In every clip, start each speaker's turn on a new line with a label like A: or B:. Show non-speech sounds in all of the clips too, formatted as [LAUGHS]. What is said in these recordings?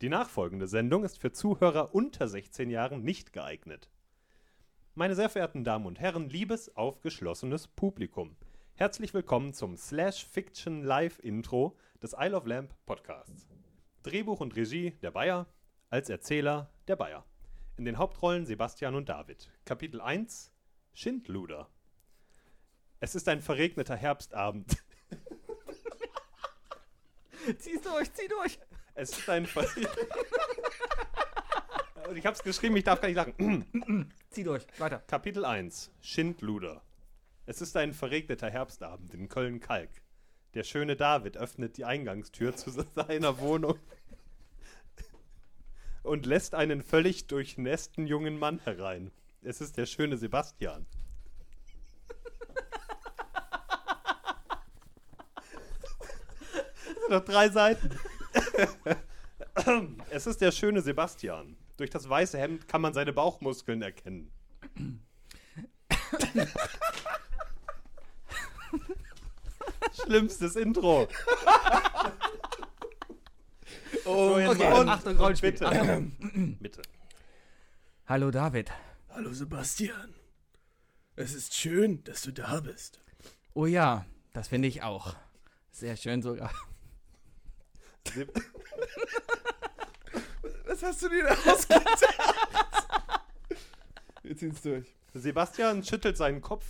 A: Die nachfolgende Sendung ist für Zuhörer unter 16 Jahren nicht geeignet. Meine sehr verehrten Damen und Herren, liebes aufgeschlossenes Publikum, herzlich willkommen zum Slash Fiction Live Intro des Isle of Lamp Podcasts. Drehbuch und Regie der Bayer, als Erzähler der Bayer. In den Hauptrollen Sebastian und David. Kapitel 1 Schindluder. Es ist ein verregneter Herbstabend. [LAUGHS]
B: Zieh's durch, zieh durch.
A: Es ist ein Ver [LAUGHS] Und Ich hab's geschrieben, ich darf gar nicht lachen.
B: Zieh durch, weiter.
A: Kapitel 1 Schindluder. Es ist ein verregneter Herbstabend in Köln-Kalk. Der schöne David öffnet die Eingangstür zu [LAUGHS] seiner Wohnung und lässt einen völlig durchnässten jungen Mann herein. Es ist der schöne Sebastian. Das sind noch drei Seiten. [LAUGHS] Es ist der schöne Sebastian. Durch das weiße Hemd kann man seine Bauchmuskeln
C: [LAUGHS]
A: erkennen.
C: [LAUGHS]
A: Schlimmstes Intro. Oh, jetzt
B: Okay,
A: und,
B: Achtung,
A: und
B: Rollenspiel.
A: bitte.
C: [CLEARS THROAT]
A: bitte.
B: Hallo David.
C: Hallo Sebastian. Es ist schön, dass du da bist.
B: Oh ja, das finde ich auch. Sehr schön sogar.
A: Se-
C: Was hast du dir
B: [LAUGHS]
C: da ausgedacht? Wir ziehen's durch.
A: Sebastian schüttelt seinen Kopf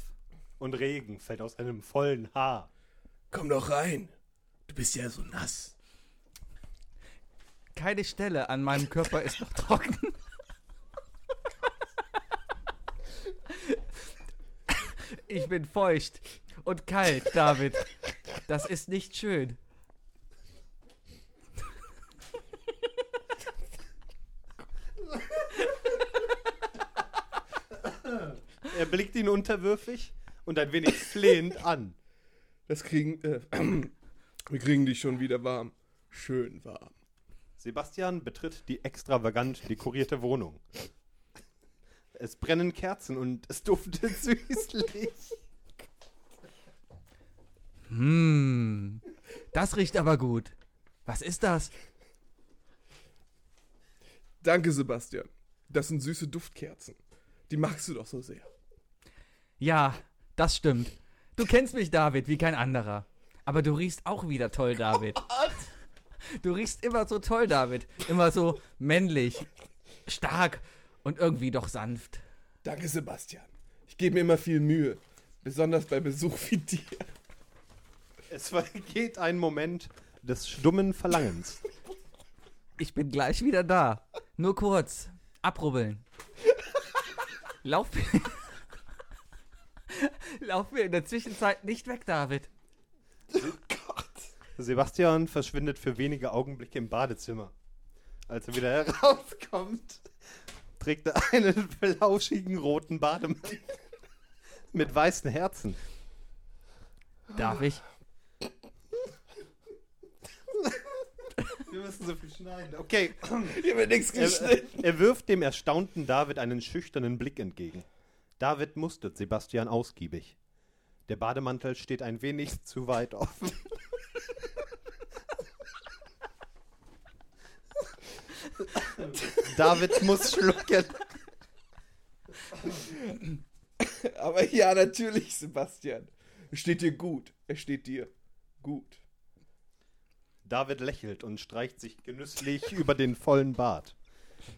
A: und Regen fällt aus einem vollen Haar.
C: Komm doch rein. Du bist ja so nass.
B: Keine Stelle an meinem Körper ist noch trocken. Ich bin feucht und kalt, David. Das ist nicht schön.
A: Er blickt ihn unterwürfig und ein wenig flehend an.
C: Das kriegen. Äh, [CLEARS THROAT] wir kriegen dich schon wieder warm. Schön warm.
A: Sebastian betritt die extravagant dekorierte Wohnung. Es brennen Kerzen und es duftet [LAUGHS] süßlich.
B: Hm, das riecht aber gut. Was ist das?
C: Danke, Sebastian. Das sind süße Duftkerzen. Die magst du doch so sehr.
B: Ja, das stimmt. Du kennst mich, David, wie kein anderer. Aber du riechst auch wieder
C: [LAUGHS]
B: toll, David. Du riechst immer so toll, David. Immer so männlich, stark und irgendwie doch sanft.
C: Danke, Sebastian. Ich gebe mir immer viel Mühe. Besonders bei Besuch wie dir. [LAUGHS]
A: Es vergeht ein Moment des stummen Verlangens.
B: Ich bin gleich wieder da. Nur kurz. Abrubbeln.
C: [LAUGHS]
B: Lauf mir. [LAUGHS] Lauf mir in der Zwischenzeit nicht weg, David.
A: Sebastian verschwindet für wenige Augenblicke im Badezimmer. Als er wieder herauskommt, trägt er einen flauschigen roten Bademantel mit weißen Herzen.
B: Darf ich?
A: Wir müssen so viel schneiden. Okay.
C: Hier wird nichts
B: Äh,
A: Er, er wirft dem erstaunten David einen schüchternen Blick entgegen. David mustert Sebastian ausgiebig. Der Bademantel steht ein wenig zu weit offen. David muss schlucken.
C: Aber ja, natürlich, Sebastian. Es steht dir gut. Es steht dir gut.
A: David lächelt und streicht sich genüsslich [LAUGHS] über den vollen Bart.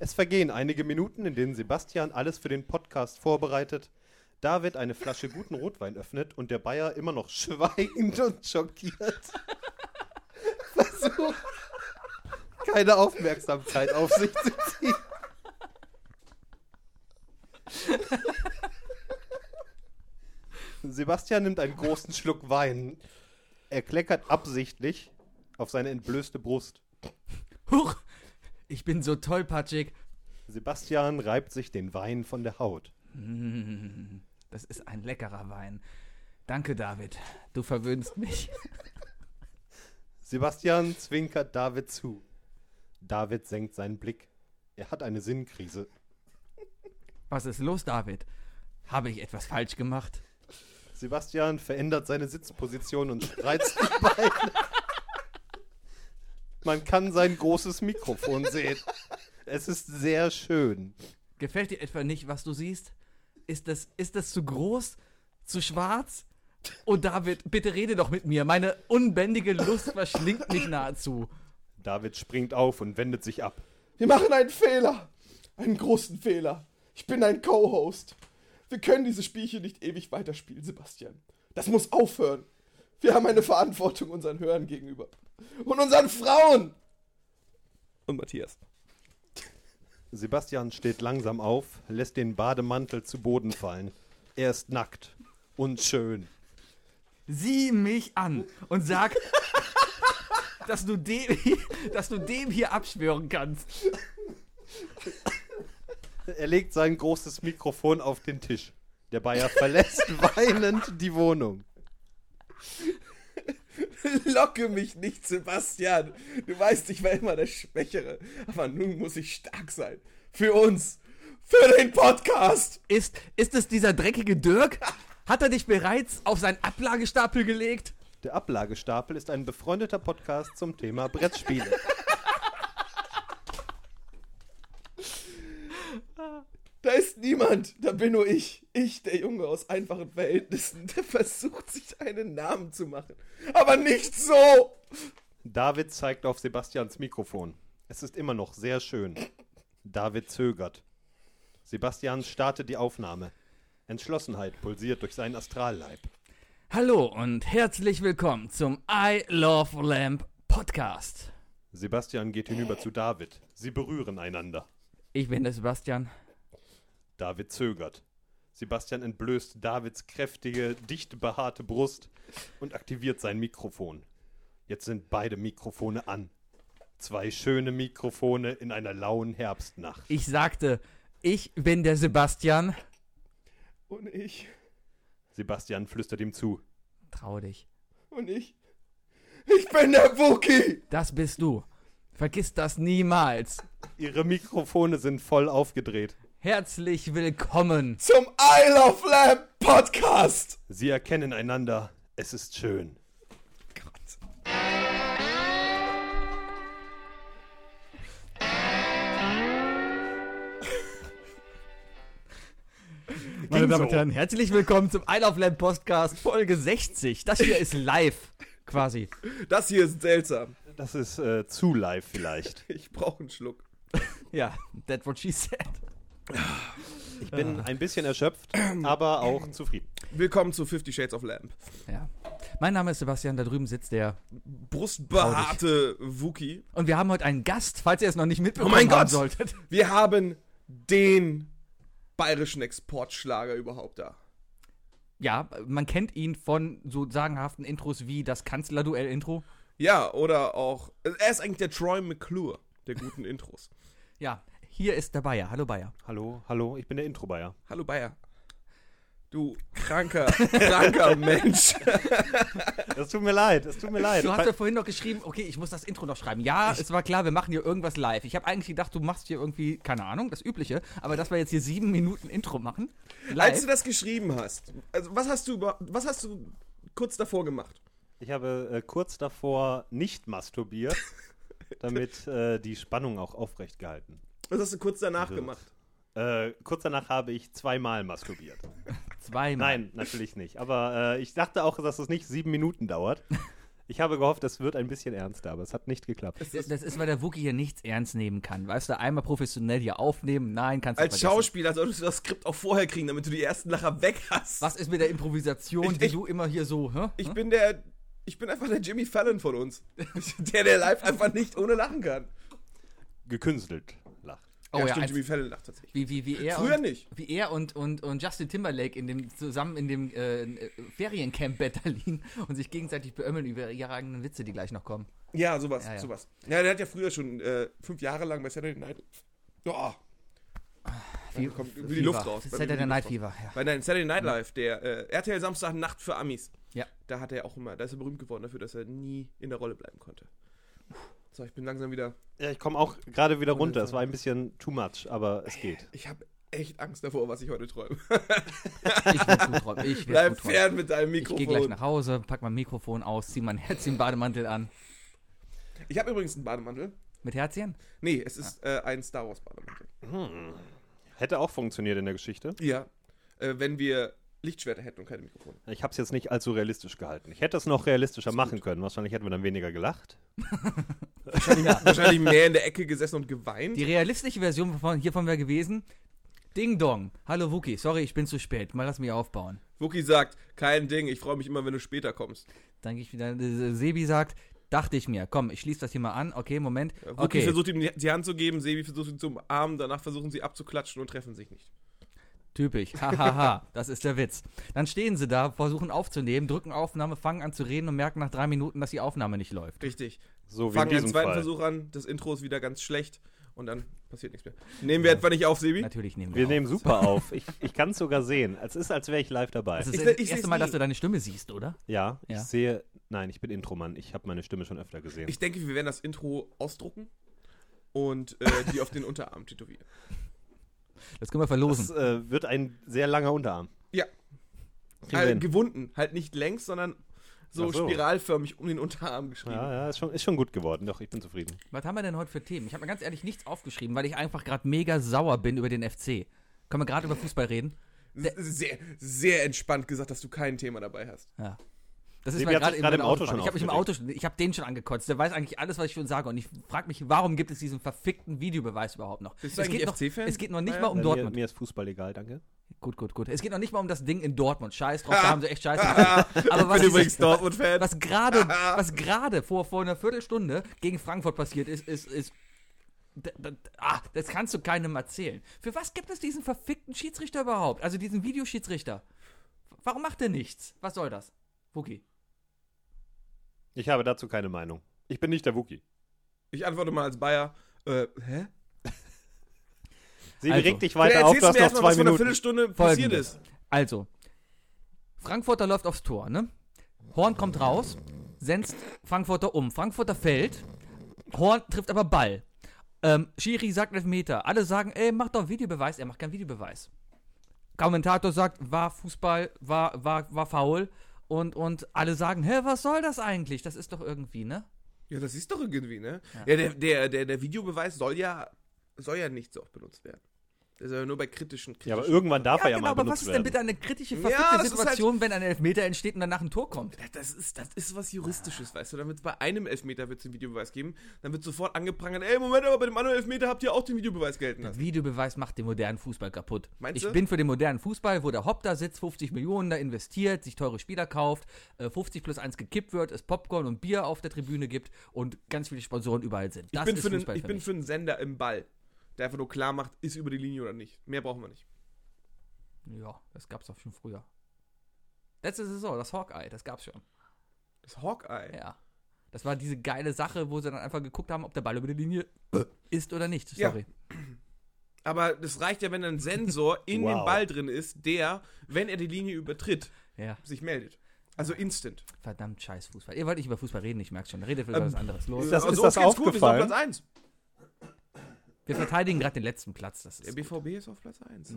A: Es vergehen einige Minuten, in denen Sebastian alles für den Podcast vorbereitet, David eine Flasche guten Rotwein öffnet und der Bayer immer noch schweigend und schockiert [LAUGHS] versucht, keine Aufmerksamkeit auf sich zu ziehen. Sebastian nimmt einen großen Schluck Wein. Er kleckert absichtlich auf seine entblößte Brust.
B: Huch! Ich bin so tollpatschig.
A: Sebastian reibt sich den Wein von der Haut.
B: Mm, Das ist ein leckerer Wein. Danke, David. Du verwöhnst mich.
A: Sebastian zwinkert David zu. David senkt seinen Blick. Er hat eine Sinnkrise.
B: Was ist los, David? Habe ich etwas falsch gemacht?
A: Sebastian verändert seine Sitzposition und spreizt die Beine. Man kann sein großes Mikrofon sehen. Es ist sehr schön.
B: Gefällt dir etwa nicht, was du siehst? Ist das, ist das zu groß? Zu schwarz? Oh, David, bitte rede doch mit mir. Meine unbändige Lust verschlingt mich nahezu.
A: David springt auf und wendet sich ab.
D: Wir machen einen Fehler. Einen großen Fehler. Ich bin ein Co-Host. Wir können diese Spielchen nicht ewig weiterspielen, Sebastian. Das muss aufhören. Wir haben eine Verantwortung unseren Hörern gegenüber. Und unseren Frauen. Und Matthias.
A: Sebastian steht langsam auf, lässt den Bademantel zu Boden fallen. Er ist nackt und schön.
B: Sieh mich an und sag, dass, du dem, hier- dass du dem hier abschwören kannst.
A: Er legt sein großes Mikrofon auf den Tisch. Der Bayer verlässt weinend die Wohnung.
D: [LAUGHS] Locke mich nicht, Sebastian. Du weißt, ich war immer der Schwächere. Aber nun muss ich stark sein. Für uns. Für den Podcast.
B: Ist, ist es dieser dreckige Dirk? Hat er dich bereits auf seinen Ablagestapel gelegt?
A: Der Ablagestapel ist ein befreundeter Podcast zum Thema Brettspiele.
D: Da ist niemand. Da bin nur ich. Ich, der Junge aus einfachen Verhältnissen, der versucht, sich einen Namen zu machen. Aber nicht so.
A: David zeigt auf Sebastians Mikrofon. Es ist immer noch sehr schön. David zögert. Sebastian startet die Aufnahme. Entschlossenheit pulsiert durch seinen Astralleib.
B: Hallo und herzlich willkommen zum I Love Lamp Podcast.
A: Sebastian geht hinüber zu David. Sie berühren einander.
B: Ich bin der Sebastian.
A: David zögert. Sebastian entblößt Davids kräftige, dicht behaarte Brust und aktiviert sein Mikrofon. Jetzt sind beide Mikrofone an. Zwei schöne Mikrofone in einer lauen Herbstnacht.
B: Ich sagte, ich bin der Sebastian.
D: Und ich.
A: Sebastian flüstert ihm zu.
B: Trau dich.
D: Und ich. Ich bin der Wookie.
B: Das bist du. Vergiss das niemals.
A: Ihre Mikrofone sind voll aufgedreht.
B: Herzlich willkommen.
D: Zum I Love Lamb Podcast.
A: Sie erkennen einander. Es ist schön.
D: Gott.
B: Meine
A: Ging
B: Damen und
A: so.
B: Herren, herzlich willkommen zum I Love Lamp Podcast Folge 60. Das hier ist live, quasi.
D: Das hier ist seltsam.
A: Das ist äh, zu live vielleicht.
D: Ich brauche einen Schluck.
B: Ja, that's what she said.
A: Ich bin ein bisschen erschöpft, aber auch zufrieden.
D: Willkommen zu Fifty Shades of Lamb.
B: Ja. Mein Name ist Sebastian, da drüben sitzt der.
D: Brustbehaarte Wookie.
B: Und wir haben heute einen Gast, falls ihr es noch nicht mitbekommen
D: Oh mein
B: haben
D: Gott!
B: solltet.
D: Wir haben den bayerischen Exportschlager überhaupt da.
B: Ja, man kennt ihn von so sagenhaften Intros wie das Kanzlerduell-Intro.
D: Ja, oder auch. Er ist eigentlich der Troy McClure der guten Intros.
B: Ja, hier ist der Bayer. Hallo Bayer.
A: Hallo, hallo, ich bin der Intro-Bayer.
D: Hallo Bayer. Du
B: [LAUGHS]
D: kranker, kranker Mensch.
A: Es tut mir leid, es tut mir leid.
B: Du hast ja vorhin noch geschrieben, okay, ich muss das Intro noch schreiben. Ja, es war klar, wir machen hier irgendwas live. Ich habe eigentlich gedacht, du machst hier irgendwie, keine Ahnung, das Übliche, aber dass wir jetzt hier sieben Minuten Intro machen.
D: Als
B: Live.
D: du das geschrieben hast, also was hast du über, was hast du kurz davor gemacht?
A: Ich habe äh, kurz davor nicht [LAUGHS] masturbiert, damit äh, die Spannung auch aufrecht gehalten.
D: Was hast du kurz danach gemacht?
A: Äh, kurz danach habe ich zweimal masturbiert.
B: Zweimal.
A: Nein, natürlich nicht. Aber äh, ich dachte auch, dass es nicht sieben Minuten dauert. Ich habe gehofft, es wird ein bisschen ernster, aber es hat nicht geklappt.
B: Das, das ist, weil der Wookie hier nichts ernst nehmen kann. Weißt du, einmal professionell hier aufnehmen, nein, kannst du
D: Als
B: vergessen.
D: Schauspieler solltest du das Skript auch vorher kriegen, damit du die ersten Lacher weg hast.
B: Was Hm? ist mit der Improvisation,
D: Ich-
B: die
D: ich-
B: du immer hier so, hä?
D: Ich bin der. Ich bin einfach der Jimmy Fallon von uns. [LAUGHS] Der, der live einfach nicht ohne lachen kann.
A: Gekünstelt lacht.
B: oh
D: ja,
B: ja,
D: stimmt,
B: als,
D: Jimmy Fallon lacht tatsächlich.
B: wie, wie, wie er
D: Früher
B: und,
D: nicht.
B: Wie er und, und, und Justin Timberlake in dem, zusammen in dem äh, äh, Feriencamp Berlin und sich gegenseitig beömmeln über ihre eigenen Witze, die gleich noch kommen.
D: Ja, sowas,
B: Ja, ja.
D: sowas. Ja, der hat ja früher schon äh, fünf Jahre lang bei Saturday Night. Oh,
B: Fe-
D: kommt
B: Fe-
D: die Luft
B: Fever.
D: raus. Bei mir will
B: Saturday
D: die
B: Night
D: Luft
B: Fever, ja.
D: bei nein, Saturday Night Live, der äh, RTL Samstag Nacht für Amis.
B: Ja.
D: Da hat er auch immer, da ist er berühmt geworden dafür, dass er nie in der Rolle bleiben konnte. So, ich bin langsam wieder.
A: Ja, ich komme auch gerade wieder runter. Es war ein bisschen too much, aber es geht.
D: Ich habe echt Angst davor, was ich heute träume.
B: Ich werd gut drauf. Ich werd
D: Bleib
B: gut drauf.
D: fern mit deinem
B: Ich
D: Mikrofon.
B: gehe gleich nach Hause, pack mein Mikrofon aus, zieh mein Herz den Bademantel an.
D: Ich habe übrigens einen Bademantel.
B: Mit Herzchen?
D: Nee, es ist
B: Ah.
D: äh, ein Star Wars Bademantel.
A: Hätte auch funktioniert in der Geschichte.
D: Ja. Äh, wenn wir Lichtschwerter hätten und keine
B: [LAUGHS]
D: Mikrofone.
A: Ich habe es jetzt nicht allzu realistisch gehalten. Ich hätte es noch realistischer machen können. Wahrscheinlich hätten wir dann weniger gelacht.
D: Wahrscheinlich mehr in der Ecke gesessen und geweint.
B: Die realistische Version von, hiervon wäre gewesen: Ding Dong. Hallo Wookie, sorry, ich bin zu spät. Mal lass mich aufbauen.
D: Wookie sagt, kein Ding, ich freue mich immer, wenn du später kommst.
B: Dann gehe ich wieder. äh, Sebi sagt: Dachte ich mir, komm, ich schließe das hier mal an. Okay, Moment.
D: Äh, Wookie
B: Okay,
D: versucht ihm die- die Hand zu geben, Sebi versucht ihn zu umarmen, danach versuchen sie abzuklatschen und treffen sich nicht.
B: typisch. Hahaha, das ist der Witz. Dann stehen sie da, versuchen aufzunehmen, drücken Aufnahme, fangen an zu reden und merken nach drei Minuten, dass die Aufnahme nicht läuft.
D: Richtig.
A: So wie in
D: Fangen einen
A: diesem
D: zweiten
A: Fall.
D: Versuch an, das Intro ist wieder ganz schlecht und dann passiert nichts mehr. Nehmen wir etwa nicht auf, Sebi?
B: Natürlich nehmen wir.
A: Wir
B: auf.
A: nehmen super auf. Ich, ich kann es sogar sehen. Es ist, als wäre ich live dabei.
B: Das ist
D: Ich-
B: das
D: ich
B: erste
D: seh's
B: Mal,
D: nie.
B: dass du deine Stimme siehst, oder?
A: ja, ich
B: Ja.
A: sehe. Nein, ich bin Intromann. Ich habe meine Stimme schon öfter gesehen.
D: Ich denke, wir werden das Intro ausdrucken und
A: [LAUGHS]
D: äh, die auf den Unterarm tätowieren.
B: Das können wir verlosen.
A: das äh, wird ein sehr langer Unterarm.
D: Ja.
A: Kriegen wir
D: Äh,
A: hin.
D: gewunden, halt nicht längs, sondern so,
A: Ach so.
D: spiralförmig um den Unterarm geschrieben.
A: Ja, ja, ist schon, ist schon gut geworden. Doch, ich bin zufrieden.
B: Was haben wir denn heute für Themen? Ich habe mir ganz ehrlich nichts aufgeschrieben, weil ich einfach gerade mega sauer bin über den FC. Können wir gerade über Fußball reden?
D: S- Sehr, sehr entspannt gesagt, dass du kein Thema dabei
A: [LAUGHS]
D: hast.
B: Ja. Das ist
A: Sebi
B: mir
A: hat
B: gerade
A: sich
B: in
A: gerade
B: meinem
A: im Auto
B: Auto schon.
A: schon
B: Ich habe mich im Auto schon, ich habe den schon angekotzt. Der weiß eigentlich alles, was ich schon sage. Und ich frage mich, warum gibt es diesen verfickten Videobeweis überhaupt noch?
D: Bist du
B: es
D: eigentlich
B: geht noch,
D: FC-Fan?
B: es geht noch nicht
D: Ah ja.
B: mal um
A: Äh, mir,
B: Dortmund.
A: mir ist Fußball egal, danke.
B: Gut, gut, gut. Es geht noch nicht mal um das Ding in Dortmund. Scheiß drauf, da haben sie echt Scheiße
D: [LAUGHS]
B: gemacht. Aber was,
D: Ich bin
B: dieses-
D: übrigens Dortmund-Fan.
B: was
D: [LAUGHS]
B: gerade, was gerade vor, vor einer Viertelstunde gegen Frankfurt passiert ist, ist, ist d- d- d- Ah, das kannst du keinem erzählen. Für was gibt es diesen verfickten Schiedsrichter überhaupt? Also diesen Videoschiedsrichter. Warum macht er nichts? Was soll das? Wookie.
A: Ich habe dazu keine Meinung. Ich bin nicht der Wookie.
D: Ich antworte mal als Bayer. Äh, hä?
A: Sebi,
B: Also.
A: regt dich
D: Vielleicht
A: weiter auf,
D: erzählst
A: du hast noch
D: mir erstmal, was
A: zwei
D: vor einer
A: Minuten.
D: Viertelstunde passiert
B: Folgendes.
D: ist.
B: Also, Frankfurter läuft aufs Tor, ne? Horn kommt raus, senzt Frankfurter um. Frankfurter fällt, Horn trifft aber Ball. Ähm, Schiri sagt Elfmeter. Alle sagen, ey, mach doch Videobeweis. Er macht keinen Videobeweis. Kommentator sagt, war Fußball, war, war, war faul. Und, und alle sagen, hä, was soll das eigentlich? Das ist doch irgendwie, ne?
D: Ja, das ist doch irgendwie, ne? Ja, der, der, der, der Videobeweis soll ja, soll ja nicht so oft benutzt werden. Der soll ja nur bei kritischen,
A: Ja,
D: kritischen
A: aber irgendwann darf er ja
D: genau,
A: mal
B: genau, aber
A: benutzt
B: was ist denn
A: werden.
B: bitte eine kritische,
D: Ja,
B: verfickte
D: das ist halt
B: Situation, wenn ein Elfmeter entsteht und danach ein Tor kommt?
D: Ja, Das ist, das ist was Juristisches, weißt du? Dann wird es bei einem Elfmeter wird's den Videobeweis geben. Dann wird sofort angeprangert, ey, Moment, aber bei dem anderen Elfmeter habt ihr auch den Videobeweis gelten lassen.
B: Videobeweis macht den modernen Fußball kaputt.
D: Meinst
B: ich
D: du?
B: bin für den modernen Fußball, wo der Hopp da sitzt, 50 Millionen da investiert, sich teure Spieler kauft, äh, 50 plus 1 gekippt wird, es Popcorn und Bier auf der Tribüne gibt und ganz viele Sponsoren überall sind.
D: Ich
B: Das
D: bin,
B: ist
D: für den,
B: Fußball
D: ich
B: für
D: bin
B: mich.
D: für einen Sender im Ball, der einfach nur klar macht, ist über die Linie oder nicht. Mehr brauchen wir nicht.
B: Ja, das gab's auch schon früher. Letzte Saison, das Hawkeye, das gab's schon.
D: Das Hawkeye.
B: Ja. Das war diese geile Sache, wo sie dann einfach geguckt haben, ob der Ball über die Linie äh, ist oder nicht.
D: Ja.
B: Sorry.
D: Aber das reicht ja, wenn ein Sensor
A: [LAUGHS]
D: in
A: Wow.
D: dem Ball drin ist, der, wenn er die Linie übertritt,
B: Ja.
D: sich meldet. Also instant.
B: Verdammt scheiß Fußball. Ihr wollt nicht über Fußball reden, ich merk's schon. Redet über was anderes. Los.
A: Ist das-
D: Also
A: ist
D: uns
A: das
D: geht's gut, wir sind auf
A: aufgefallen?
D: Platz 1.
B: Wir verteidigen gerade den letzten Platz. Das
D: Der
B: ist
D: BVB ist auf Platz 1.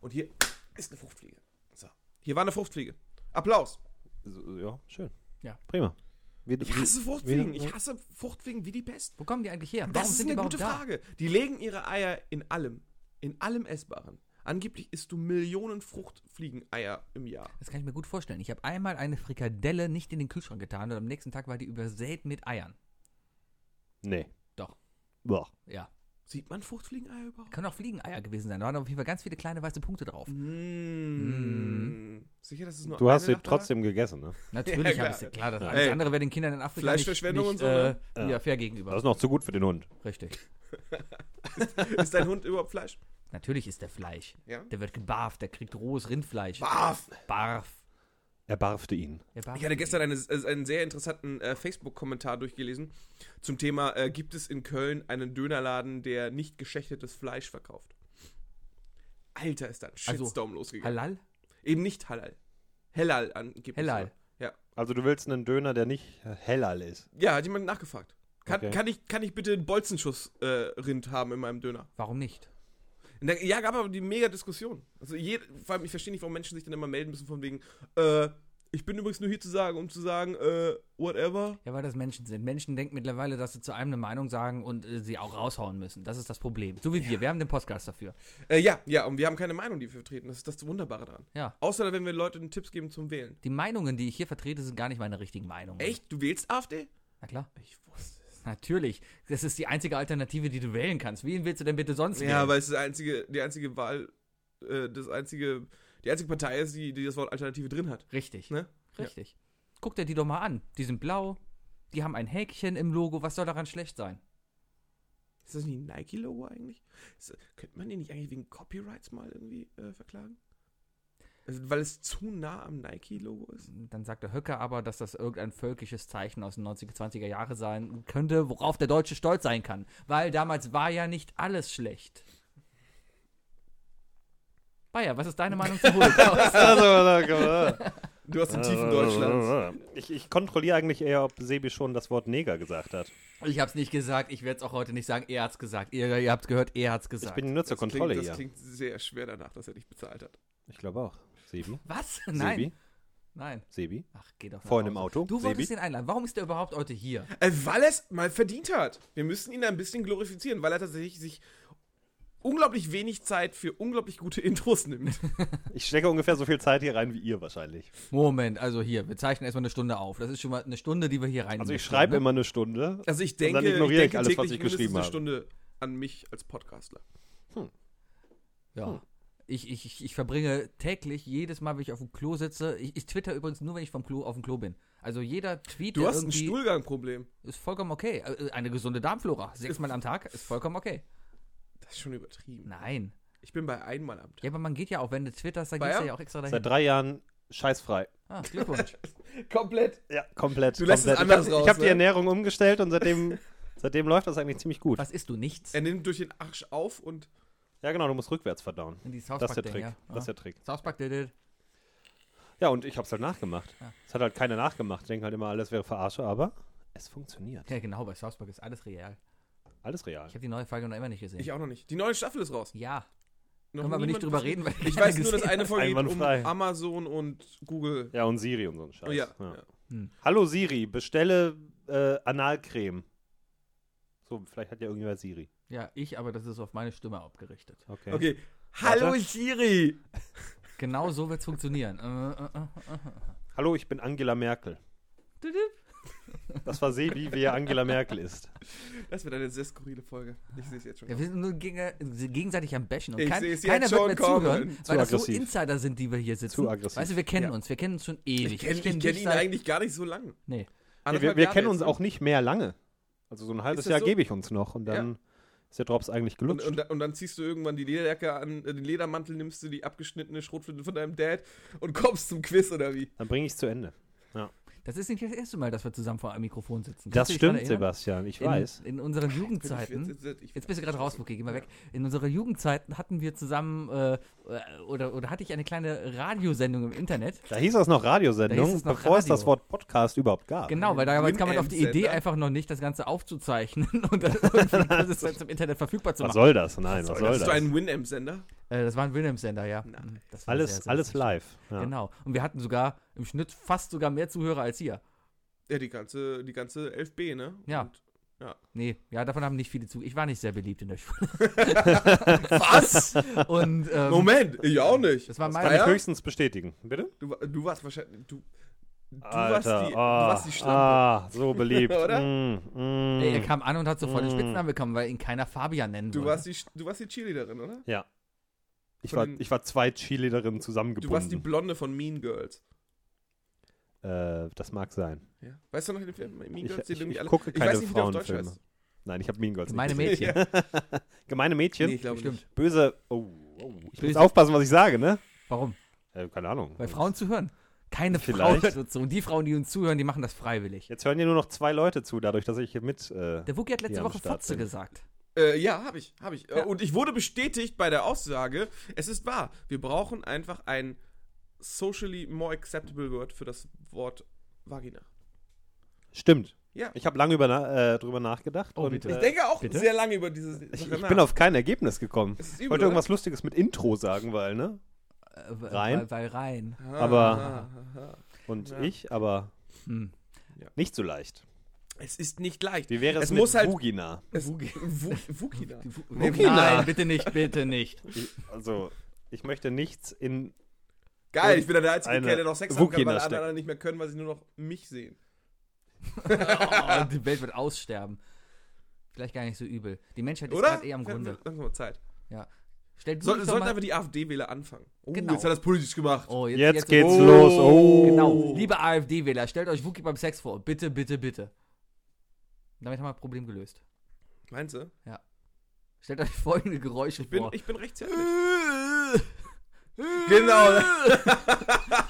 D: Und hier ist eine Fruchtfliege. So. Hier war eine Fruchtfliege. Applaus.
A: So, Ja, schön.
B: Ja.
A: Prima. Wie-
D: Ich
A: wie-
D: hasse Fruchtfliegen.
A: wie-
D: Ich hasse Fruchtfliegen wie die Pest.
B: Wo kommen die eigentlich her?
D: Das ist
B: die
D: eine
B: überhaupt
D: gute
B: da?
D: Frage. Die legen ihre Eier in allem. In allem Essbaren. Angeblich isst du Millionen Fruchtfliegeneier im Jahr.
B: Das kann ich mir gut vorstellen. Ich habe einmal eine Frikadelle nicht in den Kühlschrank getan und am nächsten Tag war die übersät mit Eiern.
A: Nee.
B: Doch.
A: Boah.
B: Ja.
D: Sieht man Fruchtfliegeneier überhaupt?
B: Können auch Fliegeneier gewesen sein. Da waren auf jeden Fall ganz viele kleine weiße Punkte drauf. Hm.
D: Mmh. Sicher, dass es nur
A: Du hast
D: eine
A: sie
D: Nacht da war?
A: trotzdem gegessen, ne?
B: Natürlich
D: Ja,
B: habe ich sie klar. Das
A: Ja.
B: alles
D: Ey.
B: andere wäre den Kindern in Afrika
D: Fleischverschwendung
B: nicht,
D: und so,
B: nicht,
D: ne?
B: äh,
A: Ja.
B: ja. fair
A: Das
B: gegenüber.
A: ist noch zu gut für den Hund.
B: Richtig.
D: Ist dein Hund überhaupt Fleisch?
B: Natürlich ist der Fleisch.
D: Ja.
B: Der wird gebarft, der kriegt rohes Rindfleisch.
D: Barf!
B: Barf.
A: Er barfte ihn.
B: Der barf.
D: Ich hatte gestern eine, äh, einen sehr interessanten äh, Facebook-Kommentar durchgelesen zum Thema, äh, gibt es in Köln einen Dönerladen, der nicht geschächtetes Fleisch verkauft? Alter, ist da ein
B: Also,
D: Shitstorm losgegangen.
B: Halal?
D: Eben nicht halal. Hellal angeblich.
B: Hellal.
D: Ja.
A: Also du willst einen Döner, der nicht hellal
D: [LAUGHS]
A: ist.
D: ja, hat jemand nachgefragt. Kann,
A: Okay.
D: kann, ich, kann ich bitte einen Bolzenschuss-Rind haben in meinem Döner?
B: Warum nicht?
D: Und da, ja, gab aber die mega Diskussion. Also je, vor allem, ich verstehe nicht, warum Menschen sich dann immer melden müssen von wegen, äh, Ich bin übrigens nur hier zu sagen, um zu sagen, äh, whatever.
B: Ja, weil das Menschen sind. Menschen denken mittlerweile, dass sie zu einem eine Meinung sagen und äh, sie auch raushauen müssen. Das ist das Problem. So wie wir. Wir haben den Podcast dafür.
D: Äh, ja, ja, und wir haben keine Meinung, die wir vertreten. Das ist das Wunderbare daran.
B: Ja.
D: Außer wenn wir Leuten Tipps geben zum Wählen.
B: Die Meinungen, die ich hier vertrete, sind gar nicht meine richtigen Meinungen.
D: Echt? Du wählst AfD?
B: Na klar.
D: Ich wusste es.
B: Natürlich. Das ist die einzige Alternative, die du wählen kannst. Wen willst du denn bitte sonst
D: Ja,
B: wählen?
D: weil es das einzige, die einzige Wahl, äh, das einzige, die einzige Partei ist, die, die das Wort Alternative drin hat.
B: Richtig.
D: Ne?
B: Richtig. Guck dir die doch mal an. Die sind blau. Die haben ein Häkchen im Logo. Was soll daran schlecht sein?
D: Ist das nicht ein Nike-Logo eigentlich? Ist, könnte man den nicht eigentlich wegen Copyrights mal irgendwie äh, verklagen? Also, weil es zu nah am Nike-Logo ist?
B: Dann sagt der Höcker aber, dass das irgendein völkisches Zeichen aus den 90er, 20er Jahre sein könnte, worauf der Deutsche stolz sein kann. Weil damals war ja nicht alles schlecht. Bayer, was ist deine Meinung zu Holocaust?
A: [LAUGHS]
D: Du hast den tiefen Also, Deutschland.
A: Ich, ich kontrolliere eigentlich eher, ob Sebi schon das Wort Neger gesagt hat.
B: ich hab's nicht gesagt, ich werd's auch heute nicht sagen. Er hat's gesagt. Ihr, ihr habt's gehört, er hat's
A: Ich
B: gesagt.
A: bin nur zur
D: Das
A: Kontrolle
D: klingt, das
A: hier.
D: klingt sehr schwer danach, dass er dich bezahlt hat.
A: Ich glaube auch. Sebi?
B: was? Nein.
A: Sebi?
B: Nein.
A: Sebi?
B: Ach, geh doch. nach
A: Vorhin im
B: Hause.
A: Auto?
B: Du wolltest
A: Sebi?
B: ihn einladen. Warum ist der überhaupt heute hier?
D: Äh, weil er es mal verdient hat. Wir müssen ihn ein bisschen glorifizieren, weil er tatsächlich sich unglaublich wenig Zeit für unglaublich gute [LAUGHS] Intros nimmt.
A: Ich stecke ungefähr so viel Zeit hier rein wie ihr wahrscheinlich.
B: Moment, also hier, wir zeichnen erstmal eine Stunde auf. Das ist schon mal eine Stunde, die wir hier rein.
A: Also ich
B: investieren,
A: schreibe
B: ne?
A: immer eine Stunde.
D: Also ich
A: dann
D: denke,
A: ignoriere ich
D: denke
A: alles, was ich
D: täglich
A: geschrieben
D: mindestens
A: habe.
D: eine Stunde an mich als Podcastler.
B: Ja. Ich, ich, ich, ich verbringe täglich, jedes Mal, wenn ich auf dem Klo sitze, ich, ich twitter übrigens nur, wenn ich vom Klo auf dem Klo bin. Also jeder Tweet,
D: Du
B: der
D: hast ein
B: irgendwie-
D: Stuhlgangproblem.
B: ist vollkommen okay. Äh, Eine gesunde Darmflora, sechsmal am Tag, ist vollkommen okay.
D: Das ist schon übertrieben.
B: Nein.
D: Ich bin bei einmal am Tag.
B: Ja, aber man geht ja auch, wenn du twitterst, dann
D: Bayer?
B: geht's ja auch extra dahin.
A: Seit drei Jahren scheißfrei.
B: Ah, Glückwunsch.
D: Komplett.
A: Ja, komplett.
D: Du lässt es
A: komplett.
D: anders
A: ich habe
D: raus,
A: hab
D: ne?
A: die Ernährung umgestellt und
D: [LAUGHS]
A: seitdem, seitdem läuft das eigentlich ziemlich gut.
B: Was isst du? Nichts.
D: Er nimmt durch den Arsch auf und
A: Ja, genau, du musst rückwärts verdauen.
B: In dieses
A: Das ist der
B: Hausback-Ding,
A: Trick.
B: ja.
A: Das ist der Trick.
B: South Park did it.
A: Ja, und ich habe es halt nachgemacht. Es hat halt keiner nachgemacht. Denken halt immer, alles wäre Verarsche, aber es funktioniert.
B: Ja, genau, bei South Park ist alles real.
A: Alles real.
B: Ich habe die neue Folge noch immer nicht gesehen.
D: ich auch noch nicht. Die neue Staffel ist raus.
B: ja,
D: Noch
B: können wir aber nicht
D: niemand-
B: drüber reden, weil
D: Ich
B: keiner [LAUGHS]
D: weiß nur, dass
B: gesehen
D: eine
B: hat.
D: Folge geht um
A: Einwandfrei.
D: Amazon und Google. Oh
A: Ja, und Siri und so ein Scheiß.
D: Ja,
A: Ja.
D: ja.
A: Hallo Siri, bestelle äh, Analcreme. So, vielleicht hat ja irgendjemand Siri.
B: Ja, ich, aber das ist auf meine Stimme abgerichtet.
A: Okay.
D: Okay.
A: Warte.
D: Hallo Siri.
B: Genau so wird es funktionieren. Äh, äh, äh, äh.
A: Hallo, ich bin Angela Merkel. Das war Sebi, wie er Angela Merkel
D: [LAUGHS]
A: ist.
D: Das wird eine sehr skurrile Folge. Ich sehe es jetzt schon.
B: Ja, wir sind nur gege- gegenseitig am Bashen. Und
D: Ich
B: kein,
D: seh's jetzt
B: keiner wird
D: schon
B: mehr
D: kommen.
B: zuhören,
A: Zu
B: weil das so
A: aggressiv.
B: Insider sind, die wir hier sitzen.
A: Zu aggressiv.
B: Weißt du, wir kennen
D: Ja.
B: uns. Wir kennen uns schon ewig.
D: Ich kenne
B: kenn
D: kenn
B: dich
D: ihn
B: seit-
D: eigentlich gar nicht so lange.
B: Nee.
A: Ja, wir
D: Anderthalb
A: wir
D: Jahre
A: kennen
D: jetzt,
A: uns
D: ne?
A: auch nicht mehr lange. Also so ein halbes
D: das
A: Jahr
D: so?
A: gebe ich uns noch und dann ist der Drops eigentlich
D: Und,
A: gelutscht.
D: und, da- und dann ziehst du irgendwann die Lederjacke an, äh, den Ledermantel nimmst du die abgeschnittene Schrotflinte von deinem Dad und kommst zum Quiz oder wie?
A: dann bringe ich es zu Ende.
B: Das ist nicht das erste Mal, dass wir zusammen vor einem Mikrofon sitzen. Kannst
A: Das
B: du dich dran
A: stimmt,
B: erinnern?
A: Sebastian, ich
B: In,
A: weiß.
B: In unseren
D: Bin ich-
B: Jugendzeiten.
D: jetzt- ich-
B: Jetzt bist du gerade raus, Wookie, geh mal weg. In unserer Jugendzeiten hatten wir zusammen, äh, äh, oder, oder hatte ich eine kleine Radiosendung im Internet.
A: Da hieß das noch
B: Da
A: Radiosendung,
B: hieß es noch
A: bevor es
B: Radio.
A: das Wort Podcast überhaupt gab.
B: Genau, weil damals kam man auf die Idee
D: Wim-Sender.
B: einfach noch nicht, das Ganze aufzuzeichnen [LAUGHS] und dann, irgendwie,
A: [LAUGHS]
B: dass es dann zum Internet verfügbar zu
A: Was
B: machen.
A: soll das? Nein, was soll
D: Hast du
A: das?
D: einen Winamp-Sender?
B: Äh, das war ein Wilhelm-Sender, ja. Mhm,
D: Nice.
B: Das war sehr,
A: Alles,
B: sehr
A: alles
B: lustig.
A: live. Ja.
B: Genau. Und wir hatten sogar im Schnitt fast sogar mehr Zuhörer als hier.
D: Ja, die ganze, die ganze 11b, ne?
B: Ja.
D: Und
B: Nee, ja, davon haben nicht viele zu. Ich war nicht sehr beliebt in der
A: [LAUGHS]
B: Schule.
D: Was?
B: Und, ähm,
D: Moment, ich auch nicht.
B: Das war
A: Kann Genau. ich
D: Ja?
B: mein.
A: höchstens bestätigen. Bitte?
D: Du, wa- du warst wahrscheinlich. Du, du, warst,
A: Alter,
D: die, du
A: ah,
D: warst die Schlampe.
A: Ah, so beliebt.
D: [LAUGHS] Oder?
A: Mm, mm.
B: Ey, Er kam an und hat sofort den
A: Mm.
B: Spitznamen bekommen, weil ihn keiner Fabian nennen
D: Du
B: wollte.
D: warst, die, Sch- du warst die Cheerleaderin, oder?
A: ich,
D: von
A: war,
D: den-
A: ich war zwei Cheerleaderinnen
D: Du warst die
A: zusammengebunden.
D: Blonde von Mean Girls.
A: äh, das mag sein.
D: Ja. Weißt du noch den Film Mean
A: Ich,
D: Girls?
A: ich,
D: den irgendwie
A: ich
D: alle-
A: gucke
D: ich weiß
A: keine
D: nicht, wie der auf Deutsch
A: Frauenfilme.
D: heißt.
A: Nein, ich habe Mean Girls [LAUGHS]
B: Gemeine
A: nicht gesehen. Gemeine Mädchen?
D: Nee, ich glaube
B: Stimmt.
D: nicht.
A: Böse. Oh, oh. Ich muss
B: Böse.
A: aufpassen, was ich sage, ne?
B: Warum?
A: Äh, keine Ahnung.
B: Weil Frauen zuhören. Keine Frau
A: Vielleicht.
B: hört uns zu. Und die Frauen, die uns zuhören, die machen das freiwillig.
A: Jetzt hören hier nur noch zwei Leute zu, dadurch, dass ich hier mit. Äh,
B: Der Wookie hat
A: Die
B: letzte
A: am
B: Woche
A: Start
B: Fotze
A: sind.
B: gesagt.
D: Äh, ja, habe ich, habe ich. Äh,
B: Ja.
D: Und ich wurde bestätigt bei der Aussage, es ist wahr, wir brauchen einfach ein socially more acceptable word für das Wort Vagina.
A: stimmt.
D: Ja.
A: Ich habe lange über, na- äh, drüber nachgedacht.
B: Oh,
A: und,
B: bitte.
A: Äh,
D: Ich denke auch
B: bitte?
D: sehr lange über dieses.
A: ich,
D: Sache
A: ich bin
D: nach.
A: auf kein Ergebnis gekommen.
D: Es ist
A: Ich
D: übel,
A: wollte irgendwas Lustiges mit Intro sagen, weil, ne?
B: Äh, w-
A: Rein?
B: Weil, weil rein.
D: oder?
A: aber-
D: Ah, ah, ah.
A: und
D: Ja.
A: ich, aber
B: Hm.
A: nicht so leicht.
D: Es ist nicht leicht.
A: Wie wäre es,
D: Es
A: mit
D: muss halt-
A: Vugina?
D: Es,
B: Wugi-
D: Wu- Wukina.
B: Die Fu-
A: Wukina.
B: Nein, bitte nicht, bitte nicht.
A: Ich, also, ich möchte nichts in.
D: Geil, ich bin dann der einzige
A: Eine
D: Kerl, der noch Sex haben kann,
A: Wukina
D: weil alle
A: steckt.
D: anderen nicht mehr können, weil sie nur noch mich sehen.
B: Oh, die Welt wird aussterben. Vielleicht gar nicht so übel. Die Menschheit ist
D: Oder?
B: gerade eh am Grunde.
D: Langsam mal Zeit.
B: Stellt
D: Soll,
B: Wukis doch
D: sollten
B: mal-
D: einfach die AfD-wähler anfangen. Oh,
B: Genau.
D: jetzt hat er es politisch gemacht.
B: Oh, jetzt,
A: Jetzt, geht's
B: oh.
A: los. Oh.
B: Genau. Liebe AfD-Wähler, stellt euch Wookie beim Sex vor. Bitte, bitte, bitte. Damit haben wir ein Problem gelöst.
D: Meinst du?
B: Stellt euch [LAUGHS] folgende Geräusche
D: Ich [LAUGHS] bin,
B: vor.
D: ich bin rechtshändig.
A: Oh,
D: genau.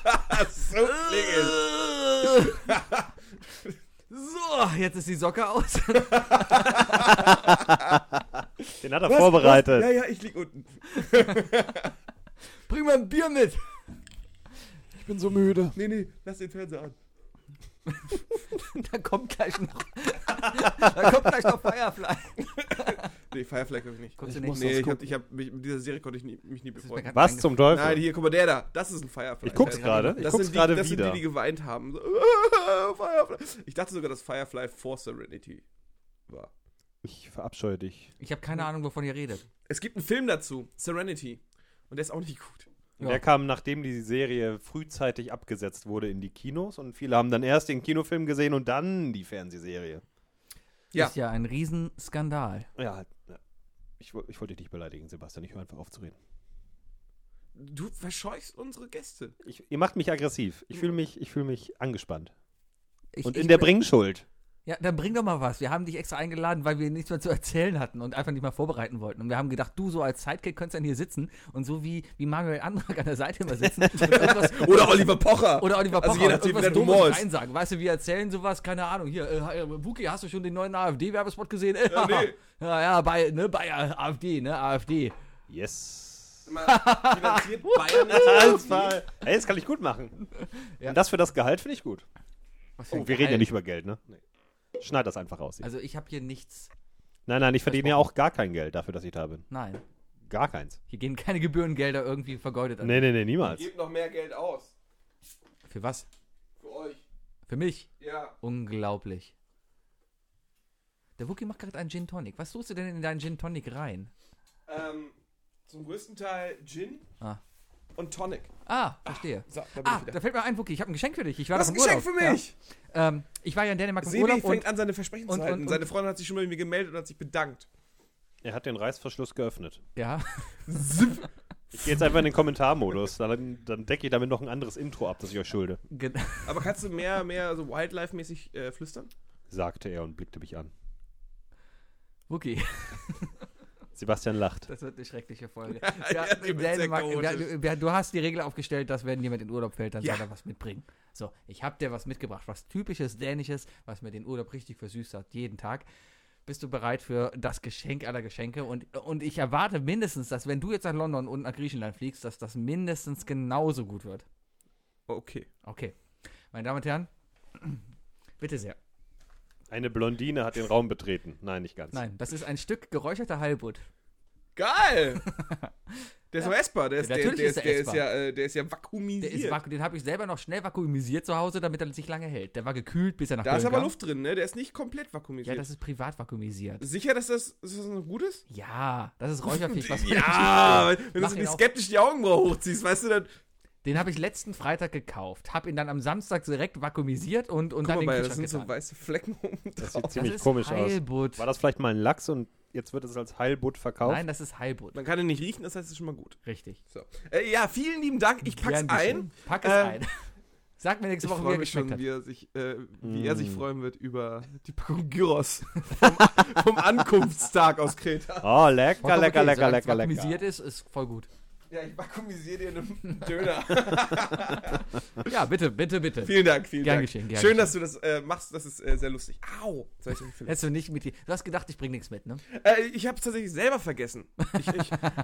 B: [LAUGHS]
D: so klingelt.
A: [LAUGHS]
B: so, jetzt ist die Socke aus.
A: [LAUGHS] Den hat er vorbereitet.
D: Ja, ja, ich lieg unten.
B: Bring mal ein Bier mit.
C: Ich bin so müde.
D: Nee, nee, lass den Fernseher an.
B: Da kommt gleich noch. da kommt gleich noch Firefly.
D: Nee, Firefly kann ich nicht.
B: Guckst du
C: Ich
B: nicht?
C: muss-
D: Nee,
C: das
D: ich hab,
C: gucken.
D: ich hab mich, mit dieser Serie konnte ich nie, mich nie
B: ist mir
D: befreunden.
B: grad-
A: Was zum Teufel?
D: Nein, hier, guck mal, der da. Das ist ein Firefly.
A: ich guck's
B: Ja,
A: gerade. Ich
D: Das,
A: guck's
D: sind die,
A: gerade
D: das sind die,
A: wieder.
D: die geweint haben. So, [LAUGHS] Firefly. Ich dachte sogar, dass Firefly vor Serenity war.
A: ich verabscheue dich.
B: Ich habe keine Ahnung, wovon ihr redet.
D: Es gibt einen Film dazu, Serenity. Und der ist auch nicht gut.
A: Und
B: Ja.
A: Der kam, nachdem die Serie frühzeitig abgesetzt wurde, in die Kinos und viele haben dann erst den Kinofilm gesehen und dann die Fernsehserie.
D: Ja.
B: Ist ja ein Riesenskandal.
A: Ja, halt, ja. ich, woll- ich wollte dich nicht beleidigen, Sebastian. Ich höre einfach auf zu reden.
D: Du verscheuchst unsere Gäste.
A: [LAUGHS] Ich, ihr macht mich aggressiv. Ich fühle mich, ich fühle mich angespannt.
B: Ich,
A: Und
B: ich
A: in der
B: bin-
A: Bringschuld.
B: Ja, dann bring doch mal was. Wir haben dich extra eingeladen, weil wir nichts mehr zu erzählen hatten und einfach nicht mehr vorbereiten wollten. Und wir haben gedacht, du so als Sidekick könntest dann hier sitzen und so wie, wie Manuel Antrag an der Seite immer sitzen. und irgendwas-
D: Oder Oliver Pocher.
B: Oder Oliver Pocher
D: Also je nachdem,
B: und
D: wer
B: irgendwas
D: du Humor
B: Dummes
D: ist.
B: reinsagen. Weißt du, wir erzählen sowas, keine Ahnung. Hier, äh, Wuki, hast du schon den neuen AfD-Werbespot gesehen? [LAUGHS] Ja,
D: nee.
B: ja, ja, bei, ne, bei äh, AfD, ne, AfD.
A: Yes. [LAUGHS]
D: Finanziert Bayern nicht
A: Alles
D: AfD?
A: mal. Hey, das kann ich gut machen.
B: Ja.
A: Und das für das Gehalt finde ich gut.
B: Was für
A: Oh,
B: ein
A: wir reden ja
B: Geil.
A: nicht über Geld, ne? Schneid das einfach raus.
B: Äh, Also ich habe hier nichts.
A: nein, nein, ich verdiene ja auch gar kein Geld dafür, dass ich da bin.
B: Nein.
A: Gar keins.
B: Hier gehen keine Gebührengelder irgendwie vergeudet an.
A: Nee, nee, nee, niemals.
D: Gebt noch mehr Geld aus.
B: Für was?
D: Für euch.
B: Für mich?
D: Ja.
B: Unglaublich. Der Wookie macht gerade einen Gin Tonic. Was tust du denn in deinen Gin Tonic rein?
D: Ähm, zum größten Teil Gin
B: Ah.
D: und Tonic.
B: Ah, verstehe.
D: So, da bin
B: Ah,
D: ich
B: da
D: wieder.
B: fällt mir ein, Wookie, ich habe ein Geschenk für dich. Ich war
D: Was
B: doch
D: ein
B: im
D: Geschenk für
B: Urlaub.
D: mich!
B: Ja. Ähm, ich war ja in Dänemark im
D: Sebi
B: Urlaub
D: fängt
B: und
D: an, seine Versprechen
B: und-
D: zu halten.
B: und-
D: seine Freundin hat sich schon bei mir gemeldet und hat sich bedankt.
A: Er hat den Reißverschluss geöffnet.
B: ja, [LAUGHS]
A: Ich gehe jetzt einfach in den Kommentarmodus. Dann, dann decke ich damit noch ein anderes Intro ab, das ich euch schulde,
B: gen-
D: Aber kannst du mehr, mehr so Wildlife-mäßig äh, flüstern?
A: sagte er und blickte mich an.
B: Wookie,
A: Sebastian lacht.
B: das wird eine schreckliche Folge.
D: [LAUGHS] Ja,
B: Ja,
D: die
B: in
D: wird sehr
B: Dänemark, ja,
D: chaotisch.
B: du, ja, du hast die Regel aufgestellt, dass wenn jemand in Urlaub fällt, dann
D: Ja.
B: soll er was mitbringen. So, ich habe dir was mitgebracht, was typisches Dänisches, was mir den Urlaub richtig versüßt hat, jeden Tag. Bist du bereit für das Geschenk aller Geschenke? Und, und ich erwarte mindestens, dass wenn du jetzt nach London und nach Griechenland fliegst, dass das mindestens genauso gut wird.
D: Okay.
B: Oh, Okay. Meine Damen und Herren, [CLEARS THROAT] bitte sehr.
A: Eine Blondine hat den Raum betreten. Nein, nicht ganz.
B: Nein, das ist ein Stück geräucherter Heilbutt. [LAUGHS]
D: Geil! Der ist auch essbar. Der ist,
B: Ja,
D: der,
B: natürlich
D: der,
B: ist
D: ist,
B: er
D: der, ist
B: essbar.
D: ja, äh, der ist ja
B: Der
D: vakuumisiert.
B: ist vaku den habe ich selber noch schnell vakuumisiert zu Hause, damit er sich lange hält. Der war gekühlt, bis er nach
D: da ist
B: Köln
D: aber
B: kam.
D: Luft drin, ne? Der ist nicht komplett
B: Ja,
D: vakuumisiert.
B: das ist privat vakuumisiert.
D: Sicher, dass das, dass das noch gut ist?
B: Ja, das ist Räucherfisch. Was
D: [LAUGHS] ja, weil- wenn du
B: Mach
D: so
B: ihn
D: die
B: auf.
D: skeptisch die Augenbraue hochziehst, weißt du, dann.
B: Den habe ich letzten Freitag gekauft, habe ihn dann am Samstag direkt vakuumisiert und, und dann
D: Guck mal,
B: den
D: bei, das
B: Kühlschrank
D: sind
B: getan.
D: so weiße Flecken [LAUGHS]
A: Das
D: oben drauf.
B: Oh,
A: sieht ziemlich komisch aus.
B: Heilbutt.
A: War das vielleicht mal ein Lachs und jetzt wird es als Heilbutt verkauft?
B: Nein, das ist Heilbutt.
D: Man kann ihn nicht riechen, das heißt, es ist schon mal gut.
B: Richtig.
D: So. Äh, ja, vielen lieben Dank. Ich pack's
B: Gern geschehen.
D: ein.
B: Pack es
D: Ähm,
B: ein. [LAUGHS] Sag mir
D: Ich
B: nächste Woche, wie
D: freue
B: er
D: mich
B: geschmeckt
D: schon,
B: hat.
D: wie er sich, äh, wie er
A: Mm.
D: sich freuen wird über die Packung Gyros vom, [LAUGHS] vom Ankunftstag aus Kreta.
A: Oh, lecker,
B: Vollkommen
A: lecker,
B: okay,
A: lecker,
B: solange es
A: lecker,
B: vakuumisiert
A: [LAUGHS] lecker.
B: ist, ist voll gut.
D: Ja, ich vakuumisiere dir
B: [LAUGHS]
D: einen Döner.
B: Ja, bitte, bitte, bitte.
D: vielen Dank, vielen
B: Gern
D: Dank.
B: geschehen, gern
D: Schön, dass du das äh, machst. Das ist äh, sehr lustig. Au! Soll ich so viel
B: Hättest du nicht mit dir. Du hast gedacht, ich bringe nichts mit, ne?
D: Äh, ich habe es tatsächlich selber vergessen. Ich, ich,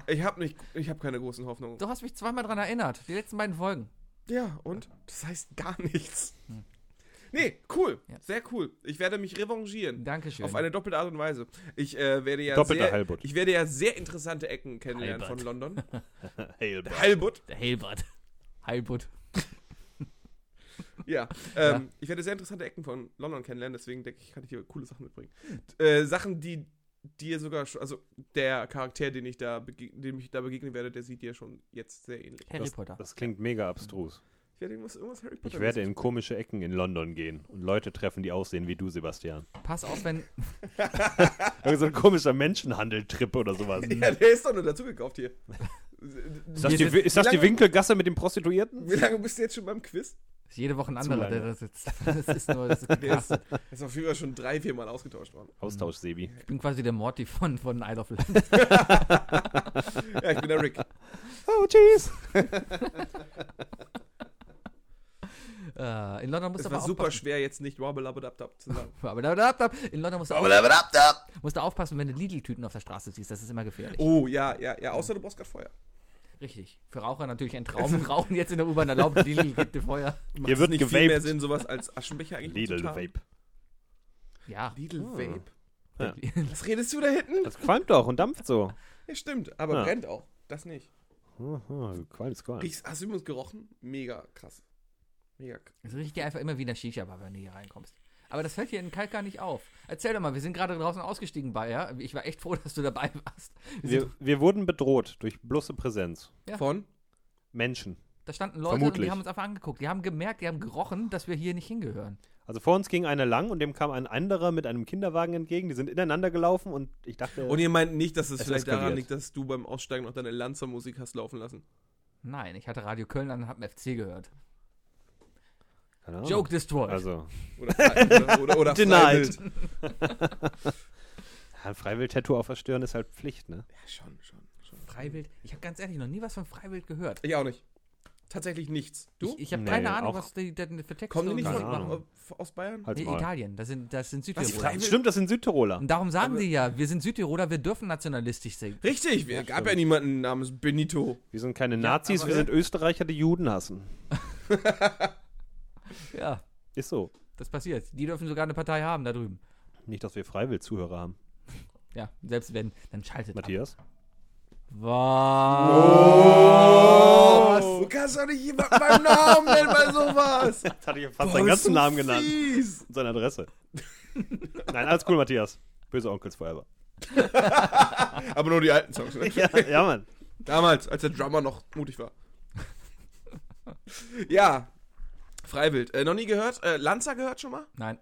D: ich habe hab keine großen Hoffnungen.
B: Du hast mich zweimal dran erinnert. Die letzten beiden Folgen.
D: Ja, und? Das heißt gar nichts. Nee, cool.
B: Hm. Ja.
D: Sehr cool. Ich werde mich revanchieren.
B: Dankeschön.
D: Auf eine doppelte Art und Weise. Ich äh, werde ja
A: Doppelter
D: sehr,
A: Heilbutt.
D: Ich werde ja sehr interessante Ecken kennenlernen
B: Heilbutt.
D: von London. [LAUGHS]
A: Heilbutt.
D: Heilbutt.
B: Der Heilbutt. Heilbutt.
D: Ja, ähm, ich werde sehr interessante Ecken von London kennenlernen, deswegen denke ich, kann ich hier coole Sachen mitbringen. Äh, Sachen, die dir sogar schon, also der Charakter, den ich da, bege- dem ich da begegnen werde, der sieht dir schon jetzt sehr ähnlich.
B: Harry Potter.
A: Das klingt mega abstrus.
D: Ich werde irgendwas, irgendwas Harry Potter
A: Ich werde in komische Ecken in London gehen und Leute treffen, die aussehen wie du, Sebastian.
B: Pass auf, wenn.
A: Irgend so ein komischer Menschenhandeltrip oder sowas.
D: [LAUGHS] Ja, der ist doch nur dazu gekauft hier.
A: Ist das,
B: Wir
A: die,
B: sind-
A: ist das
D: wie
A: die
D: lange-
A: Winkelgasse mit den Prostituierten?
D: Wie lange bist du jetzt schon beim Quiz?
B: Ist jede Woche ein anderer,
A: lange.
B: der da sitzt. [LAUGHS] Das ist nur. Das ist
D: Der
B: krass.
D: ist, der ist auf jeden Fall schon drei, vier Mal ausgetauscht worden.
A: Austausch, Sebi.
B: Ich bin quasi der Morty von, von Isle of Land.
D: Ja, ich bin der Rick.
A: Oh, tschüss.
B: Äh, in London musst
D: Es
B: du
D: war
B: aber
D: super
B: aufpassen.
D: schwer, jetzt nicht wabble zu sagen.
B: Aber da- da- da- In London musst du,
E: Blablabla.
B: musst du aufpassen, wenn du Lidl-Tüten auf der Straße siehst. Das ist immer gefährlich.
D: Oh, ja, ja, ja, außer du brauchst gerade Feuer.
B: Richtig. Für Raucher natürlich ein Traum. Rauchen jetzt in der U-Bahn erlaubt. Lidl gibt dir Feuer.
D: Macht
A: Hier
D: es
A: wird
D: nicht viel
A: gewaped.
D: mehr Sinn, sowas als Aschenbecher eigentlich
A: Lidl Ah.
D: heutzutage?
A: Vape.
B: Ja.
D: Lidl Vape.
A: Ja.
B: [LAUGHS]
D: Was redest du da hinten?
A: Das qualmt doch und dampft so.
D: Ja, stimmt, aber
A: Ja.
D: brennt auch. Das nicht.
A: Aha, Qualm ist Qualm.
D: Riechst, hast du übrigens gerochen? Mega krass. Mega krass.
B: Es riecht dir einfach immer wie in der Shisha-Bar, wenn du hier reinkommst. Aber das fällt hier in Kalk gar nicht auf. Erzähl doch mal, wir sind gerade draußen ausgestiegen bei, ja? Ich war echt froh, [LAUGHS] dass du dabei warst. Wir sind,
A: Wir, wir wurden bedroht durch bloße Präsenz.
B: Ja.
D: Von?
A: Menschen.
B: da standen Leute und
A: Vermutlich.
B: die haben uns einfach angeguckt. Die haben gemerkt, die haben gerochen, dass wir hier nicht hingehören.
A: Also vor uns ging einer lang und dem kam ein anderer mit einem Kinderwagen entgegen. Die sind ineinander gelaufen und ich dachte,
D: Und ihr meint nicht, dass es,
A: Es
D: vielleicht daran
A: eskaliert.
D: liegt, dass du beim Aussteigen noch deine Lanzer-Musik hast laufen lassen.
B: Nein, ich hatte Radio Köln an und hab FC gehört.
A: keine Ahnung.
B: Joke destroyed.
A: Also,
D: Oder, frei, oder, oder,
A: [LAUGHS]
D: oder
A: Denied.
D: Freiwild.
A: ja, ein Freiwild-Tattoo auf der Stirn ist halt Pflicht, ne?
D: Ja, schon, schon, schon.
B: Freiwild. Ich habe ganz ehrlich noch nie was von Freiwild gehört.
D: Ich auch nicht. Tatsächlich nichts. Du?
B: Ich, ich habe
A: Nee,
B: keine Ahnung,
A: auch-
B: was die, die, die für Texte
D: Kommen die nicht
A: Keine
D: von,
A: Ahnung.
D: äh, aus Bayern?
A: Halt's
B: Nee,
A: Maul.
B: Italien, das sind, das sind
D: die
B: Südtiroler.
D: Freiwild-
A: Stimmt, das sind Südtiroler.
B: Und darum sagen
D: Aber-
B: die ja, wir sind Südtiroler, wir dürfen nationalistisch singen.
D: Richtig, wir
A: Ja,
D: gab
A: stimmt.
D: ja niemanden namens Benito.
A: Wir sind keine Nazis,
D: aber-
A: wir sind Österreicher, die Juden hassen.
B: Ja,
A: Ist so.
B: das passiert. Die dürfen sogar eine Partei haben da drüben.
A: Nicht, dass wir Freiwild-Zuhörer haben.
B: Ja, selbst wenn, dann schaltet ab.
A: Matthias?
D: Oh,
B: Was?
A: Oh.
D: Du kannst doch nicht jemanden beim Namen nennen bei sowas.
A: Jetzt hatte ich fast seinen ganzen Namen genannt.
D: Fies.
A: Und seine Adresse. Nein, alles cool, Matthias. Böse Onkels Forever.
D: Aber nur die alten Songs. Ne? [LAUGHS]
A: Ja, ja Mann.
D: Damals, als der Drummer noch mutig war. ja. Freiwild. Äh, noch nie gehört? Äh, Lanza gehört schon mal?
B: Nein,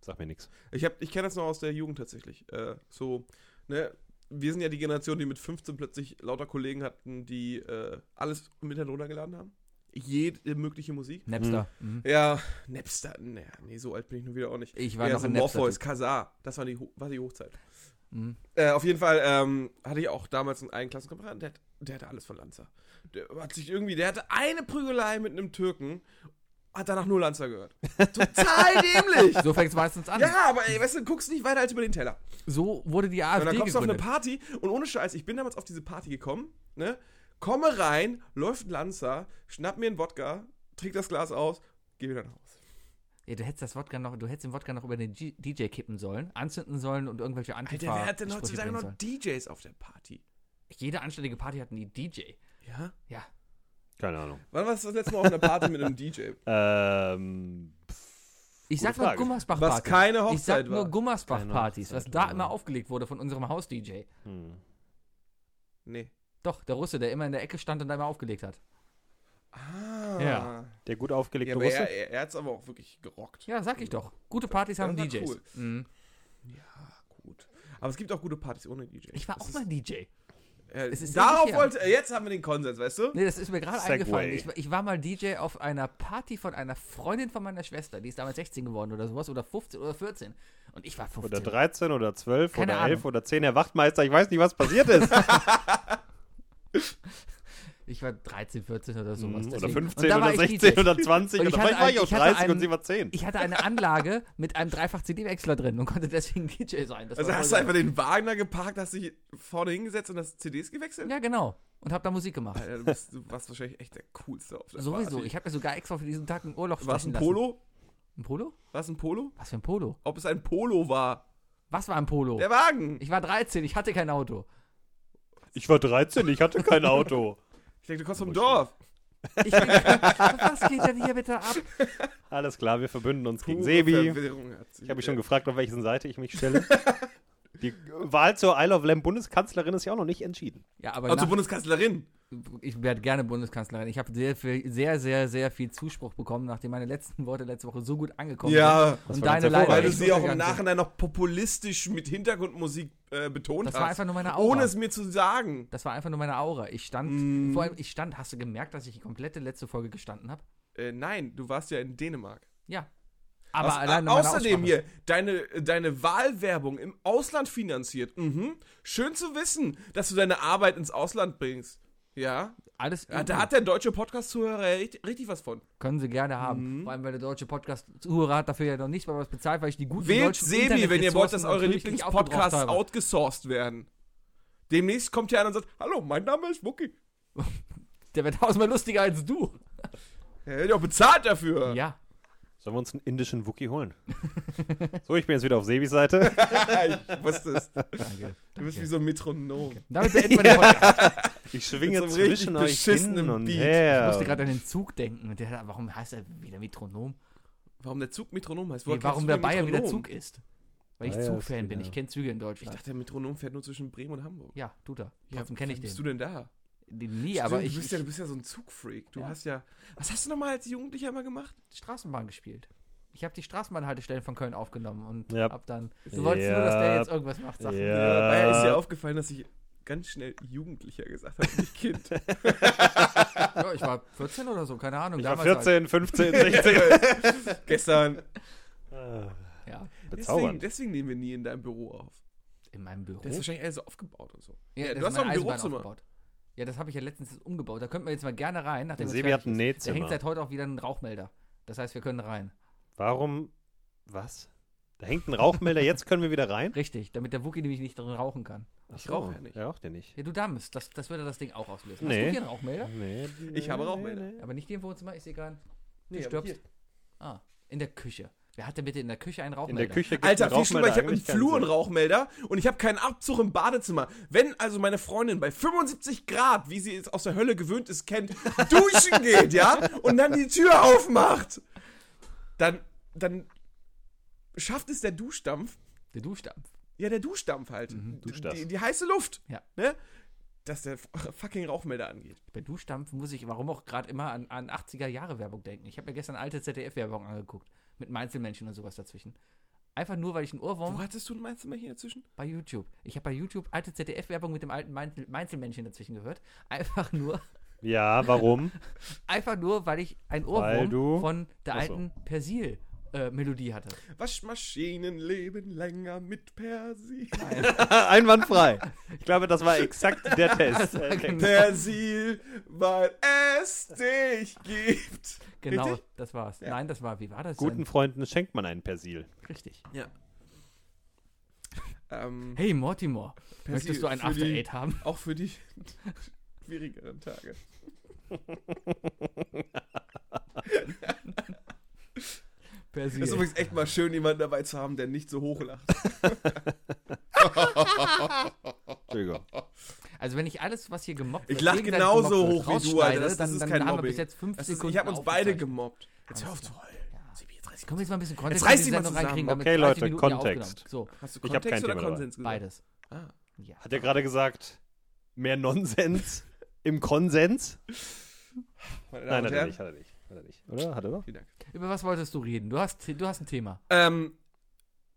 A: Sag mir nichts.
D: Ich, hab- ich kenne das noch aus der Jugend tatsächlich. Äh, so, ne? Wir sind ja die Generation, die mit 15 plötzlich lauter Kollegen hatten, die äh, alles im Internet runtergeladen haben. Jede mögliche Musik.
B: Napster. Mhm.
D: Ja, Napster. Naja, nee, so alt bin ich nun wieder auch nicht.
B: Ich war
D: ja,
B: noch
D: so
B: in Napster.
D: Morpheus, Kazar. Das war die, Ho- war die Hochzeit.
B: Mhm.
D: Äh, auf jeden Fall ähm, hatte ich auch damals einen eigenen Klassenkameraden, der, hat- der hatte alles von Lanza. Der hat sich irgendwie, der hatte eine Prügelei mit einem Türken, hat danach nur Lanza gehört.
B: [LAUGHS]
D: Total dämlich!
B: So fängt es meistens an.
D: Ja, aber ey, weißt du, guckst nicht weiter als über den Teller.
B: So wurde die AfD
D: Und dann kommst du auf eine
B: gegründet.
D: Party und ohne Scheiß, ich bin damals auf diese Party gekommen, ne? Komme rein, läuft ein Lanza, schnapp mir einen Wodka, trink das Glas aus, geh wieder nach Hause.
B: Ja, du hättest das Wodka noch, du hättest den Wodka noch über den G DJ kippen sollen, anzünden sollen und irgendwelche
D: Alter,
B: Antifa.
D: wer hat denn
B: Sprüche
D: heutzutage
B: bringen
D: noch
B: sollen.
D: DJs auf der Party?
B: Jede anständige Party hat einen DJ.
D: Ja?
B: Ja.
A: Keine Ahnung.
D: [LAUGHS] Wann warst du das letzte Mal auf einer Party mit einem DJ?
B: [LAUGHS]
A: Ähm,
B: Ich
A: Gute
B: sag nur
A: Frage.
D: Was
B: Gummersbach-Partys.
D: keine
B: Ich sag
D: Hochzeit
B: nur
D: war.
B: Gummersbach-Partys, was
A: Keine
B: da
A: Hochzeit,
B: immer
A: aber-
B: aufgelegt wurde von unserem Haus-DJ.
A: hm.
D: Nee.
B: Doch, der Russe, der immer in der Ecke stand und da immer aufgelegt hat.
D: Ah.
B: Ja.
A: Der gut aufgelegte
D: Ja, aber
A: Russe?
D: er, er, er hat es aber auch wirklich gerockt.
B: Ja, sag ich doch. Gute Partys haben
D: Das war
B: DJs.
D: cool.
B: Mhm.
D: Ja, gut. Aber es gibt auch gute Partys ohne DJ.
B: Ich war
D: Das
B: auch
D: ist-
B: mal DJ.
D: Äh,
B: es ist
D: darauf
B: ewig her.
D: wollte. äh, Jetzt haben wir den Konsens, weißt du?
B: Nee, das ist mir gerade
A: Segway.
B: eingefallen. Ich, ich war mal DJ auf einer Party von einer Freundin von meiner Schwester. Die ist damals 16 geworden oder sowas oder 15 oder 14. Und ich war 15.
A: Oder 13 oder 12
B: Keine
A: oder
B: Ahnung.
A: 11 oder 10, Herr Wachtmeister, ich weiß nicht, was passiert
B: [LAUGHS]
A: ist.
B: Ich war 13, 14 oder sowas.
A: Hm,
D: Mhm,
A: oder
B: deswegen.
A: 15
B: Und da war
A: oder
B: ich
A: 16
B: DJ. [LAUGHS]
A: oder 20
B: Und ich
A: oder
B: hatte
A: vielleicht war ich
B: einen-
A: auch
B: ich hatte
A: 30 und
B: einen-
A: sie war 10.
B: Ich hatte eine Anlage mit einem Dreifach-CD-Wechsler drin und konnte deswegen DJ sein. Das
D: Also
B: war
D: hast du
B: voll
D: einfach den Wagner geparkt, hast dich vorne hingesetzt und hast CDs gewechselt?
B: geil. Ja, genau. Und hab da Musik gemacht.
D: Alter, du, bist, du warst wahrscheinlich echt der Coolste auf der
B: Sowieso.
D: Party.
B: Ich habe mir sogar extra für diesen Tag einen Urlaub
D: War es ein
B: stechen
D: Polo?
B: Lassen. Ein Polo?
D: War es ein Polo?
B: Was für ein Polo?
D: Ob es ein Polo war?
B: Was war ein Polo?
D: Der Wagen!
B: Ich war 13, ich hatte kein Auto.
A: Ich war 13, ich hatte kein Auto.
D: Ich denke, du kommst vom
A: Bullshit.
D: Dorf.
B: Ich bin, [LAUGHS] was geht denn hier bitte ab?
A: [LAUGHS] Alles klar, wir verbünden uns gegen
D: Pure
A: Sebi.
D: Verwirrung hat sich
A: Ich habe mich schon gefragt, auf welchen Seite ich mich stelle.
B: [LAUGHS]
A: Die Wahl zur Isle of Lamb Bundeskanzlerin ist ja auch noch nicht entschieden.
B: Ja, aber
D: Also
B: nach,
D: Bundeskanzlerin.
B: ich werde gerne Bundeskanzlerin. Ich habe sehr, viel- sehr, sehr, sehr viel Zuspruch bekommen, nachdem meine letzten Worte letzte Woche so gut angekommen
D: Ja,
B: sind.
A: das
B: und
A: war ganz
B: deine leider
D: Weil
A: hervorragend.
D: du
B: echt
D: sie auch im
B: untergegangen sind.
D: Nachhinein noch populistisch mit Hintergrundmusik äh, betont
B: Das
D: hast.
B: war einfach nur meine Aura.
D: ohne es mir zu sagen.
B: das war einfach nur meine Aura. Ich
D: Mhm.
B: stand, vor allem, ich stand, hast du gemerkt, dass ich die komplette letzte Folge gestanden habe?
D: Äh, nein, du warst ja in Dänemark.
B: Ja. Aber
D: Hast-
B: allein
D: au-
B: nur meine
D: äh, außerdem
B: Aussprache.
D: hier, deine, äh, deine Wahlwerbung im Ausland finanziert. Mhm. Schön zu wissen, dass du deine Arbeit ins Ausland bringst. Ja,
B: Alles
D: Ja, da
B: übel.
D: hat der deutsche Podcast-Zuhörer richtig, richtig was von.
B: Können sie gerne
D: Mhm.
B: haben. Vor allem, weil der deutsche Podcast-Zuhörer hat dafür ja noch nichts mal was bezahlt, weil ich die guten
D: Wählt
B: deutschen
D: Sebi, wenn ihr wollt, dass
B: Internetressourcen
D: eure
B: natürlich nicht
D: Lieblingspodcasts
B: aufgebraucht habe.
D: outgesourced werden. Demnächst kommt hier einer und sagt, hallo, mein Name ist Wookie.
B: Der wird tausendmal lustiger als du.
D: Er wird ja auch bezahlt dafür. [LAUGHS]
B: Ja.
A: Sollen wir uns einen indischen Wookie [LAUGHS] holen? so, ich bin jetzt wieder auf Sebis Seite.
D: ich wusste es.
B: Danke.
D: Du bist wie so ein Metronom.
B: Damit beenden wir
D: [LAUGHS]
B: den Podcast.
A: Ich schwinge
D: Mit so einem richtig
A: zwischen euch hin
D: beschissenen
A: und
D: Beat.
B: Ich
A: her.
B: musste gerade an den Zug denken. Und der, warum heißt er wieder Metronom?
D: Warum der Zug Metronom heißt?
B: Nee,
D: Woher
B: warum
D: kennst
B: der
D: du den
B: Bayer wieder
D: Metronom?
B: Zug ist. Weil ich
A: Bayer ist
B: Zugfan bin.
A: wieder-
B: Ich kenne Züge in
D: Ich
B: Deutschland.
D: dachte, der Metronom fährt nur zwischen Bremen und Hamburg.
B: Ja, tut er.
D: Ja,
B: Trotzdem kenne ich
D: wie bist
B: den.
D: du denn da?
B: Nie, aber
D: du,
B: ich,
D: bist ja, du bist ja so ein Zugfreak. Du
B: Ja.
D: hast ja. Was hast du nochmal als Jugendlicher mal gemacht?
B: ich Straßenbahn gespielt. Ich habe die Straßenbahnhaltestellen von Köln aufgenommen und
A: Ja.
B: hab dann. Du wolltest nur, dass der
A: Ja.
B: jetzt irgendwas macht, Sachen.
A: Ja.
D: Bayer ist dir aufgefallen, dass ich ganz schnell Jugendlicher gesagt habe, nicht Kind.
A: [LAUGHS]
D: [LAUGHS]
B: Ja, ich war 14 oder so, keine Ahnung.
A: Ich war
B: damals
A: 14,
B: halt.
A: 15, 16.
D: Gestern.
A: Ah,
B: Ja,
A: [LAUGHS]
D: Deswegen,
A: Bezaubernd.
D: deswegen nehmen wir nie in deinem Büro auf.
B: in meinem Büro.
D: Der ist wahrscheinlich eher so aufgebaut und so.
B: ja,
D: du
B: das
D: hast
B: ist
D: auch
B: meine
D: ein
B: Eisenbahn
D: Bürozimmer.
B: aufgebaut. Ja, das habe ich ja letztens umgebaut. Da könnten wir jetzt mal gerne rein. Nachdem
A: Der
B: das
A: Sebi hat
B: fertig
A: ein
B: ist. Da hängt
A: Nähzimmer.
B: seit heute auch wieder ein Rauchmelder. Das heißt, wir können rein.
A: Warum? Was? Da hängt ein Rauchmelder, jetzt können wir wieder rein?
D: [LAUGHS]
B: Richtig, damit der Wookie nämlich nicht drin rauchen kann.
A: Ach so,
D: rauche ja nicht.
A: Er raucht ja nicht.
B: Ja, du dammst, das, das würde das Ding auch auslösen. Hast
A: Nee.
B: du hier einen Rauchmelder?
A: Nee,
D: Ich habe Rauchmelder.
B: Aber nicht hier im Wohnzimmer, ich sehe gerade. Du
D: Nee, aber
B: stirbst. Ah, in der Küche. Wer hat denn bitte in der Küche einen
A: In
B: Rauchmelder?
A: der Küche gibt's
D: Alter,
A: einen
D: viel schlimmer, ich habe
A: Rauchmelder,
D: im
A: eigentlich keinen
D: Flur einen
A: Sinn.
D: Rauchmelder und ich habe keinen Abzug im Badezimmer. Wenn also meine Freundin bei 75 Grad, wie sie es aus der Hölle gewöhnt ist, kennt, [LAUGHS] duschen geht, ja, und dann die Tür aufmacht, dann, dann schafft es der Duschdampf,
B: Der Duschdampf.
D: ja, der Duschdampf halt,
A: Duschdampf.
D: die, die heiße Luft,
B: Ja.
D: ne, dass der fucking Rauchmelder angeht.
B: Bei Duschdampf muss ich, warum auch gerade immer, an, an 80er-Jahre-Werbung denken. Ich habe mir gestern alte ZDF-Werbung angeguckt. Mit einem Einzelmännchen und sowas dazwischen. Einfach nur, weil ich einen Ohrwurm
D: Wo hattest du ein Meinzimmer hier dazwischen?
B: bei YouTube. Ich habe bei YouTube alte ZDF-Werbung mit dem alten Meinzel- Einzelmännchen dazwischen gehört. Einfach nur,
A: Ja,
D: [LAUGHS]
A: warum?
B: einfach nur, weil ich einen
A: Weil
B: Ohrwurm
A: du-
B: von der
A: Ach so.
B: alten Persil-Melodie hatte.
D: Waschmaschinen leben länger mit Persil.
A: Einwandfrei. Ich glaube, das war exakt [LAUGHS] der Test.
B: war
A: Äh,
B: [LAUGHS] genau-
D: Persil, weil es dich gibt.
B: Genau,
D: Richtig?
B: das war's. Nein, das war, wie war das
A: Guten
B: denn?
A: Freunden schenkt man einen Persil.
B: Richtig.
D: Ja. Ähm,
B: Hey, Mortimer,
D: Persil
B: möchtest du ein
D: für die-
B: After-Eight haben?
D: Auch für die [LAUGHS] schwierigeren Tage.
B: Persil.
D: Das ist übrigens echt mal schön, jemanden dabei zu haben, der nicht so hochlacht.
A: Entschuldigung.
B: Also wenn ich alles, was hier gemobbt wird,
D: Ich lach
B: gegenseitig
D: genauso
B: gemobbt wird,
D: hoch wie du,
B: rausschneide,
D: Alter. Das, das
B: dann,
D: ist
B: dann
D: kein
B: haben
D: Mobbing.
B: wir bis jetzt fünf
D: Das ist,
B: Sekunden
D: ich habe uns beide
B: aufgezeichnet.
D: gemobbt. Jetzt hör auf
B: Alles
D: zu heulen. Sibi, jetzt reiß dich
B: Können wir jetzt mal ein bisschen Kontext
D: Jetzt reiß
B: in die
D: dich mal
B: Sendung reinkriegen?
D: zusammen.
B: damit
A: Okay,
B: 30
A: Leute,
B: Minuten hier
A: Kontext.
B: aufgenommen. So,
D: Hast du
A: Ich hab
D: Kontext
A: kein
D: oder
A: Thema dabei.
D: Konsens gesagt?
B: beides.
D: Ah.
B: Ja.
A: Hat er gerade gesagt, mehr Nonsens im Konsens? Nein,
D: Meine Damen und
A: hat er
D: Herren,
A: nicht, hat er nicht. Hat er nicht. Oder? Hat er doch?
D: vielen Dank.
B: Über was wolltest du reden? Du hast, du hast ein Thema.
D: Ähm,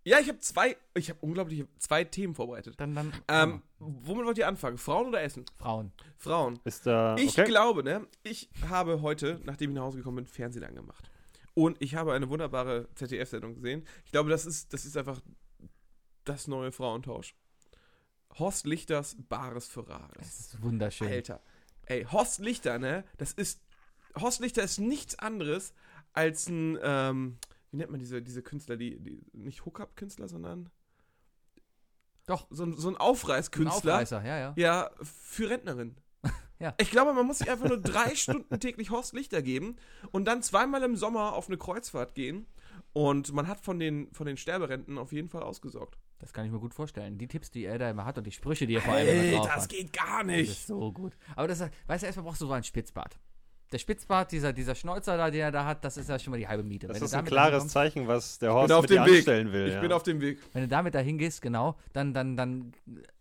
D: ja, ich habe zwei, ich habe unglaublich zwei Themen vorbereitet.
B: Dann, dann
D: Ähm, womit wollt ihr anfangen? Frauen oder Essen?
B: Frauen.
D: Frauen.
A: Ist da.
D: Ich
A: okay.
D: glaube, ne? Ich habe heute, nachdem ich nach Hause gekommen bin, Fernsehen angemacht. Und ich habe eine wunderbare ZDF-Sendung gesehen. Ich glaube, das ist, das ist einfach das neue Frauentausch. Horst Lichters Bares für Rares.
B: Es ist wunderschön.
D: Alter. Ey, Horst Lichter, ne? Das ist. Horst Lichter ist nichts anderes als ein, ähm, wie nennt man diese, diese Künstler, die, die nicht Hookup-Künstler, sondern.
B: Doch.
D: So, ein- so ein
B: Ein
D: Aufreißkünstler.
B: Aufreißer, ja, ja.
D: Ja, für [LAUGHS] Rentnerin.
B: Ja.
D: Ich glaube, man muss sich einfach nur drei [LAUGHS] Stunden täglich Horst Lichter geben und dann zweimal im Sommer auf eine Kreuzfahrt gehen. Und man hat von den, von den Sterberenten auf jeden Fall ausgesorgt.
B: Das kann ich mir gut vorstellen. Die Tipps, die er da immer hat und die Sprüche, die er vor allem immer drauf
D: das
B: hat.
D: geht gar
B: Das
D: nicht.
B: ist so gut. Aber das, ist- weißt du, erstmal brauchst du so ein Spitzbart. Der Spitzbart, dieser, dieser Schnäuzer da, den er da hat, das ist ja schon mal die halbe Miete.
A: Das
B: Wenn du
A: ist ein
B: damit
A: klares
B: dahinkommst-
A: Zeichen, was der
D: Ich
A: Horst
D: bin auf
A: mit dir
D: dem Weg.
A: anstellen will.
D: ich
A: ja.
D: bin auf dem Weg.
B: Wenn du damit dahin gehst, genau, dann, dann, dann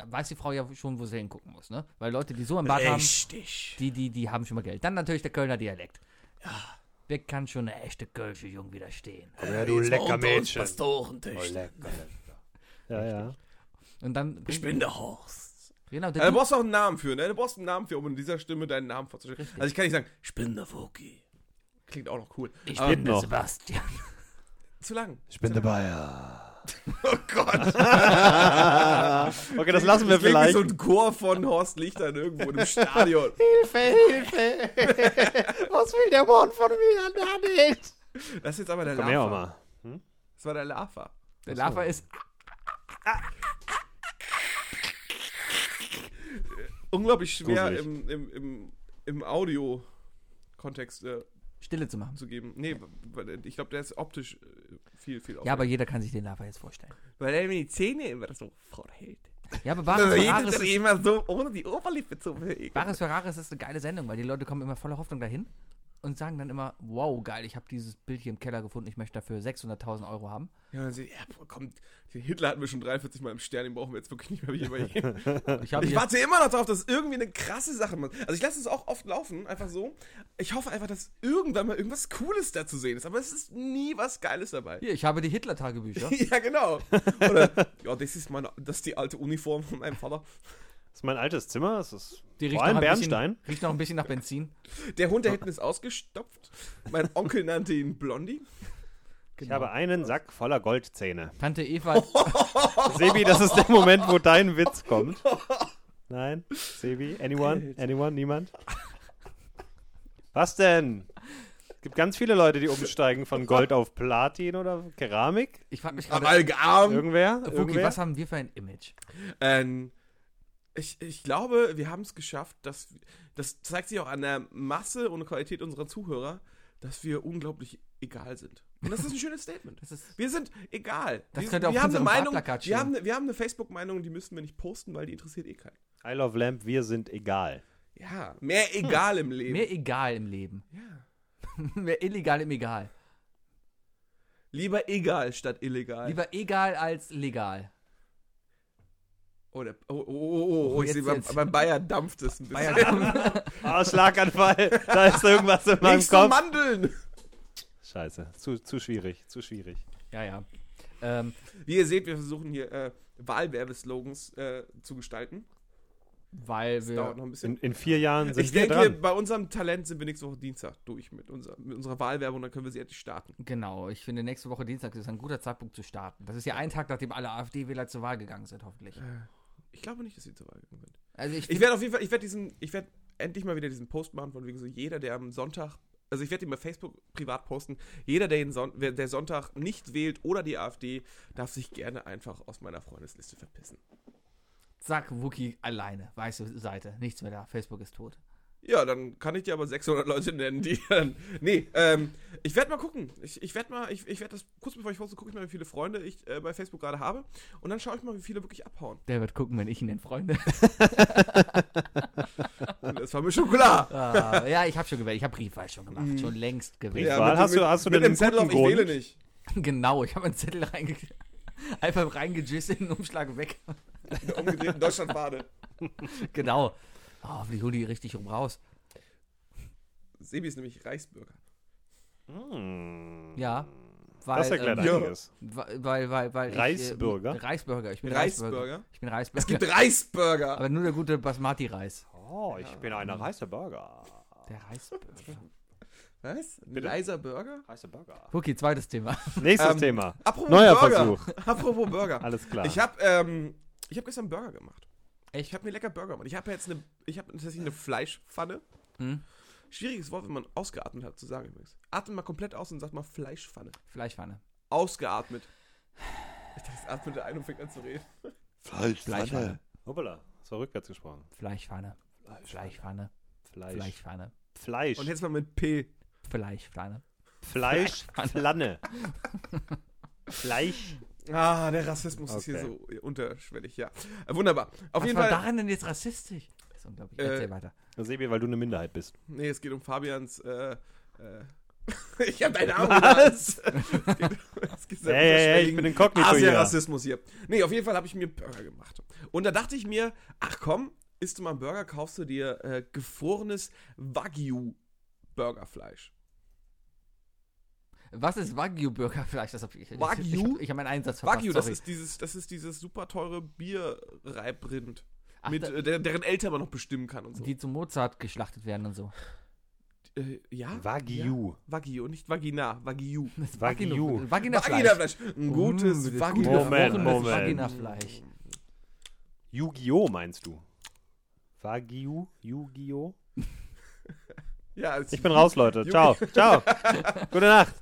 B: weiß die Frau ja schon, wo sie hingucken muss, ne? Weil Leute, die so im Bad haben,
D: Richtig.
B: die, die, die haben schon mal Geld. Dann natürlich der Kölner Dialekt. Wer kann schon eine echte Kölsche Jung widerstehen?
A: ja, du lecker Mädchen.
D: Pastorentisch.
A: Ja, ja.
B: Und dann.
D: Ich bin der Horst. Äh,
B: Genau,
D: Ja,
B: der
D: du brauchst auch einen Namen für, ne? Du brauchst einen Namen für, um in dieser Stimme deinen Namen vorzustellen. Also ich kann nicht sagen, ich bin der Voki. Klingt auch ah, noch cool.
B: ich
D: Aber
B: bin der
A: noch.
B: Sebastian.
D: zu lang.
A: Ich bin der Bayer.
D: [LAUGHS] Oh Gott.
A: Okay, das lassen wir
D: Das klingt wie
A: vielleicht.
D: so ein Chor von Horst Lichtern irgendwo im [LAUGHS] Stadion.
A: Hilfe, Hilfe! [LAUGHS] Was will der Mond von mir an der Hand?
D: Das ist jetzt aber der
A: Komm her,
D: Lava.
A: Oma.
D: Das war der Lava.
B: Der Lava ist.
D: Unglaublich schwer
A: Gruselig.
D: im, im, im, im Audio-Kontext äh,
B: Stille zu machen.
D: zu geben. Nee, weil ich glaube, der ist optisch äh, viel, viel
B: Ja, aber
D: aufwendiger.
B: jeder kann sich den Lava jetzt vorstellen.
D: Weil er mir die Zähne immer so vorhält. Also
B: Ja, aber Bares für Rares ist,
D: immer so, ohne die Oberlippe zu bewegen.
B: Bares für Rares ist eine geile Sendung, weil die Leute kommen immer voller Hoffnung dahin und sagen dann immer: Wow, geil, ich habe dieses Bild hier im Keller gefunden, ich möchte dafür 600.000 Euro haben.
D: Ja, dann sie, ja, boah, komm, den Hitler hatten wir schon 43 Mal im Stern, den brauchen wir jetzt wirklich nicht mehr
A: [LAUGHS]
D: übergeben.
B: Ich habe
D: Ich warte immer noch darauf, dass irgendwie eine krasse Sache macht. Also ich lasse es auch oft laufen, einfach so. Ich hoffe einfach, dass irgendwann mal irgendwas Cooles da zu sehen ist, aber es ist nie was Geiles dabei.
B: Hier, ich habe die
D: [LAUGHS]
B: Hitler-Tagebücher.
D: Ja, genau. Oder, ja, das ist, meine, das ist die alte Uniform von meinem Vater.
A: Das ist mein altes Zimmer. Das ist
B: Die
A: vor allem
B: noch ein
A: Bernstein.
B: Bisschen, riecht noch ein bisschen nach Benzin.
D: Der Hund da hinten ist ausgestopft. Mein Onkel nannte ihn Blondie.
B: genau.
A: Ich habe einen Sack voller Goldzähne.
B: Tante
D: [LAUGHS]
B: Eva,
A: Sebi, das ist der Moment, wo dein Witz kommt. Nein? Sebi? Anyone? Anyone? Niemand? Was denn? Es gibt ganz viele Leute, die umsteigen von Gold auf Platin oder Keramik.
B: ich frage mich gerade,
D: Amalgam.
A: Irgendwer?
B: Fuki,
A: Irgendwer?
B: Ähm, was haben wir für ein Image?
D: Ähm, ich, ich glaube, wir haben es geschafft, dass das zeigt sich auch an der Masse und Qualität unserer Zuhörer, dass wir unglaublich egal sind. Und das ist ein schönes Statement.
B: Das ist,
D: Wir sind egal.
B: Das
D: wir,
B: könnte auf
D: wir haben eine
B: unserem
D: Meinung,
B: Wahlplakat
D: wir
B: stehen.
D: haben, eine- wir haben eine Facebook-Meinung, die müssen wir nicht posten, weil die interessiert eh keinen.
A: I love Lamp, wir sind egal.
D: Ja, mehr egal im Leben.
B: Hm. mehr e- egal im Leben. [LAUGHS]
D: ja.
B: mehr illegal im Egal.
D: Lieber egal statt illegal.
B: Lieber egal als legal.
D: oh, der, oh, oh, oh, oh,
B: Oh,
D: ich sehe,
B: jetzt-
D: beim,
B: jetzt.
D: beim Bayer dampft es ein bisschen.
B: Bayer
D: [LAUGHS]
A: Oh, Schlaganfall. Da ist irgendwas in meinem
D: Nicht so
A: Kopf.
D: Mandeln!
A: Scheiße. Zu, zu schwierig. Zu schwierig.
B: ja, ja. Ähm,
D: Wie ihr seht, wir versuchen hier äh, Wahlwerbeslogans äh, zu gestalten.
B: weil
D: Das dauert noch
B: wir.
D: ein bisschen.
A: In, in vier Jahren sind
D: ich
A: wir
D: denke,
A: dran.
D: bei unserem Talent sind wir nächste Woche Dienstag durch mit, unser, mit unserer Wahlwerbung, dann können wir sie endlich starten.
B: Genau, ich finde, nächste Woche Dienstag ist ein guter Zeitpunkt zu starten. Das ist ja ein Tag, nachdem alle AfD-Wähler zur Wahl gegangen sind, hoffentlich.
D: Ich glaube nicht, dass sie zur Wahl gegangen sind.
B: Also ich,
D: Ich werde auf jeden Fall, ich werde diesen, ich werde endlich mal wieder diesen Post machen, von wegen so jeder, der am Sonntag, also ich werde ihn bei Facebook privat posten, jeder, der, den Son wer- der Sonntag nicht wählt oder die AfD, darf sich gerne einfach aus meiner Freundesliste verpissen.
B: zack, Wookie alleine. Weiße Seite, nichts mehr da. Facebook ist tot.
D: Ja, dann kann ich dir aber 600 Leute nennen, die dann. Nee, ähm, ich werde mal gucken. Ich, ich werde mal, ich, ich werde das, kurz bevor ich poste, gucke ich mal, wie viele Freunde ich äh, bei Facebook gerade habe. Und dann schaue ich mal, wie viele wirklich abhauen.
B: Der wird gucken, wenn ich ihn entfreunde.
A: Ah.
D: Und das war mir schon klar.
B: [LAUGHS] Ah, ja, ich habe schon gewählt. Ich habe Briefwahl schon gemacht. Schon längst gewählt.
D: Ja,
A: Wahl,
D: mit-
A: hast du-
D: mit-
A: hast du
D: mit
A: denn einen
D: dem Zettel auf,
A: guten
D: ich wähle
A: Grund?
D: nicht.
B: [LAUGHS] Genau, ich habe einen Zettel reinge [LAUGHS] einfach reingejisst in den Umschlag und weg.
D: Mit der umgedrehten Deutschlandfahne.
B: [LAUGHS] genau. Oh, hoffentlich hol die richtig rum raus.
D: Sebi ist nämlich Reichsbürger.
A: Hm.
B: Ja, weil,
A: Das erklärt
B: ähm,
D: ja.
A: einiges.
B: weil, weil, weil, weil
A: Reichsbürger?
B: Ich, äh, Reichsbürger. Ich bin Reichsbürger.
D: Reichsbürger?
B: Ich bin [LAUGHS]
D: Es
B: Reichsbürger.
D: gibt Reichsbürger!
B: Aber nur der gute Basmati-Reis.
A: Oh, ich bin ein heißer Burger.
B: Der Reichsbürger.
D: Was? Ein Leiser Burger?
A: Heißer Burger.
B: Okay, zweites Thema. [LAUGHS]
A: Nächstes
D: Ähm,
A: Thema.
D: Apropos
A: Neuer
D: Burger.
A: Versuch.
D: [LAUGHS] Apropos Burger.
A: Alles klar.
D: Ich habe ähm, ich hab gestern Burger gemacht.
B: Echt?
D: Ich habe mir lecker Burger gemacht. Ich habe jetzt eine, ich habe tatsächlich eine Fleischpfanne.
B: Hm?
D: Schwieriges Wort, wenn man ausgeatmet hat, zu sagen übrigens. Atmet mal komplett aus und sagt mal Fleischpfanne.
B: Fleischpfanne.
D: Ausgeatmet. Ich dachte, es atmete ein und fängt an zu reden.
B: Fleischpfanne.
A: Hoppala. Das war rückwärts gesprochen.
B: Fleischpfanne. Fleischpfanne.
A: Fleisch. Fleisch.
B: Fleischpfanne.
A: Fleisch.
D: Und jetzt mal mit P.
B: Fleischpfanne.
A: Fleisch. Flanne. [LAUGHS] Fleisch.
D: Ah, der Rassismus ist hier
A: Okay.
D: so unterschwellig, ja. Äh, Wunderbar. Auf
B: Was
D: jeden
B: war
D: Fall.
B: daran denn jetzt rassistisch? unglaublich. Erzähl
D: Äh,
B: weiter.
A: Sebi, weil du eine Minderheit bist.
D: Nee, es geht um Fabians. Äh, äh, [LAUGHS] ich hab
A: [LAUGHS]
B: [LAUGHS]
D: deinen Namen Was? es geht sehr
A: Hey, hey, hey, ich bin inkognito hier.
D: Asia-Rassismus hier. Nee, auf jeden Fall habe ich mir Burger gemacht. Und da dachte ich mir, ach komm, isst du mal einen Burger, kaufst du dir äh, gefrorenes Wagyu-Burgerfleisch.
B: Was ist Wagyu-Burgerfleisch? Das hab ich, ich-
D: Wagyu?
B: Ich habe ich hab meinen Einsatz verpasst.
D: Wagyu, das
B: sorry.
D: ist, dieses, das ist dieses super teure Bierreibrind,
B: Ach,
D: mit,
B: da-
D: äh, der, deren Eltern man noch bestimmen kann und so.
B: die zu Mozart geschlachtet werden und so. [LAUGHS]
D: äh, ja?
A: Wagyu.
D: Wagyu, nicht Vagina, Wagyu.
B: Das
A: Wagyu.
B: Vagina- Vagina-Fleisch.
D: Vaginafleisch. Ein gutes
B: Mm, das
D: Wagyu.
B: gute
A: Moment,
B: gefrorenes
A: Moment.
B: Vaginafleisch.
A: Yu-Gi-Oh! meinst du? Wagyu? Yu-Gi-Oh!
D: Ja, als-
A: Ich bin raus, Leute. Ciao.
B: [LAUGHS]
A: Ciao. Gute Nacht.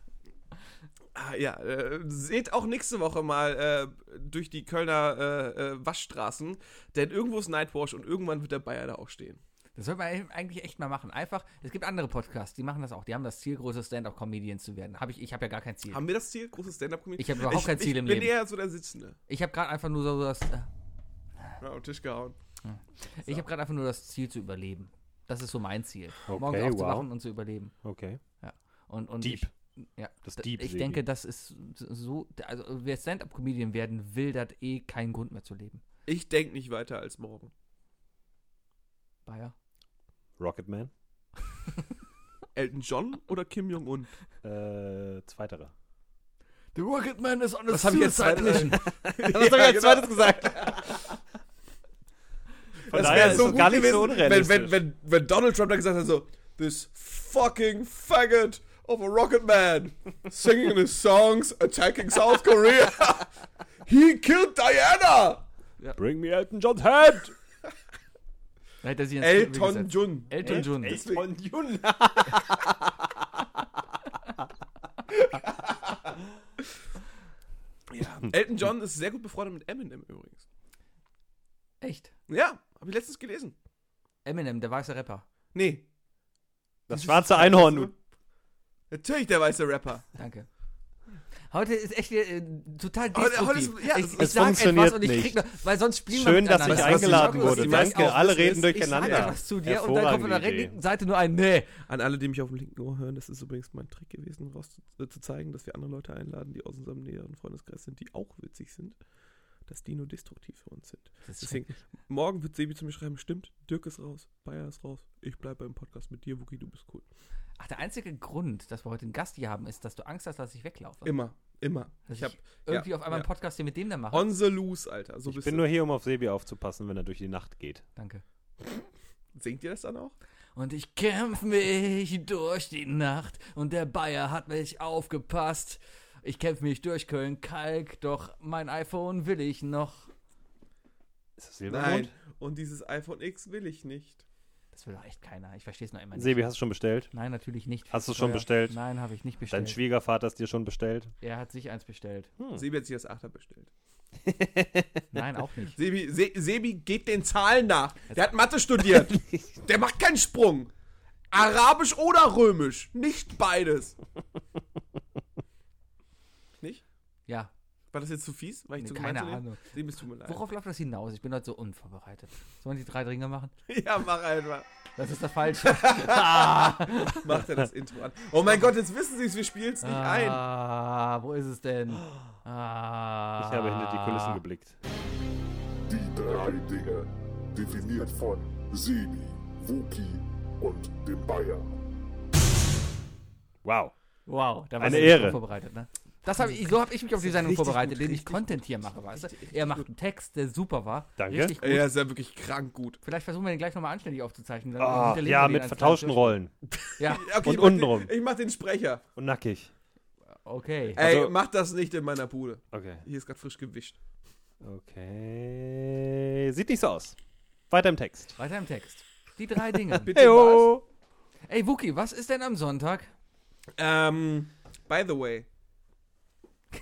D: Ah, ja, äh, seht auch nächste Woche mal äh, durch die Kölner äh, äh, Waschstraßen, denn irgendwo ist Nightwash und irgendwann wird der Bayer da auch stehen.
B: Das sollte man eigentlich echt mal machen. Einfach, es gibt andere Podcasts, die machen das auch. Die haben das Ziel, große Stand-up-Comedians zu werden. Hab ich ich habe ja gar kein Ziel.
D: Haben wir das Ziel? Großes Stand-Up-Comedy?
B: Ich hab überhaupt kein Ziel
D: ich
B: im
D: bin
B: Leben.
D: eher so der Sitzende.
B: Ich habe gerade einfach nur so das, äh,
D: Ja, auf den Tisch gehauen.
B: ich habe gerade einfach nur das Ziel zu überleben. Das ist so mein Ziel.
A: Okay,
B: Morgens aufzuwachen
A: wow.
B: und zu überleben.
A: Okay.
B: Und, und
A: Deep.
B: Ich, ja,
A: Das
B: da-
A: Deep,
B: Ich
A: Sebi.
B: denke, das ist so. Also, wer Stand-up-Comedian werden will, der hat eh keinen Grund mehr zu leben.
D: Ich denke nicht weiter als morgen.
B: Bayer.
A: Rocketman?
D: Elton John oder Kim
B: [LAUGHS]
D: Jong-un?
A: Äh, zweiterer.
B: The Rocketman is on a
D: Was hab ich jetzt
B: suicide
D: zweites-
B: mission.
A: Was hab ich
D: genau.
A: als zweites [LAUGHS] gesagt? Von
D: Das
A: daher
D: wäre
A: ist
D: so
A: das
D: gut
A: gar nicht
D: gewesen,
A: so
D: wenn,
A: unrealistisch.
D: wenn, wenn, wenn Donald Trump da gesagt hat so, this fucking faggot of a rocket man singing his songs, attacking South Korea. [LAUGHS] He killed Diana.
A: Bring me Elton John's head!
B: Da hätte er sich ins Kribbel
D: Elton
B: gesetzt.
D: John.
B: Elton John.
A: Elton John.
D: Ja. Elton John ist sehr gut befreundet mit Eminem übrigens.
B: Echt.
D: Ja, habe ich letztens gelesen.
B: Eminem, der weiße Rapper.
D: Nee.
A: Das schwarze Einhorn, du
D: Natürlich der weiße Rapper.
B: Danke. Heute ist echt äh, total
D: Heute- heute
B: destruktiv.
D: ist- ja, das
B: ich,
D: ist-
B: ich
A: Es
B: sag
A: funktioniert
B: etwas und ich krieg noch, weil sonst spielen wir
A: Schön, dass
B: miteinander.
A: ich
D: Weißt du, was die
A: eingeladen
D: Schokolade-
A: wurde.
D: die meisten
A: Danke, alle
D: aufwissen,
A: reden
D: ist, ich
B: Ich sag
A: durcheinander.
B: etwas zu dir und dann kommt von der
A: Hervorragende Idee.
B: linken Seite nur ein Nee.
D: An alle, die mich auf dem linken Ohr hören, das ist übrigens mein Trick gewesen, raus zu, äh, zu zeigen, dass wir andere Leute einladen, die aus unserem näheren Freundeskreis sind, die auch witzig sind, dass die nur destruktiv für uns sind.
B: Das ist
D: Deswegen, morgen wird Sebi zu mir schreiben, stimmt, Dirk ist raus, Bayer ist raus, ich bleibe beim Podcast mit dir, Wookie, du bist cool.
B: Ach, der einzige Grund, dass wir heute einen Gast hier haben, ist, dass du Angst hast, dass ich weglaufe.
D: Immer, immer.
B: Dass
D: Ich hab
B: Also irgendwie
D: ja,
B: auf einmal
D: ja.
B: einen Podcast hier mit dem dann mache.
D: on the loose, Alter. So
A: Ich
D: bist
A: bin
D: du.
A: nur hier, um auf Sebi aufzupassen, wenn er durch die Nacht geht.
B: Danke.
D: Singt ihr das dann auch?
B: Und ich kämpf mich durch die Nacht und der Bayer hat mich aufgepasst. Ich kämpf mich durch Köln-Kalk, doch mein iPhone will ich noch.
A: Ist das Silbermond?
D: Und dieses iPhone X will ich nicht.
B: Das will doch echt keiner. Ich verstehe es noch immer nicht.
A: Sebi, hast du schon bestellt?
B: Nein, natürlich nicht.
A: Hast du schon
D: Ja.
A: bestellt?
B: Nein, habe ich nicht
A: Dein
B: bestellt.
A: Schwiegervater ist dir schon bestellt?
B: Er hat sich eins bestellt.
A: Hm.
D: Sebi hat sich das Achter bestellt.
B: Nein, auch nicht.
D: Sebi, Se, Sebi geht den Zahlen nach. Der hat
B: [LAUGHS]
D: Mathe studiert. Der macht keinen Sprung. Arabisch oder römisch. Nicht beides. Nicht?
B: Ja,
D: War das jetzt zu fies? War ich
B: nee,
D: zu gemein
B: keine
D: zu dir?
B: Ahnung.
D: Sebi, es tut mir leid.
B: Worauf läuft das hinaus? Ich bin heute so unvorbereitet. Sollen wir die drei Dringe machen?
D: [LAUGHS] Ja, mach einfach.
B: Das ist
A: [LAUGHS]
B: der falsche. [LAUGHS] Ah,
D: Macht er das Intro an. Oh mein Gott, jetzt wissen sie es, wir spielen es nicht ein.
B: Ah, wo ist es denn?
A: Ich
B: Ah.
A: habe hinter die Kulissen geblickt.
E: Die drei Dinge, definiert von Sebi, Wookie und dem Bayer.
A: Wow.
B: Wow, da war
A: Eine
B: ich nicht
A: Ehre.
B: drauf vorbereitet, ne? Das hab ich, so habe ich mich auf die Sendung
D: Also richtig
B: vorbereitet,
D: gut,
B: den ich
D: richtig
B: Content hier mache, weißt du? Er macht einen Text, der super war.
A: Danke.
B: Richtig gut.
D: Ja, ist ja wirklich krank gut.
B: Vielleicht versuchen wir den gleich nochmal anständig aufzuzeichnen. dann
A: Ah,
B: hinterlegen wir
A: ja,
B: den
A: mit
B: als
A: vertauschten
B: kleinen
A: Rollen.
B: Tisch. Ja,
D: Okay,
A: Und
D: ich mach den-
A: untenrum.
D: Ich mach den Sprecher.
A: Und nackig.
B: okay.
D: Ey,
A: Also-
D: mach das nicht in meiner Bude.
A: Okay.
D: Hier ist gerade frisch gewischt.
A: Okay. Sieht nicht so aus. Weiter im Text.
B: Weiter im Text.
A: [LAUGHS]
B: Die drei Dinge.
D: Bitte was?
A: Heyo.
B: Ey, Wookie, was ist denn am Sonntag? [LAUGHS]
D: Ähm, by the way.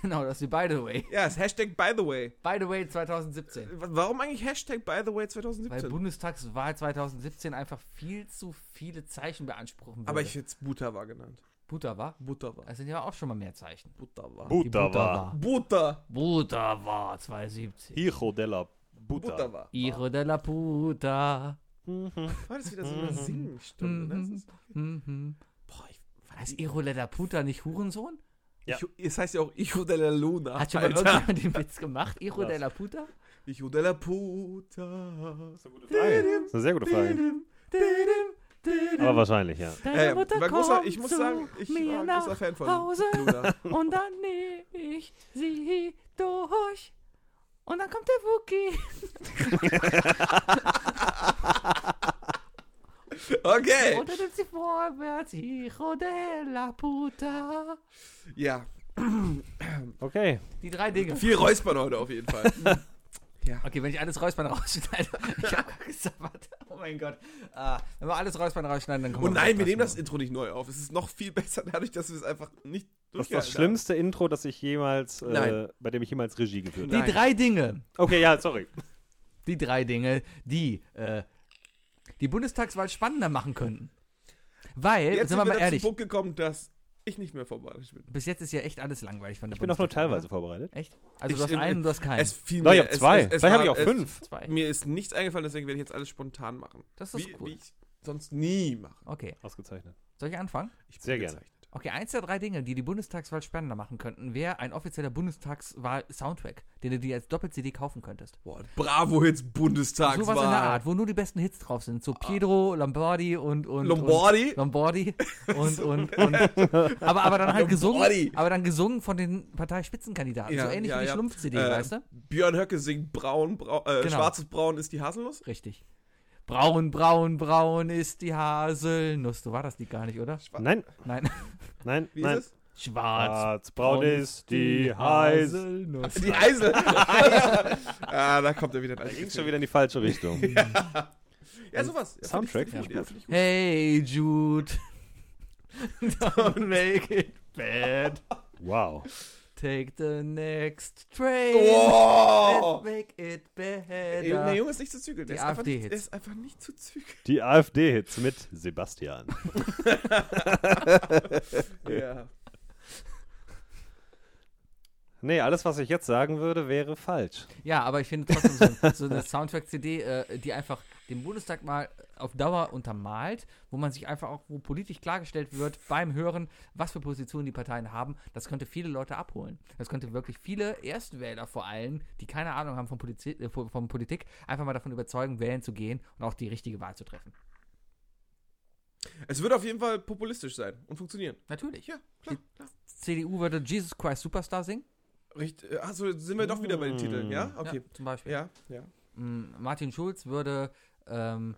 B: Genau, das ist die By the Way.
D: Ja, das Hashtag by the way.
B: By the Way 2017.
D: W- Warum eigentlich Hashtag by the way
B: Weil
D: 2017?
B: Bundestagswahl 2017 einfach viel zu viele Zeichen beanspruchen würde.
D: Aber ich hätte es Butava genannt.
B: Butter war?
D: Butava.
B: Das sind ja auch schon mal mehr Zeichen.
D: Butava.
B: Die
A: Butava.
D: Butter.
B: Butter war 2017.
A: Hijo della Buta.
D: Butava.
B: Hijo de la puta.
D: Heute ist wieder so eine Singenstunde. Ne? Das ist,
B: Mhm.
D: boah, ich,
B: Weiß Irole da Puta nicht Hurensohn?
A: Ja.
D: ich, es heißt ja auch Icho della Luna.
B: Hat schon mal
D: Alter.
B: irgendjemand den Witz gemacht? Iro
A: Was?
B: de la Puta?
D: Icho della Puta.
A: Das ist eine gute Frage. Das ist eine sehr gute Frage. Aber wahrscheinlich, ja.
B: Deine
D: Äh,
B: Mutter
D: war großer,
B: kommt
D: ich muss
B: zu
D: sagen, ich war
B: mir
D: ein
B: nach
D: großer Fan von
B: Hause
D: [LAUGHS] Luna.
B: und dann nehme ich sie durch. Und dann kommt der Wookie.
D: Okay.
B: Und dann nimmt sie vorwärts. Hijo de la Puta.
D: Ja.
A: Okay.
B: Die drei Dinge.
D: Viel Räuspern heute auf jeden
B: [LAUGHS]
D: Fall.
B: Okay, wenn ich alles Räuspern [LAUGHS] rausschneide. ich hab gesabbert. Oh mein Gott. Ah, wenn wir alles Räuspern rausschneiden, dann kommt
D: Und Oh nein, wir nehmen das Intro nicht neu auf. Es ist noch viel besser dadurch, dass wir es einfach nicht
A: Das ist
D: durchgehalten
A: das schlimmste Intro, das ich jemals, äh,
D: Nein.
A: bei dem ich jemals Regie
D: [LAUGHS]
A: geführt
B: Die
A: habe.
D: Nein.
B: drei Dinge.
A: Okay, ja, sorry.
B: Die drei Dinge, die äh, die Bundestagswahl spannender machen könnten. Weil,
D: Haben. Jetzt
B: sind wir mal
D: dann
B: ehrlich,
D: zum Punkt gekommen, dass ich nicht mehr vorbereitet bin.
B: bis jetzt ist ja echt alles langweilig von der
A: Ich bin auch
D: ne?
A: nur
B: Bundestagswahl,
A: teilweise vorbereitet.
B: oder? Echt? Also
D: Ich-
B: du hast
D: in-
B: einen, du hast keinen.
D: Es fiel
A: Na, ich
D: mir-
A: habe
D: es-
A: zwei.
D: es- es
A: Vielleicht habe
D: war-
A: ich auch
D: es-
A: fünf.
B: Zwei.
D: Mir ist nichts eingefallen, deswegen werde ich jetzt alles spontan machen.
B: Das ist
D: wie,
B: cool.
D: wie ich sonst nie mache.
B: Okay,
A: Ausgezeichnet.
B: soll ich anfangen?
D: Ich bin
A: Sehr gerne.
D: gezeichnet.
B: Okay, eins der drei Dinge, die die Bundestagswahl spannender machen könnten, wäre ein offizieller Bundestagswahl-Soundtrack, den du dir als Doppel-CD kaufen könntest.
D: Boah, Bravo Hits Bundestagswahl.
B: Sowas in der Art, wo nur die besten Hits drauf sind. So Pedro, Lombardi und... und
D: Lombardi?
B: Und Lombardi und...
D: [LAUGHS]
B: und, und aber, aber dann halt
D: Lombardi.
B: gesungen, aber dann gesungen von den Parteispitzenkandidaten.
D: Ja,
B: so ähnlich
D: ja,
B: wie die
D: ja.
B: Schlumpf-CD,
D: Äh,
B: weißt du?
D: Björn Höcke singt braun, brau, äh,
B: Genau.
D: schwarzes Braun ist die Haselnuss.
B: Richtig. Braun, braun, braun ist die Haselnuss. So war das Lied gar nicht, oder?
A: Nein,
B: Nein. [LAUGHS]
A: nein,
D: Wie
A: nein.
D: ist
B: Schwarz.
A: Schwarzbraun ist die Heiß.
D: es?
A: [LAUGHS]
D: Die Eisel. ah, da kommt er wieder.
A: Da ging schon wieder in die falsche
D: [LAUGHS]
A: Richtung.
D: Ja, sowas. Ja,
A: Soundtrack
D: finde ich- finde ich gut.
B: Hey
D: [LAUGHS]
B: Jude. Don't make it bad.
A: Wow.
B: Take the next train.
D: Oh!
B: And make it
D: Ey, Der
B: better.
D: Junge ist nicht zu zügeln. Der
B: Die
D: ist, einfach
B: AfD
D: nicht, der
B: Hits.
D: ist einfach nicht zu zügeln.
A: Die AfD-Hits mit Sebastian.
D: Ja.
A: Nee, alles, was ich jetzt sagen würde, wäre falsch.
B: Ja, aber ich finde trotzdem so, so eine Soundtrack-CD, äh, die einfach den Bundestag mal auf Dauer untermalt, wo man sich einfach auch, wo politisch klargestellt wird beim Hören, was für Positionen die Parteien haben, das könnte viele Leute abholen. Das könnte wirklich viele Erstwähler vor allem, die keine Ahnung haben von, Polizi äh, von von Politik, einfach mal davon überzeugen, wählen zu gehen und auch die richtige Wahl zu treffen.
D: Es wird auf jeden Fall populistisch sein und funktionieren.
B: Natürlich.
D: Ja, klar. klar.
B: CDU würde Jesus Christ Superstar singen.
D: Richt, also sind wir doch wieder bei den Titeln, ja?
A: Hm.
D: Okay.
B: Ja, zum Beispiel.
D: Ja, ja.
B: Mm, Martin Schulz würde ähm,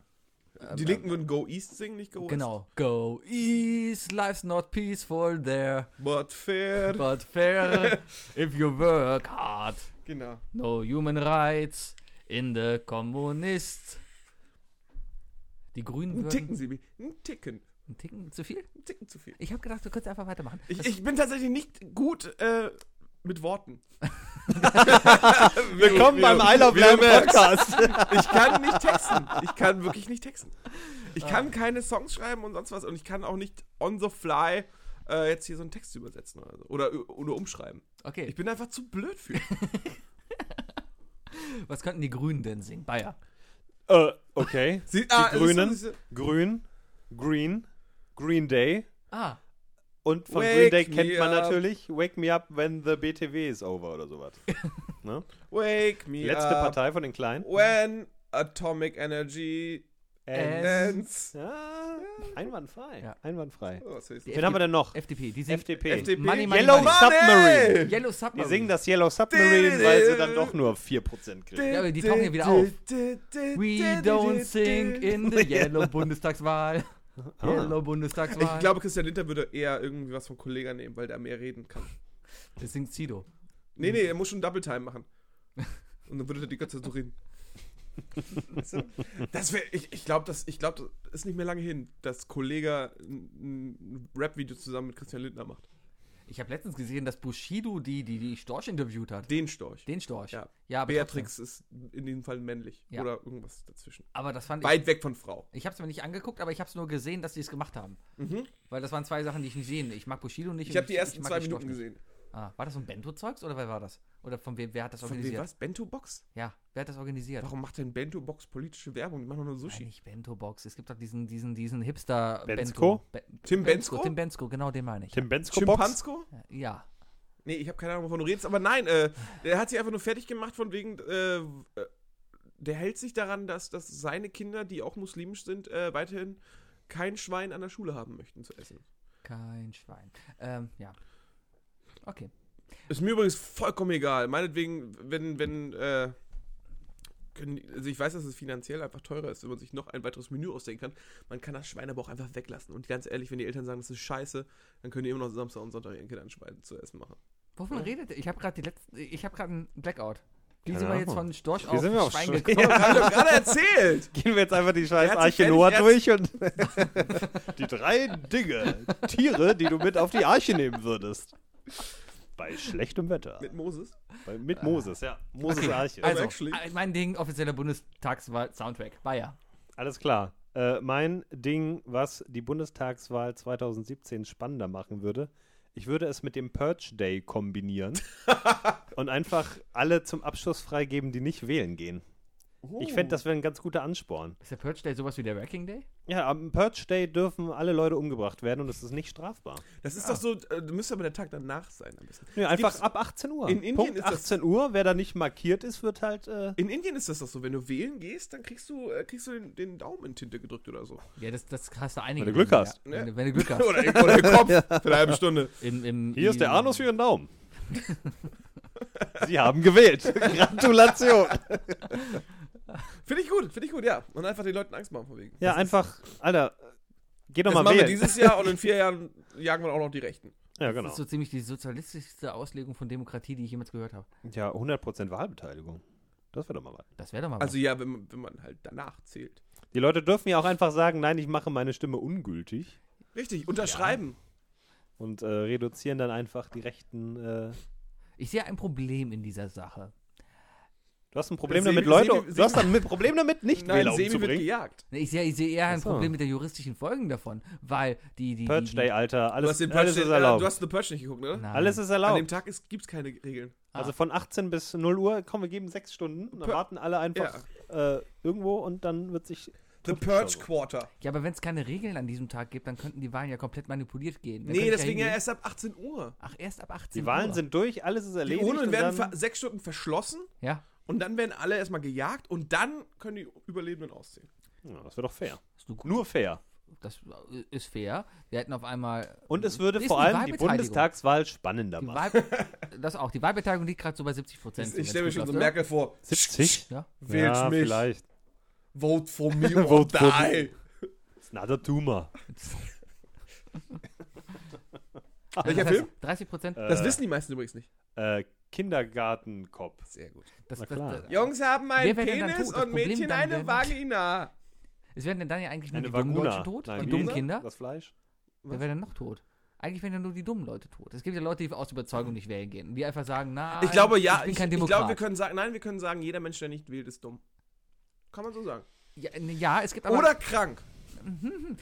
D: Die
B: ähm,
D: Linken würden Go East singen, nicht Go West.
B: Genau. Go east, life's not peaceful there,
D: But fair.
B: but fair if you work hard.
D: Genau.
B: No human rights in the Kommunist. Die Grünen
D: Ein
B: würden...
D: Ticken, Sibi. Ein Ticken.
B: Ein Ticken zu viel?
D: Ein Ticken zu viel.
B: Ich habe gedacht, du könntest einfach weitermachen.
D: Ich,
B: Das-
D: ich bin tatsächlich nicht gut äh, mit Worten.
A: Willkommen beim I Love Lamb Podcast.
D: Ich kann nicht texten. Ich kann wirklich nicht texten. Ich kann keine Songs schreiben und sonst was und ich kann auch nicht on the fly äh, jetzt hier so einen Text übersetzen oder, so. oder, oder umschreiben.
B: okay,
D: Ich bin einfach zu blöd für.
B: was könnten die Grünen denn singen? Bayer.
A: [LAUGHS] äh, okay.
D: Sie, ah, also die
A: Grünen? Grün, Green, Green Day.
B: Ah,
A: Und von
D: Wake
A: Green Day kennt
D: me
A: man
D: up.
A: natürlich Wake Me Up When the BTW is Over oder sowas. ne?
D: wake me
A: Letzte
D: up
A: Partei von den Kleinen.
D: When atomic energy
B: Äh.
D: ends.
A: Ja, einwandfrei.
B: Ja.
A: Einwandfrei.
D: Oh, was ist
B: Die
D: das?
A: Wen haben wir denn noch?
B: FDP. Die singen
A: FDP.
D: FDP.
B: Money, money,
A: Yellow
B: money.
A: Submarine.
B: Yellow Submarine.
A: Die singen das Yellow Submarine, weil sie dann doch nur 4% kriegen.
B: Ja, aber die tauchen ja wieder auf. We don't sing in the yellow Bundestagswahl. Yellow Bundestagswahl.
D: Ich glaube, Christian Linter würde eher irgendwie was vom Kollegen nehmen, weil der mehr reden kann.
B: das singt Sido.
D: Nee, nee, er muss schon Double
B: [LAUGHS]
D: Time machen. Und dann würde er die ganze Zeit so reden. Weißt du? Das wär, ich ich glaube, das, ich glaub, das ist nicht mehr lange hin, dass Kollega ein, ein Rap-Video zusammen mit Christian Lindner macht.
B: Ich habe letztens gesehen, dass Bushido die, die, die Storch interviewt hat.
D: Den Storch.
B: Den Storch.
D: Ja.
B: aber
D: Beatrix ist in diesem Fall männlich.
B: Ja.
D: Oder irgendwas dazwischen.
B: Trotzdem. Aber das fand ich.
D: Weit weg von Frau.
B: Ich habe es mir nicht angeguckt, aber ich habe es nur gesehen, dass die es gemacht haben. Weil das waren zwei Sachen, die ich nicht sehen. Ich mag Bushido nicht.
D: Mhm. Ich
B: und
D: habe die ersten
B: mag
D: zwei
B: den Storch
D: Minuten
B: nicht.
D: gesehen.
B: Ah, war das so ein Bento-Zeugs oder wer war das? Oder von wem, wer hat das
D: Von wem
B: organisiert?
D: was? Bento-Box?
B: Ja, wer hat das organisiert?
D: Warum macht denn Bento-Box politische Werbung? Die machen doch nur
B: Nein,
D: Sushi.
B: nicht Bento-Box. Es gibt doch diesen, diesen, diesen Hipster
A: Bensko?
B: Be
D: Tim Bensko?
B: Tim Bensko, genau den meine ich.
A: Tim Bensko Box.
D: Schimpansko?
B: Ja.
D: Nee, ich habe keine Ahnung, wovon du redest, aber nein, äh, der hat sich einfach nur fertig gemacht von wegen, äh, äh, der hält sich daran, dass, dass seine Kinder, die auch muslimisch sind, äh, weiterhin kein Schwein an der Schule haben möchten zu essen.
B: Kein Schwein. Ähm, ja. Okay.
D: Ist mir übrigens vollkommen egal. Meinetwegen, wenn, wenn, äh, können, also ich weiß, dass es finanziell einfach teurer ist, wenn man sich noch ein weiteres Menü ausdenken kann. Man kann das Schwein aber auch einfach weglassen. Und ganz ehrlich, wenn die Eltern sagen, das ist scheiße, dann können die immer noch Samstag und Sonntag ihren Kindern Schwein zu essen machen. [LAUGHS]
B: Wovon redet ihr? Ich habe gerade die letzten, ich habe gerade einen Blackout. Wie
A: Keine
B: sind wir jetzt
A: Ahnung.
B: von Storch
A: Wie
B: auf
A: sind wir auf
B: Schwein
A: Schwein? [LAUGHS]
B: gekommen? Also,
D: Hab ich doch gerade erzählt!
A: Gehen wir jetzt einfach die scheiß
D: Der hat sich
A: Arche Noah
D: fertig
A: durch und [LAUGHS] die drei Dinge, Tiere, die du mit auf die Arche nehmen würdest. Bei schlechtem Wetter.
D: Mit Moses.
A: Bei, mit Moses, ja. Moses Arche.
D: Also,
B: Also,
D: actually-
B: äh, mein Ding, offizieller Bundestagswahl-Soundtrack. War ja.
A: Alles klar. Äh, mein Ding, was die Bundestagswahl 2017 spannender machen würde, ich würde es mit dem Purge Day
D: [LAUGHS]
A: kombinieren und einfach alle zum Abschluss freigeben, die nicht wählen gehen. Ich
D: Uh.
A: fände, das wäre ein ganz guter Ansporn.
B: Ist der Purge Day sowas wie der Wrecking Day?
A: Ja, am Purge Day dürfen alle Leute umgebracht werden und es ist nicht strafbar.
D: Das ist doch so, äh, müsste aber der Tag danach sein am besten.
A: Nö, einfach
D: Gibt's-
A: ab 18 Uhr.
D: In Indien
A: Punkt
D: ist das-
A: 18 Uhr, wer da nicht markiert ist, wird halt. Äh,
D: In Indien ist das doch so, wenn du wählen gehst, dann kriegst du, äh, kriegst du den, den Daumen in Tinte gedrückt oder so.
B: Ja, das, das hast du einige.
A: Wenn du Glück
B: Länder,
A: hast.
B: Ja. Wenn, du- wenn du
A: [LAUGHS]
B: Glück hast.
D: [LAUGHS] Oder, oder den Kopf für eine halbe Stunde.
B: Im, im,
A: hier ist der
B: im-
A: Anus für Ihren Daumen. Sie haben gewählt. [LAUGHS] Gratulation.
D: Finde ich gut, finde ich gut, ja. Und einfach den Leuten Angst machen vor wegen.
A: Ja, einfach, Alter, geh doch
D: Das
A: mal
D: machen wir
A: wählen.
D: dieses Jahr
A: [LAUGHS]
D: und in vier Jahren jagen wir auch noch die Rechten.
A: ja,
B: Das
A: genau.
B: ist so ziemlich die sozialistischste Auslegung von Demokratie, die ich jemals gehört habe.
A: Ja, 100% Wahlbeteiligung. Das wäre doch mal was.
B: Das wäre doch mal was.
D: Also ja, wenn, man- wenn man halt danach zählt.
A: Die Leute dürfen ja auch einfach sagen, nein, ich mache meine Stimme ungültig
D: Richtig, unterschreiben.
A: und äh, reduzieren dann einfach die rechten. Äh,
B: Ich sehe ein Problem in dieser Sache.
A: du hast ein Problem
D: Sebi-
A: damit, Leute.
D: Sebi-
A: du hast dann ein Problem damit, nicht
D: Nein,
A: Wähler
D: Semi wird
A: umzubringen.
D: gejagt.
B: Nee, Ne, Ich sehe ich sehe eher ein
A: so.
B: Problem mit der juristischen Folgen davon, weil die. die, die,
A: Purge Day,
B: die
A: Alter.
D: Mhm, Du
A: Alles,
D: hast den Purge,
A: alles
D: den,
A: ist
D: äh,
A: erlaubt.
D: du hast The Purge nicht geguckt, ne?
B: Nein.
A: alles ist
D: An dem
A: erlaubt.
D: Tag ist, gibt's keine Regeln.
A: Also von 18 bis 0 Uhr, komm, wir geben sechs Stunden und dann
D: Pur-
A: warten alle einfach äh, irgendwo und dann wird sich.
D: The
A: totgeschossen.
D: Purge Quarter.
B: Ja, aber wenn es keine Regeln an diesem Tag gibt, dann könnten die Wahlen ja komplett manipuliert gehen. Dann
D: Nee,
B: könnte ich
D: deswegen ja
B: hingehen-
D: erst ab 18 Uhr.
B: Ach, erst ab 18
A: Die Wahlen
B: Uhr.
A: sind durch, alles ist
D: Die
A: erledigt.
D: Urnen
A: und
D: werden
A: dann-
D: ver- sechs Stunden verschlossen
B: Ja,
D: und dann werden alle erstmal gejagt und dann können die Überlebenden aussehen.
A: ja, das wäre doch fair.
B: ist gut.
A: Nur fair.
B: das ist fair. Wir hätten auf einmal.
A: Und
D: Mhm.
A: es würde
B: Ist
A: vor
B: die
A: allem die
B: Wahlbeteiligung.
A: Bundestagswahl spannender
B: Die
A: machen.
B: Wahl, [LAUGHS] das auch. Die Wahlbeteiligung liegt gerade so bei 70 Prozent.
D: Ich stelle mir schon so Merkel vor.
A: 70?
B: Ja.
D: [LAUGHS] Wählt
A: ja,
D: mich.
A: vielleicht.
D: Vote for
A: [LAUGHS]
D: me or
A: Vote for Äh.
D: die.
A: It's not a tumor.
D: Welcher
B: das heißt,
D: Film? Äh,
B: 30 Prozent.
D: Das wissen die meisten übrigens nicht.
A: Äh, Kindergartenkopf.
D: Sehr gut.
B: Das,
A: na
B: das,
A: klar.
B: das,
D: Jungs haben einen
B: Wer wäre denn dann
D: Penis
B: tot? Das
D: und
B: Problem
D: Mädchen
B: dann
D: eine
B: wäre-
D: Vagina.
B: es werden denn dann ja eigentlich nur
A: Eine
B: die dummen
A: Vaguna.
B: Deutschen tot?
A: Nein,
B: die
A: wie
B: dummen
A: hieß
B: Kinder?
A: Das Fleisch?
B: Wer wäre denn noch tot? Eigentlich werden ja nur die dummen Leute tot. Es gibt ja Leute, die aus Überzeugung nicht wählen gehen. Die einfach sagen, na,
D: Ich glaube, ja.
B: Ah, ich bin kein
D: ich
B: Demokrat.
D: glaube, wir können sagen, nein, wir können sagen, jeder Mensch, der nicht wählt, ist dumm. Kann man so sagen.
B: ja, ne, ja, es gibt aber. [LAUGHS]
D: Oder krank.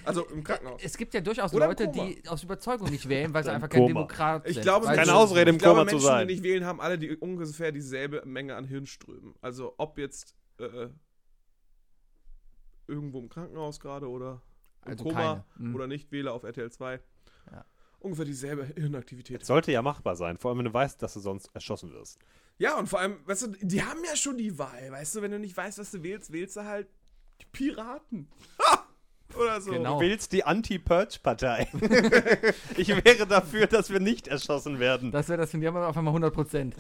D: Also im Krankenhaus.
B: es gibt ja durchaus
D: Oder im
B: Leute,
D: Koma.
B: die aus Überzeugung nicht wählen, weil sie
A: Im
B: einfach kein
A: Koma.
B: Demokrat sind.
D: Ich glaube,
B: Weil
A: keine
B: sie-
D: Menschen-
A: Ausrede, im
D: ich glaube,
A: Koma zu
D: Menschen,
A: sein.
D: die nicht wählen, haben alle die, ungefähr dieselbe Menge an Hirnströmen. Also ob jetzt äh, irgendwo im Krankenhaus gerade oder im
B: Also
D: Koma
B: keine. Mhm.
D: oder Nichtwähler auf RTL 2.
B: Ja.
D: Ungefähr dieselbe Hirnaktivität.
A: Sollte ja machbar sein, vor allem wenn du weißt, dass du sonst erschossen wirst.
D: Ja, und vor allem, weißt du, die haben ja schon die Wahl. Weißt du, wenn du nicht weißt, was du wählst, wählst du halt die Piraten. [LAUGHS] Ha! oder so.
B: Genau.
A: Du wählst die Anti-Purge-Partei. [LAUGHS] ich wäre dafür, dass wir nicht erschossen werden.
B: Das wäre das, wenn die haben auf einmal 100 Prozent.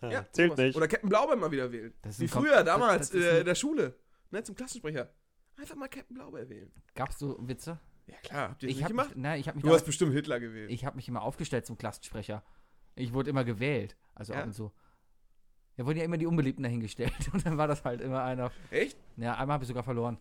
A: Ja,
D: Ja,
A: Zählt
D: sowas.
A: nicht.
D: Oder Captain Blaubeer mal wieder wählen.
B: Das ist
D: Wie
B: ein Kom-
D: früher,
B: das-
D: damals,
B: das ist
D: äh,
B: ein-
D: in der Schule. Ne, zum Klassensprecher. Einfach mal Captain Blaubeer wählen.
B: Gab's so Witze?
D: Ja, klar. Habt ihr das
B: Ich
D: nicht
B: habe
D: gemacht?
B: mich, nein, ich habe mich,
D: Du hast
B: damals-
D: bestimmt Hitler gewählt.
B: ich hab mich immer aufgestellt zum Klassensprecher. Ich wurde immer gewählt, also
D: Ja?
B: ab und zu. Da wurden ja immer die Unbeliebten dahingestellt [LAUGHS] und dann war das halt immer einer.
D: Echt?
B: Ja, einmal habe ich sogar verloren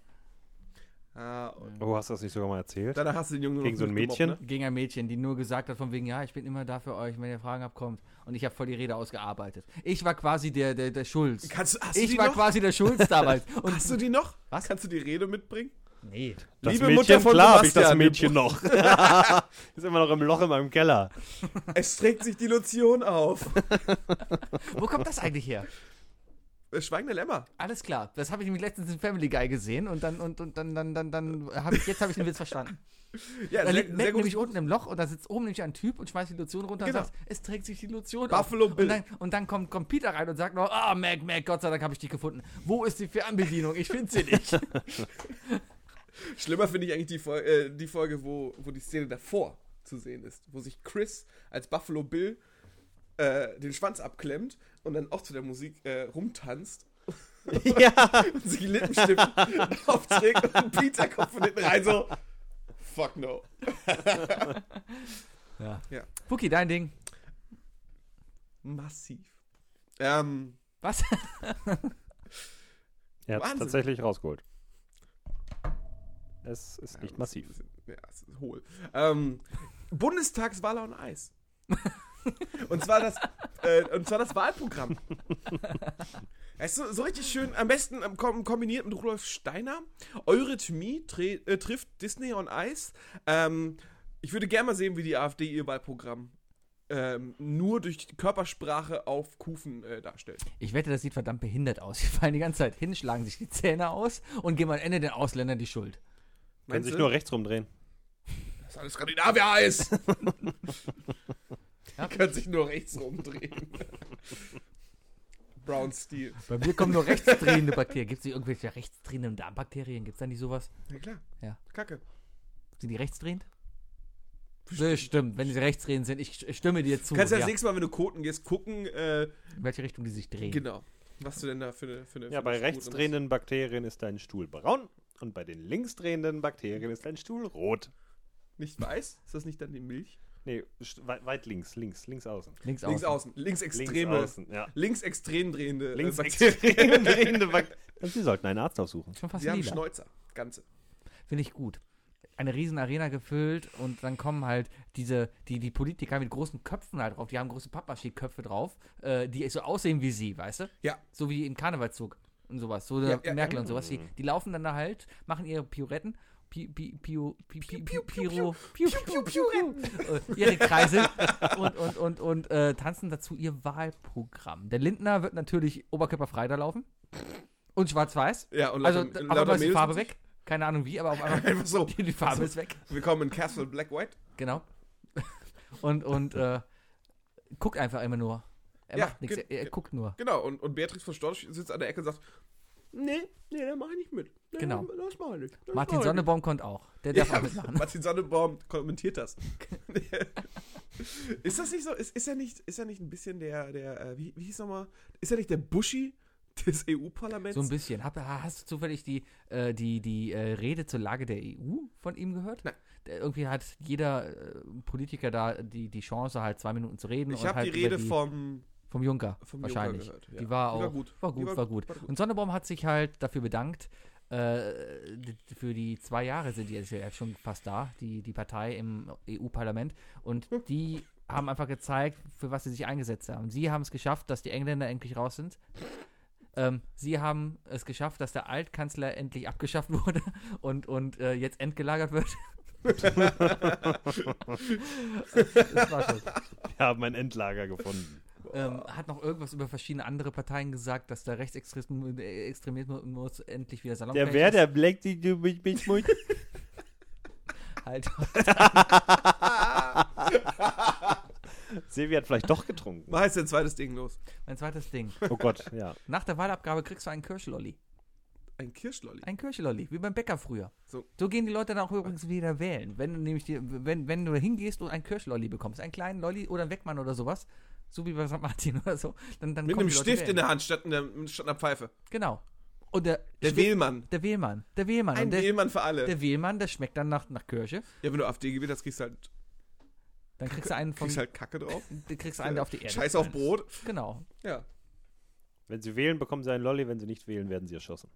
D: Ah, und
A: Oh, hast du das nicht sogar mal erzählt?
D: danach hast du den Jungen nur
A: Gegen
D: noch
A: so ein
D: mitgemobbt,
A: Mädchen?
D: ne?
B: gegen ein Mädchen, die nur gesagt hat von wegen, ja, ich bin immer da für euch, wenn ihr Fragen habt, kommt. Und ich habe voll die Rede ausgearbeitet. Ich war quasi der der, der Schulz.
D: Kannst, hast du
B: Ich
D: die
B: war
D: noch? [LAUGHS]
B: quasi der Schulz damals. Und
D: Hast du die noch?
B: Was?
D: Kannst du die Rede mitbringen?
B: Nee.
A: Das
D: Liebe
A: Mädchen,
D: Mutter von
A: klar habe ich das
D: Sebastian, wir
A: Mädchen noch. [LAUGHS] ist immer noch im Loch in meinem Keller.
D: Es trägt sich die
B: [LAUGHS]
D: Lotion auf.
B: Wo kommt das eigentlich her?
D: Äh, Schweigende Lämmer.
B: Alles klar. Das habe ich nämlich letztens in Family Guy gesehen und dann und, und dann dann dann dann habe ich jetzt habe ich den Witz
D: [LAUGHS]
B: verstanden.
D: Ja,
B: Da
D: Also sehr,
B: liegt
D: sehr
B: Mac
D: gut.
B: nämlich unten im Loch und da sitzt oben nämlich ein Typ und schmeißt die Lotion runter
D: Genau.
B: und sagt, es trägt sich die Lotion
D: Buffalo
B: auf.
D: Bill.
B: Und dann, und dann kommt, kommt Peter rein und sagt noch, ah, Mac, Mac, Gott sei Dank habe ich dich gefunden. Wo ist die Fernbedienung? Ich finde sie
D: [LAUGHS]
B: nicht.
D: Schlimmer finde ich eigentlich die, Fol äh, die Folge, wo, wo die Szene davor zu sehen ist, wo sich Chris als Buffalo Bill äh, den Schwanz abklemmt und dann auch zu der Musik äh, rumtanzt
A: [LAUGHS] ja.
D: und sich die [LAUGHS] Lippenstift aufträgt und Peter kommt von hinten rein so, fuck no.
B: ja.
D: Ja.
B: Fuki, dein Ding.
D: Massiv. Ähm,
B: Was?
A: Er hat es
D: Wahnsinn.
A: tatsächlich rausgeholt. Es ist
D: ja,
A: nicht massiv.
D: es ist- Ja, es ist hohl. Ähm, Bundestagswahl
A: [LAUGHS]
D: on Eis. und, zwar das, äh, und zwar das Wahlprogramm. Es ist so, so richtig schön, am besten ähm, kom kombiniert mit Rudolf Steiner. Eurythmie tre- äh, trifft Disney on Ice. Ähm, ich würde gerne mal sehen, wie die AfD ihr Wahlprogramm ähm, nur durch die Körpersprache auf Kufen äh, darstellt.
B: Ich wette, das sieht verdammt behindert aus. Die fallen die ganze Zeit hin, schlagen sich die Zähne aus und geben am Ende den Ausländern die Schuld.
A: Können
D: Meinst
A: sich
D: du?
A: nur rechts rumdrehen.
D: Das ist
B: [LAUGHS]
D: alles Skandinavier-Eis. Die können sich nur rechts rumdrehen. Brown Steel.
B: Bei mir kommen
D: [LAUGHS]
B: nur rechtsdrehende Bakterien. Gibt es irgendwelche rechtsdrehenden Darmbakterien? Gibt es da nicht sowas?
D: Na klar.
B: Ja.
D: Kacke.
B: Sind die rechtsdrehend? Bestimmt, wenn sie rechtsdrehend sind. Ich ich stimme dir zu.
D: Kannst du das
B: ja.
D: nächste Mal, wenn du Koten gehst, gucken, äh,
B: in welche Richtung die sich drehen.
D: genau, was du denn da für eine. Für eine
A: Ja,
D: für
A: bei
D: eine Spur drin
A: rechtsdrehenden Bakterien ist dein Stuhl braun und bei den linksdrehenden Bakterien ist dein Stuhl rot.
D: hast. Nicht weiß? Ist das nicht dann die Milch?
A: Nee, st- weit, weit links, links, links außen.
B: Links,
D: Links
B: außen.
D: außen. Links
A: Links
D: extreme.
A: außen, ja.
D: Links extrem drehende. äh,
A: Links
D: Bakterien.
A: extrem [LAUGHS] drehende Bakterien. Also Sie sollten einen Arzt aufsuchen.
B: Schon fast
D: Die haben
B: lila.
D: Schnäuzer. Ganze.
B: Finde ich gut. Eine riesen Arena gefüllt und dann kommen halt diese, die, die Politiker mit großen Köpfen halt drauf. Die haben große Pappmaché-Köpfe drauf, äh, die so aussehen wie sie, weißt du?
D: Ja.
B: So wie im Karnevalszug und sowas. So
D: Ja,
B: der
D: ja,
B: Merkel
D: ja.
B: und sowas. Die, die laufen dann da halt, machen ihre Pirouetten. Pi, pi, piu, pi, pi, pi, Piro, piu, piu, piu, äh, ihre Kreise und, und, und, und äh, tanzen dazu ihr Wahlprogramm. Der Lindner wird natürlich oberkörperfrei da laufen und schwarz-weiß.
D: Ja, und
B: Also
D: lauter-
B: auf
D: lauter
B: einmal ist die
D: Mädels-
B: Farbe weg. Keine Ahnung wie, aber auf einmal
D: [LAUGHS] Einfach so.
B: die, die Farbe ist weg.
D: Willkommen in Castle Black White.
B: Genau. Und, und äh, guckt einfach immer nur. Er
D: Ja,
B: macht nichts,
D: ge-
B: er, er
D: ge-
B: guckt nur.
D: Genau, und, und Beatrix von Storch sitzt an der Ecke und sagt, nee, nee, da mache ich nicht mit. Nee,
B: Genau.
D: Das, das mache ich nicht. Das
B: Martin
D: mach ich nicht."
B: Sonnebaum konnte auch. Der darf auch
D: Ja,
B: mitmachen.
D: Martin Sonnebaum
B: [LAUGHS]
D: kommentiert das. [LAUGHS] ist das nicht so, ist, ist er nicht, ist er nicht ein bisschen der, der, äh, wie, wie hieß nochmal, ist er nicht der Buschi des EU-Parlaments?
B: So ein bisschen. Hab, hast du zufällig die, äh, die, die äh, Rede zur Lage der EU von ihm gehört?
D: Nein.
B: Der, irgendwie hat jeder äh, Politiker da die, die Chance, halt zwei Minuten zu reden.
D: ich
B: und
D: habe
B: halt
D: die
B: über
D: Rede vom,
B: vom Juncker
D: vom
B: wahrscheinlich.
D: Juncker gehört. ja.
B: Die war auch.
D: Die war gut.
B: War
D: Die
B: gut,
D: war-
B: war gut.
D: war gut.
B: Und Sonnebaum hat sich halt dafür bedankt. Äh, d- für die zwei Jahre sind die jetzt ja schon fast da, die, die Partei im EU-Parlament. Und
D: Hm.
B: die haben einfach gezeigt, für was sie sich eingesetzt haben. Sie haben es geschafft, dass die Engländer endlich raus sind. Ähm, sie haben es geschafft, dass der Altkanzler endlich abgeschafft wurde [LAUGHS] und, und äh, jetzt entgelagert
D: [LAUGHS]
B: wird. [LAUGHS] das war schon.
A: Wir haben ein Endlager gefunden.
B: Ähm, hat noch irgendwas über verschiedene andere Parteien gesagt, dass der Rechtsextremismus äh, Extremismus endlich wieder salonfähig
A: Der Werder bleckt die du mich mich mich. [LAUGHS]
B: ist. Halt. [LAUGHS]
A: Sevi hat vielleicht doch getrunken.
D: War jetzt dein zweites Ding los.
B: Mein zweites Ding.
A: Oh Gott, ja.
B: Nach der Wahlabgabe kriegst du einen Kirschlolli.
D: Ein Kirschlolli.
B: Ein Kirschlolli, wie beim Bäcker früher.
D: So.
B: So gehen die Leute dann auch übrigens wieder wählen. Wenn du nämlich die, wenn, wenn du hingehst und einen Kirschlolli bekommst, einen kleinen Lolli oder einen Wegmann oder sowas, so wie bei St. Martin [LAUGHS] oder so, dann, dann
D: Mit
B: kommen
D: einem
B: die Leute
D: Stift
B: wählen.
D: in der Hand statt, einer- statt einer Pfeife.
B: Genau. Und der,
D: Der
B: Stift-
D: Wählmann.
B: der Wählmann. Der Wählmann.
D: Ein
B: und der,
D: Wählmann für alle.
B: der Wählmann, der schmeckt dann nach, nach Kirsche.
D: ja, wenn du AfD gewählt hast, kriegst du halt,
B: Dann kriegst du einen von.
D: kriegst halt Kacke drauf.
B: Du kriegst einen der auf die Erde.
D: Scheiß auf Brot.
B: Genau.
D: Ja.
A: Wenn sie wählen, bekommen sie einen Lolli. Wenn sie nicht wählen, werden sie erschossen.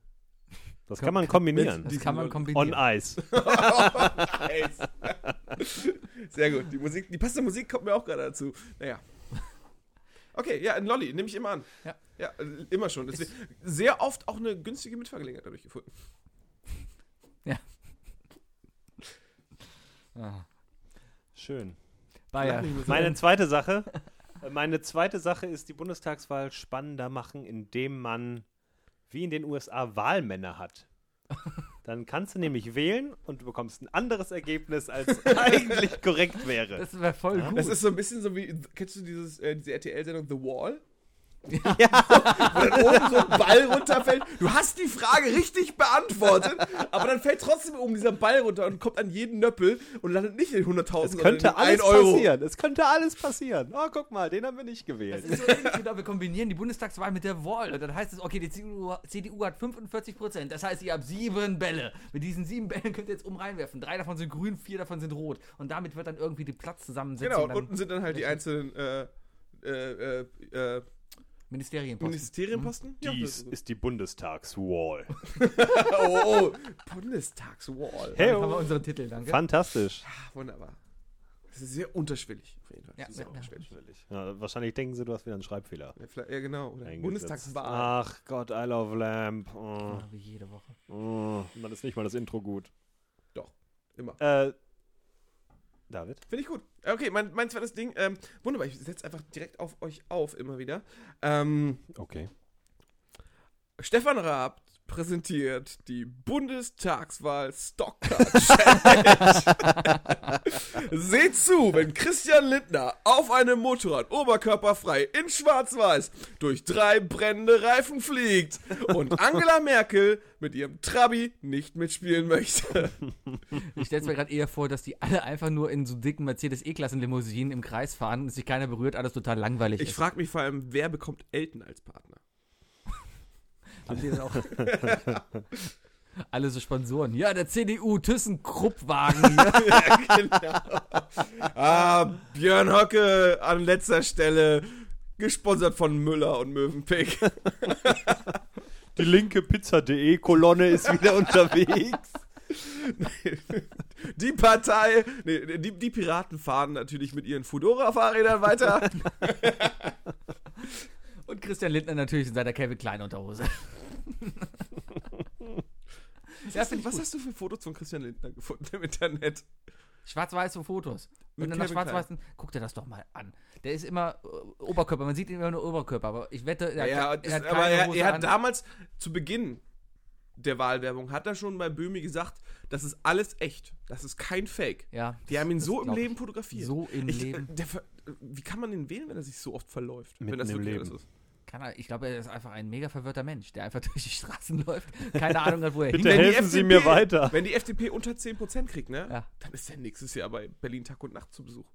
A: Das
B: Komm,
A: kann man kombinieren.
B: Das kann man
A: On
B: kombinieren.
A: Ice.
D: Eis. [LAUGHS] Sehr gut. Die, Musik, die passende Musik kommt mir auch gerade dazu. Naja. Okay, ja, ein Lolli, nehme ich immer an.
B: Ja.
D: Ja, äh, immer schon. Deswegen, sehr oft auch eine günstige Mitfahrgelegenheit dadurch gefunden.
B: Ja. Ah,
A: Schön. Ah,
B: Bayer.
A: Meine zweite Sache. Äh, Meine zweite Sache ist die Bundestagswahl spannender machen, indem man wie in den USA Wahlmänner hat. Dann kannst du nämlich wählen und du bekommst ein anderes Ergebnis, als [LAUGHS] eigentlich korrekt wäre.
B: Das wäre voll gut.
D: Das ist so ein bisschen so wie, kennst du dieses, äh, diese RTL-Sendung The Wall? Ja. [LAUGHS] Wo dann oben so ein Ball runterfällt. Du hast die Frage richtig beantwortet, aber dann fällt trotzdem oben dieser Ball runter und kommt an jeden Nöppel und landet nicht in den 100.000,
A: Es könnte
D: in den
A: alles
D: 1 Euro.
A: passieren. Es könnte alles passieren. Oh, guck mal, den haben wir nicht
B: Das
A: gewählt.
B: ist so ähnlich, genau, wir kombinieren die Bundestagswahl mit der Wall. Und dann heißt es, okay, die CDU, CDU hat 45 Prozent. Das heißt, ihr habt sieben Bälle. Mit diesen sieben Bällen könnt ihr jetzt oben reinwerfen. Drei davon sind grün, vier davon sind rot. Und damit wird dann irgendwie die Platzzusammensetzung
D: Genau, und
B: dann
D: unten sind dann halt die einzelnen äh, äh, äh, äh,
B: Ministerienposten.
D: Ministerienposten.
A: [LAUGHS]
D: Ja,
A: Dies
D: das ist
A: ist die Bundestagswall.
D: so. oh, [LAUGHS] oh, Bundestagswall.
A: Hey,
B: Damit haben wir unseren Titel, danke.
A: fantastisch.
D: Ah, wunderbar. Das ist sehr unterschwellig, auf jeden Fall.
B: Ja,
D: das ist
B: ja,
D: sehr
B: ja.
D: unterschwellig.
A: Ja, wahrscheinlich denken sie, du hast wieder einen Schreibfehler.
D: Ja, vielleicht- ja, genau. Oder
A: eingesetzt.
D: Bundestagswahl.
A: Ach Gott, I love Lamp. Oh,
B: Ja, Ah, Wie jede Woche.
A: oh. Und dann ist nicht mal das Intro gut.
D: Doch, immer.
A: Äh, David?
D: Finde ich gut. Okay, mein, mein zweites Ding. Ähm, wunderbar, ich setze einfach direkt auf euch auf, immer wieder. Ähm,
A: Okay.
D: Stefan Raab präsentiert die Bundestagswahl Stockcard [LAUGHS] Challenge. Seht zu, wenn Christian Lindner auf einem Motorrad oberkörperfrei in Schwarz-Weiß durch drei brennende Reifen fliegt und Angela Merkel mit ihrem Trabi nicht mitspielen möchte.
B: Ich stelle mir gerade eher vor, dass die alle einfach nur in so dicken Mercedes-E-Klassen-Limousinen im Kreis fahren und sich keiner berührt, alles total langweilig
D: Ich
B: ist.
D: frage mich vor allem, wer bekommt Elton als Partner?
B: Habt ihr das auch? [LAUGHS] alle so Sponsoren. Ja, der CDU ThyssenKrupp-Wagen hier.
D: [LAUGHS] Ah, Björn Höcke an letzter Stelle. Gesponsert von Müller und Mövenpick.
A: Die linke Pizza.de Kolonne ist wieder [LAUGHS] unterwegs.
D: Die Partei, nee, die, die Piraten fahren natürlich mit ihren Fudora-Fahrrädern
B: [LAUGHS]
D: weiter.
B: Und Christian Lindner natürlich in seiner Calvin Klein Unterhose. ja, finde ich
D: Was
B: gut.
D: hast du für Fotos von Christian Lindner gefunden im Internet?
B: Schwarz-weiße Fotos. Wenn
D: Mit
B: du nach
D: Calvin
B: schwarz-weißen, guck dir das doch mal an. Der ist immer äh, Oberkörper, man sieht ihn immer nur Oberkörper, aber ich wette, er,
D: Ja,
B: hat,
D: das-
B: er hat
D: aber
B: keine
D: er,
B: Hose
D: er
B: an.
D: hat damals zu Beginn der Wahlwerbung hat er schon bei Böhmi gesagt, das ist alles echt, das ist kein Fake.
B: ja,
D: Die haben ihn
B: das
D: so im
B: glaub ich.
D: Leben fotografiert.
B: So im
D: ich, äh,
B: Leben.
D: Der, ver- wie kann man den wählen, wenn er sich so oft verläuft?
A: Mitten
D: wenn das
A: im
D: wirklich
A: Leben.
D: alles ist.
B: Kann er, ich glaube, er ist einfach ein mega verwirrter Mensch, der einfach [LAUGHS] durch die Straßen läuft. Keine Ahnung hat, wo er hin
A: Bitte
D: Wenn die
A: helfen Sie
D: FDP
A: mir weiter.
D: Wenn die FDP unter 10% kriegt, ne?
B: Ja.
D: Dann ist er nächstes Jahr bei Berlin Tag und Nacht zu Besuch.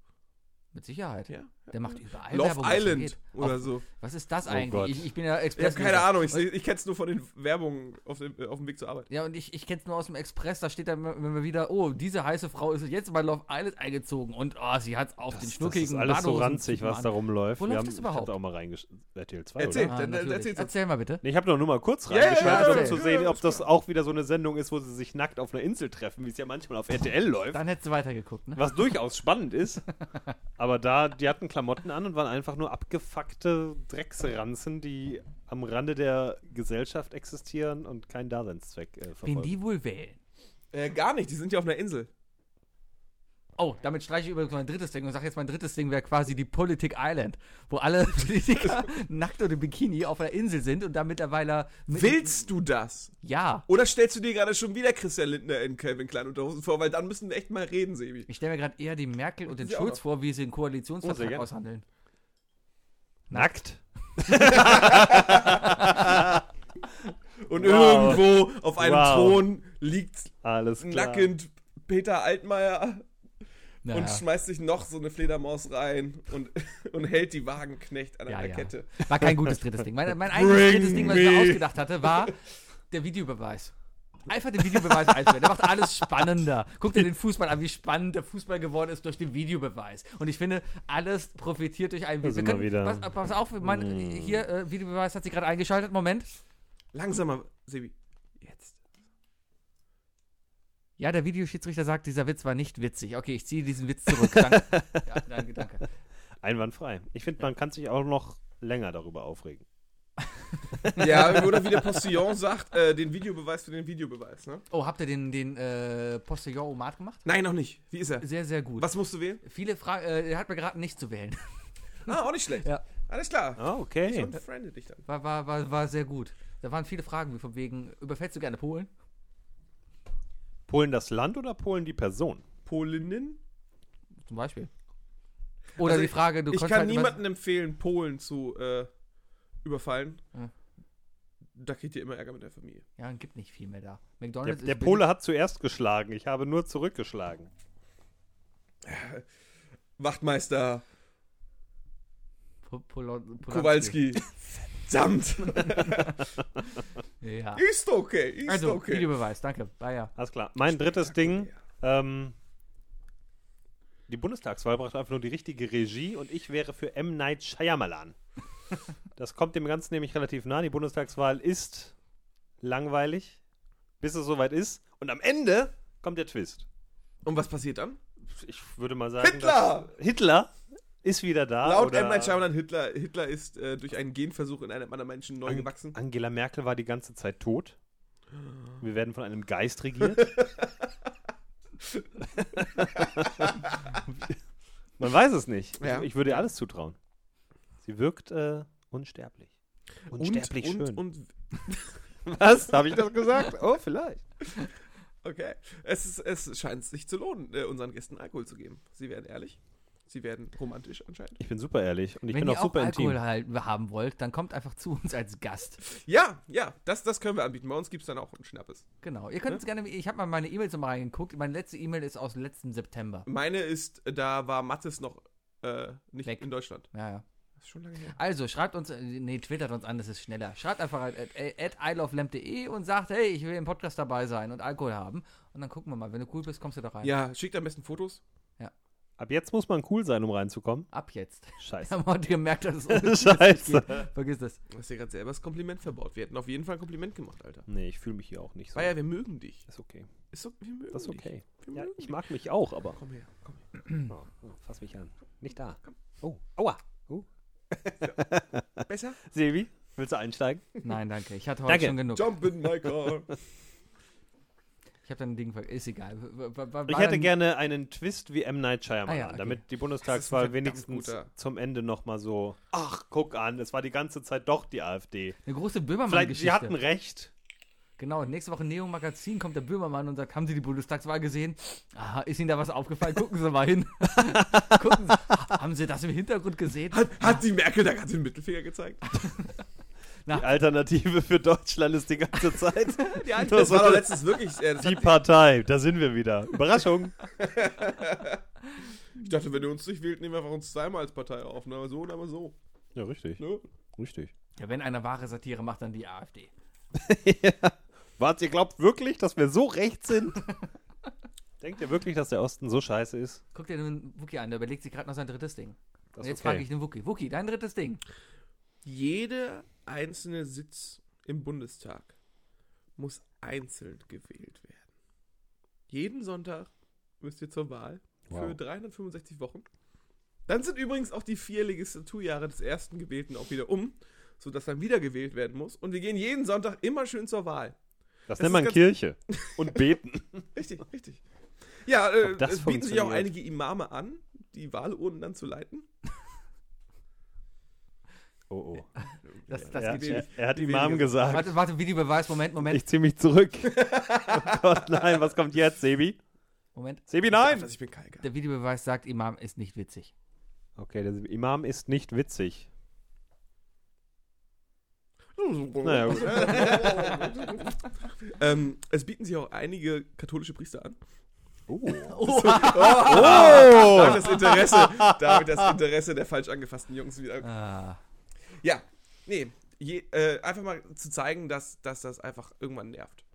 B: Mit Sicherheit.
D: Ja.
B: Der macht überall
D: Love
B: Werbung, was er
D: Island
B: geht.
D: oder
B: Auf-
D: so.
B: Was ist das
A: Oh Gott.
B: eigentlich? ich, ich bin ja
D: Ich
B: Express.
D: habe keine Ahnung, ich, ich kenne es nur von den Werbungen auf dem, auf dem Weg zur Arbeit.
B: Ja, und ich, ich kenn's nur aus dem Express, da steht dann immer- wenn wir wieder, oh, diese heiße Frau ist jetzt bei Love Island eingezogen und oh, sie hat's auf den
A: Das ist
B: schnuckligen
A: alles so
B: Badehosen-
A: ranzig, was da rumläuft.
B: Wo
A: Wir
B: läuft
A: haben,
B: das
A: Ich
B: überhaupt?
A: hab da auch mal reingeschaut. RTL 2,
D: Erzähl.
A: oder?
B: Ah,
D: Dann- dann
B: natürlich.
D: erzähl's
B: erzähl,
D: doch.
B: mal bitte.
A: Nee, ich habe doch nur mal kurz
D: Ja, ja,
A: reingeschaltet,
B: ja,
A: um
B: erzähl.
A: zu
D: Ja,
A: sehen,
D: ja,
A: ob das auch wieder so eine Sendung ist, wo sie sich nackt auf einer Insel treffen, wie es ja manchmal auf RTL läuft.
B: Dann hättest du weitergeguckt, ne?
A: Was durchaus spannend
B: [LAUGHS]
A: ist. Aber da, die hatten Klamotten an und waren einfach nur abgefuckte Drecksranzen, die am Rande der Gesellschaft existieren und keinen Daseinszweck äh,
B: Wen
A: verfolgen.
B: die wohl wählen?
D: Äh, gar nicht, die sind ja auf einer Insel.
B: Oh, damit streiche ich übrigens mein drittes Ding und sage jetzt, mein drittes Ding wäre quasi die Politik Island, wo alle [LAUGHS] Politiker nackt oder im Bikini auf einer Insel sind und da mittlerweile. mit-
D: Willst du das?
B: Ja.
D: Oder stellst du dir gerade schon wieder Christian Lindner in Calvin Klein Unterhosen vor? Weil dann müssen wir echt mal reden, Sebi.
B: Ich stelle mir gerade eher die Merkel und den
D: Sie auch
B: Schulz
D: noch.
B: vor, wie sie
A: Oh,
B: den
A: sehr
B: Koalitionsvertrag
A: gerne.
B: aushandeln.
A: Nackt?
D: Und
A: Wow.
D: irgendwo auf einem
A: Wow.
D: Thron liegt
A: Alles klar.
D: nackend Peter Altmaier
B: Naja.
D: und schmeißt sich noch so eine Fledermaus rein und, [LAUGHS] und hält die Wagenknecht an
B: Ja,
D: einer
B: ja.
D: Kette.
B: War kein gutes drittes Ding.
A: [LAUGHS]
B: Mein, mein einziges
D: Bring
B: drittes Ding, was ich mir
D: me.
B: ausgedacht hatte, war der Videobeweis. Einfach den Videobeweis einführen. Der macht alles spannender. Guck dir den Fußball an, wie spannend der Fußball geworden ist durch den Videobeweis. Und ich finde, alles profitiert durch einen
A: Da sind wir wieder. Mm.
B: Pass, pass auf, mein, hier, äh, Videobeweis hat sich gerade eingeschaltet. Moment.
D: Langsamer, Sebi. Jetzt.
B: Ja, der Videoschiedsrichter sagt, dieser Witz war nicht witzig. Okay, ich ziehe diesen Witz zurück. Danke. ja, danke, danke.
A: Einwandfrei. Ich finde, man kann sich auch noch länger darüber aufregen.
D: Ja, oder wie der Postillon sagt, äh, den Videobeweis für den Videobeweis, ne?
B: Oh, habt ihr den, den äh, Postillon Omat gemacht?
D: Nein, noch nicht. Wie ist er?
B: Sehr, sehr gut.
D: Was musst
B: [LAUGHS]
D: du wählen?
B: Viele Fragen, äh, er hat mir geraten, nicht zu wählen.
D: Ah, auch nicht schlecht.
B: Ja.
D: Alles klar.
A: Ah,
D: Ich
A: okay.
D: unfriende dich dann.
B: War, war, war, war sehr gut. Da waren viele Fragen, wie von wegen, überfällst du gerne Polen?
A: Polen das Land oder Polen die Person?
D: Polinnen?
B: Zum Beispiel. Oder
D: Also
B: die Frage, du
D: ich
B: konntest
D: kann
B: halt über-
D: niemandem empfehlen, Polen zu äh, überfallen.
B: Ja.
D: Da kriegt ihr immer Ärger mit der Familie.
B: Ja, gibt nicht viel mehr da.
A: Der,
B: McDonalds
A: der
B: ist
A: Pole hat zuerst geschlagen, ich habe nur zurückgeschlagen.
D: Wachtmeister
B: billig. Po- Polo- Polanski. [LAUGHS]
D: Kowalski. Verdammt!
B: Ja.
D: ist okay, ist
B: Also,
D: okay.
B: Videobeweis, danke. Ah, Bayer.
A: Alles klar. Mein drittes Ding. Ähm, die Bundestagswahl braucht einfach nur die richtige Regie und ich wäre für M. Night Shyamalan. Das kommt dem Ganzen nämlich relativ nah. Die Bundestagswahl ist langweilig, bis es soweit ist. Und am Ende kommt der Twist.
D: Und was passiert dann?
A: Ich würde mal sagen,
D: Hitler!
A: Dass Hitler ist wieder da.
D: Laut
A: oder
D: M. Night Shyamalan Hitler, Hitler ist äh, durch einen Genversuch in einem anderen Menschen neu
A: Ang-
D: gewachsen.
A: Angela Merkel war die ganze Zeit
D: [GASPS]
A: tot. Wir werden von einem Geist
D: [LAUGHS]
A: regiert. Man weiß es nicht.
D: Ja.
A: Ich, ich würde ihr alles zutrauen. Sie wirkt äh, unsterblich. Unsterblich [LAUGHS]
D: und,
A: schön.
D: Und,
A: Was? Habe ich das gesagt? Oh, vielleicht.
D: okay. Es, ist, es scheint sich zu lohnen, äh, unseren Gästen Alkohol zu geben. Sie werden ehrlich. Sie werden romantisch anscheinend.
A: Ich bin super ehrlich und ich
B: Wenn
A: bin
B: ihr
A: auch super intim.
B: Alkohol halt haben wollt, dann kommt einfach zu uns als Gast.
D: Ja, ja, das, das können wir anbieten. Bei uns gibt es dann auch einen Schnappes.
B: Genau. Ihr könnt uns gerne, ich habe mal meine E-Mails nochmal reingeguckt. Meine letzte E-Mail ist aus dem letzten September.
D: Meine ist, da war Mattes noch äh, nicht
B: Weg.
D: in Deutschland.
B: Ja, ja.
D: Das ist schon lange her.
B: Also, schreibt uns, äh, nee, twittert uns an, das ist schneller. Schreibt einfach at, äh, at, at ilovelamp.de und sagt, hey, ich will im Podcast dabei sein und Alkohol haben. Und dann gucken wir mal, wenn du cool bist, kommst du da rein.
D: Ja, schickt am besten Fotos.
A: Ab jetzt muss man cool sein, um
B: [LAUGHS]
A: reinzukommen.
B: Ab jetzt.
A: Scheiße.
B: Haben wir heute
A: [LAUGHS]
B: gemerkt, dass es
A: Scheiße.
B: geht. Vergiss das.
D: Du hast dir gerade selber das Kompliment verbaut. Wir hätten auf jeden Fall ein Kompliment gemacht, Alter.
A: Nee, ich fühle mich hier auch nicht so.
D: Bayer, wir mögen dich.
A: Ist okay.
D: Ist so, wir mögen
A: Das ist
D: dich.
A: okay.
D: Wir
A: Ja,
D: mögen
A: ich
D: dich.
A: mag mich auch, aber.
D: Komm her, komm her.
A: Oh, oh, fass mich an. Nicht da. Oh, aua. Oh.
D: Besser?
A: Silvi, willst du einsteigen?
B: Nein, danke. Ich hatte heute
A: Danke.
B: schon genug.
D: Jump in my car.
B: Ich habe dein Ding ver... Ist egal. W- w- war
A: Ich hätte
B: dann-
A: gerne einen Twist wie M. Night Shyamalan,
B: Ah ja, okay.
A: damit die
D: Das
A: Bundestagswahl
D: ist ein verdammt
A: wenigstens
D: guter-
A: zum Ende nochmal so, ach, guck an, es war die ganze Zeit doch die AfD.
B: Eine große
A: Vielleicht, sie hatten
B: Böhmermann-Geschichte.
A: recht.
B: Genau, nächste Woche Neo Magazin kommt der Böhmermann und sagt, haben Sie die Bundestagswahl gesehen? Aha, ist Ihnen da was aufgefallen? Gucken Sie mal hin. [LAUGHS] Gucken Sie. Ha- Haben Sie das im Hintergrund gesehen?
D: Hat, hat die Merkel da gerade den Mittelfinger gezeigt?
A: Die Alternative für Deutschland ist [LAUGHS] die ganze Zeit
D: Die eine-
A: Das
D: das war
A: war-
D: doch letztens wirklich. Äh, das
A: die
D: hat,
A: Partei. Da sind wir wieder. Überraschung.
D: ich dachte, wenn ihr uns nicht wählt, nehmen wir einfach uns zweimal als Partei auf. Ne? Aber so und aber so.
A: Ja, richtig.
D: Ne?
A: Richtig.
B: Ja, wenn einer wahre Satire macht, dann die AfD.
A: [LAUGHS] Was, ihr glaubt wirklich, dass wir so recht sind? Denkt ihr wirklich, dass der Osten so scheiße ist?
B: Guck dir den Wookie an, der überlegt sich gerade noch sein drittes Ding.
A: Das
B: Und
A: ist
B: jetzt
A: okay.
B: frage ich den Wookie. Wookie, dein drittes Ding.
D: Jeder einzelne Sitz im Bundestag muss einzeln gewählt werden. Jeden Sonntag müsst ihr zur Wahl für
A: Wow.
D: 365 Wochen. Dann sind übrigens auch die vier Legislaturjahre des ersten Gewählten auch wieder um, sodass dann wieder gewählt werden muss. Und wir gehen jeden Sonntag immer schön zur Wahl.
A: Das, nennt
D: Das ist
A: man
B: [LAUGHS]
D: ganz-
A: Kirche. Und beten.
D: Richtig, richtig. Ja, äh,
A: Ob das
D: es bieten sich auch
A: funktioniert?
D: einige Imame an, die Wahlurnen dann zu leiten.
A: Oh,
B: [LAUGHS]
A: oh.
B: Das, das
A: er,
B: geht eh.
D: die-
A: er, er hat
D: die
A: Imam
D: wenige-
A: gesagt.
B: Warte, warte, Videobeweis, Moment, Moment.
A: Ich ziehe mich
B: [LAUGHS]
A: zurück. oh Gott, nein, was kommt jetzt, Sebi?
B: Moment.
A: Sebi,
D: Ich,
A: nein!
D: dachte, also ich bin Kalker.
B: Der Videobeweis sagt, Imam ist nicht witzig.
A: Okay, der Imam ist nicht witzig.
B: Oh.
A: Naja, gut.
B: [LAUGHS]
D: ähm, es bieten sich auch einige katholische Priester an.
A: [LAUGHS]
B: Oh,
D: Da das Interesse, da das Interesse der falsch angefassten Jungs wieder
B: ah,
D: Ja, nee. Je, äh, einfach mal zu zeigen, dass, dass das einfach irgendwann nervt.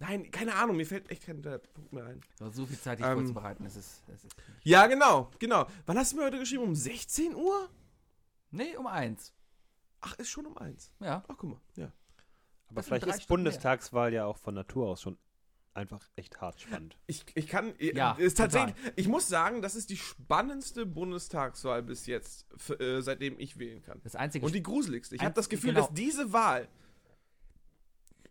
D: Nein, keine Ahnung, mir fällt echt kein äh, Punkt mehr ein.
B: so viel Zeit, dich
D: Ähm.
B: vorzubereiten. Es ist, es ist
D: Ja, genau, genau. Wann hast du mir heute geschrieben? Um 16 Uhr?
B: Nee, um eins.
D: Ach, ist schon um eins.
B: Ja.
D: Ach, guck mal, ja.
A: Aber
B: Das sind
A: vielleicht
B: drei
A: ist
B: Stunden mehr.
A: Bundestagswahl ja auch von Natur aus schon einfach echt hart spannend.
D: Ich, ich kann, äh,
B: Ja,
D: ist
B: total.
D: tatsächlich, ich muss sagen, das ist die spannendste Bundestagswahl bis jetzt, f- äh, seitdem ich wählen kann.
B: Das einzige
D: Und die gruseligste. Ich
B: Ein-
D: habe das Gefühl,
B: genau.
D: dass diese Wahl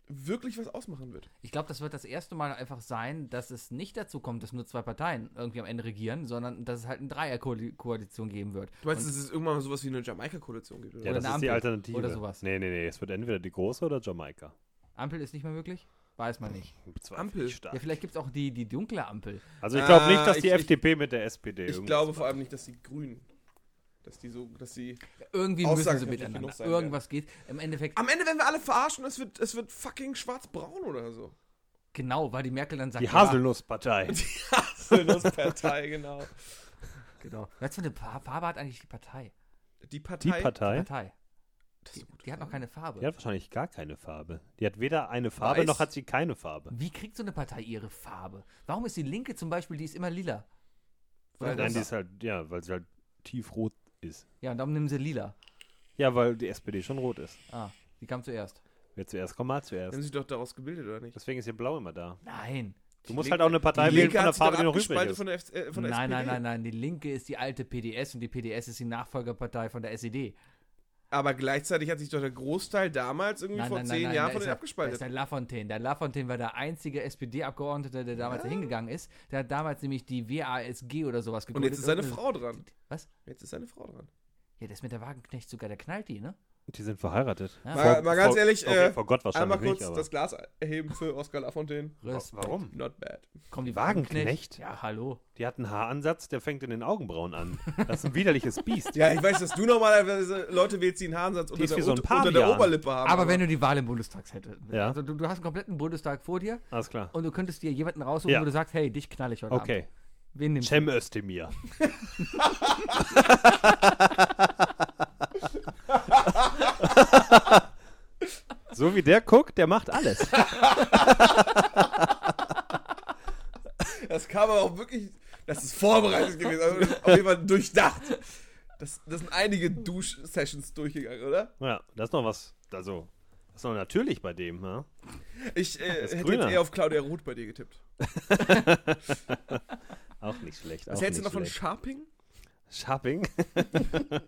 D: wirklich was ausmachen wird.
B: Ich glaube, das wird das erste Mal einfach sein, dass es nicht dazu kommt, dass nur zwei Parteien irgendwie am Ende regieren, sondern dass es halt eine Dreierkoalition geben wird.
D: Du meinst, dass es irgendwann mal sowas wie eine Jamaika-Koalition gibt? Oder?
A: Ja,
B: Oder
A: das
B: eine
A: ist die
B: Ampel
A: Alternative.
B: oder sowas.
A: Nee, nee, nee. Es wird entweder die große oder Jamaika.
B: Und Ampel ist nicht mehr möglich? Weiß man nicht.
A: Bezweifle
D: Ampel.
A: ich stark.
B: Ja, vielleicht gibt es auch die, die dunkle Ampel.
A: Also ich glaube
D: Ah,
A: nicht, dass die
D: ich- ich-
A: FDP mit der SPD
D: ich
A: irgendwas
D: glaube
A: macht.
D: vor allem nicht, dass die Grünen, dass die so, dass die...
B: Irgendwie müssen sie
D: Aussagekräftig genug
B: miteinander.
D: sein
B: Irgendwas geht. Im Endeffekt,
D: Am Ende werden wir alle verarschen, es wird, es wird fucking schwarz-braun
A: [LAUGHS]
D: oder so.
B: genau, weil die Merkel dann sagt,
A: Die
B: ja,
A: Haselnusspartei.
D: Sinnungspartei, genau.
B: Genau. Was für eine Fa- Farbe hat eigentlich die Partei?
D: Die
A: Die
D: Partei...
A: Partei,
B: Partei.
D: Das
B: Die,
D: ist eine gute
B: die hat noch
D: Frage.
B: keine Farbe.
A: die hat wahrscheinlich gar keine Farbe. Die hat weder eine Farbe
D: Weiß.
A: noch hat sie keine Farbe.
B: Wie kriegt so eine Partei ihre Farbe? Warum ist die Linke zum Beispiel, die ist immer lila? Oder
A: Nein, die
B: rosa?
A: ist halt, ja, weil sie halt tiefrot ist.
B: ja, und darum nehmen sie lila.
A: Ja, weil die SPD schon rot ist.
B: Ah, die kam zuerst.
A: Wer zuerst kommt, mal
D: Haben
A: zuerst.
D: sie doch daraus gebildet, oder nicht?
A: Deswegen ist hier blau immer da.
B: Nein.
A: Du musst
D: Linke-
A: halt auch eine Partei
D: Die
A: wählen
D: Linke
A: von der
D: hat sich
A: Farbe,
D: doch
A: die noch übrig
D: abgespalten
A: ist.
D: Von der, F äh, von der
B: Nein,
D: SPD.
B: nein, nein, nein. Die Linke ist die alte PDS und die PDS ist die Nachfolgerpartei von der E SED.
D: Aber gleichzeitig hat sich doch der Großteil damals irgendwie
B: Nein,
D: vor
B: nein, nein,
D: zehn
B: nein,
D: Jahren
B: da
D: von
B: ist
D: denen
B: der- Da ist
D: abgespaltet.
B: der Lafontaine. Der Lafontaine war der einzige SPD-Abgeordnete, der damals hingegangen ist. Der hat damals nämlich die WASG oder sowas
D: Und
B: gegründet.
D: jetzt ist seine
B: Irgendeine-
D: Frau dran.
B: Was?
D: Jetzt ist seine Frau dran.
B: Ja, das mit der Wagenknecht sogar, der knallt die, ne?
A: Die sind verheiratet.
B: Ja.
D: Mal- mal ganz ehrlich,
A: okay,
D: äh,
A: vor Gott wahrscheinlich
D: Einmal kurz
A: nicht, aber.
D: das Glas erheben für Oscar Lafontaine.
B: Respekt.
D: Not bad.
B: Komm, die
A: Wagenknecht?
B: Ja, hallo.
A: Die hat einen Haaransatz, der fängt in den Augenbrauen an. Das ist ein widerliches Biest.
D: Ja, ich weiß, dass du normalerweise Leute wählst, die einen Haarensatz unter,
A: ist wie
D: der,
A: so ein
D: Ot- unter der
A: Pavian.
D: Oberlippe haben.
B: Aber wenn du die Wahl im Bundestag hättest.
A: Ja.
B: Also du, du hast einen kompletten Bundestag vor dir
A: Alles klar.
B: und du könntest dir jemanden raussuchen,
A: Ja.
B: wo du sagst, hey, dich knall ich heute Abend.
A: Okay.
B: Wen nimmst du?
A: Cem Özdemir. so wie der guckt, der macht alles.
D: Das kam aber auch wirklich. Das ist vorbereitet gewesen. Also auf jeden Fall durchdacht. Das, das sind einige Dusch-Sessions durchgegangen, oder?
A: Ja, das ist noch was. Also, das ist noch natürlich bei dem, ne? ja?
D: Ich äh,
A: ist
D: hätte
A: grüner.
D: jetzt eher auf Claudia Roth bei dir getippt.
A: Auch nicht schlecht.
D: Was
A: auch
D: hältst du
A: nicht
D: noch von
A: schlecht.
D: Sharping?
A: Schapping?
D: [LAUGHS]
A: ja,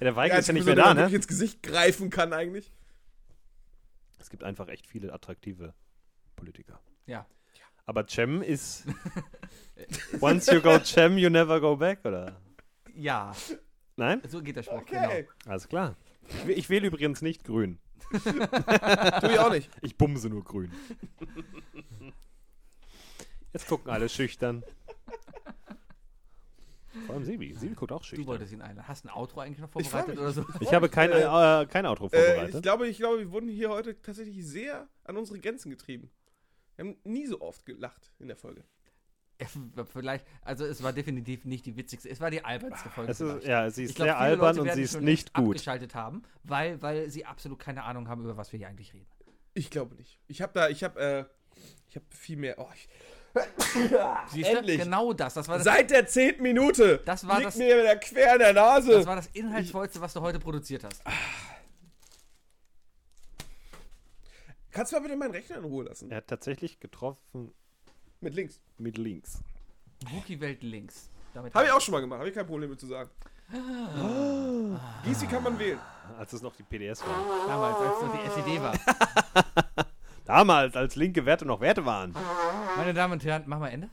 A: der Weigel ist ja nicht
D: so,
A: mehr da,
D: der wirklich
A: ne?
D: ins Gesicht greifen kann eigentlich.
A: Es gibt einfach echt viele attraktive Politiker.
B: Ja.
A: Aber Cem
D: [LAUGHS]
A: ist. Once you go Cem, you never go back, oder?
B: Ja,
A: Nein?
B: so geht der Spruch,
D: Okay.
A: Alles klar. Ich, wäh- ich wähle übrigens nicht grün.
D: Tu ich auch nicht.
A: Ich bumse nur grün. Jetzt gucken alle schüchtern. Vor allem Sebi. Sebi guckt auch
B: genau. Du
A: schüchtern.
B: wolltest ihn einladen. Hast du ein Outro eigentlich noch
D: Ich freu
B: vorbereitet
D: mich.
B: oder so? [LAUGHS]
A: Ich habe kein, äh, kein Outro
D: Äh,
A: vorbereitet.
D: ich, glaube, ich glaube, wir wurden hier heute tatsächlich sehr an unsere Grenzen getrieben. Wir haben nie so oft gelacht in der Folge.
B: Vielleicht, also es war definitiv nicht die witzigste, es war die albernste Folge.
A: es ist,
B: vielleicht.
A: ja, sie ist
B: Ich glaub,
A: sehr
B: viele
A: albern
B: Leute
A: und sie
B: werden
A: ist
B: schon
A: nicht
B: längst
A: gut.
B: abgeschaltet haben, weil, weil sie absolut keine Ahnung haben, über was wir hier eigentlich reden.
D: Ich glaube nicht. Ich habe da, ich habe, äh, ich habe viel mehr. Oh, [COUGHS] ich,
B: Siehst du?
D: Endlich.
B: Genau das. Das war das,
D: Seit der zehnten Minute
B: Das war
D: liegt
B: das-
D: mir wieder quer in der Nase.
B: das war das Inhaltsvollste, was du heute produziert hast.
D: Kannst du mal bitte meinen Rechner in Ruhe lassen?
A: Er hat tatsächlich getroffen
D: Mit links.
A: mit links.
B: Wookie-Welt links. Damit
D: Habe ich auch schon mal gemacht. Habe ich kein Problem mit zu sagen. Gysi kann man wählen.
A: Als es noch die PDS war.
B: damals, als noch die SED war.
A: Damals, als linke Werte noch Werte waren.
B: Meine Damen und Herren, machen wir Ende?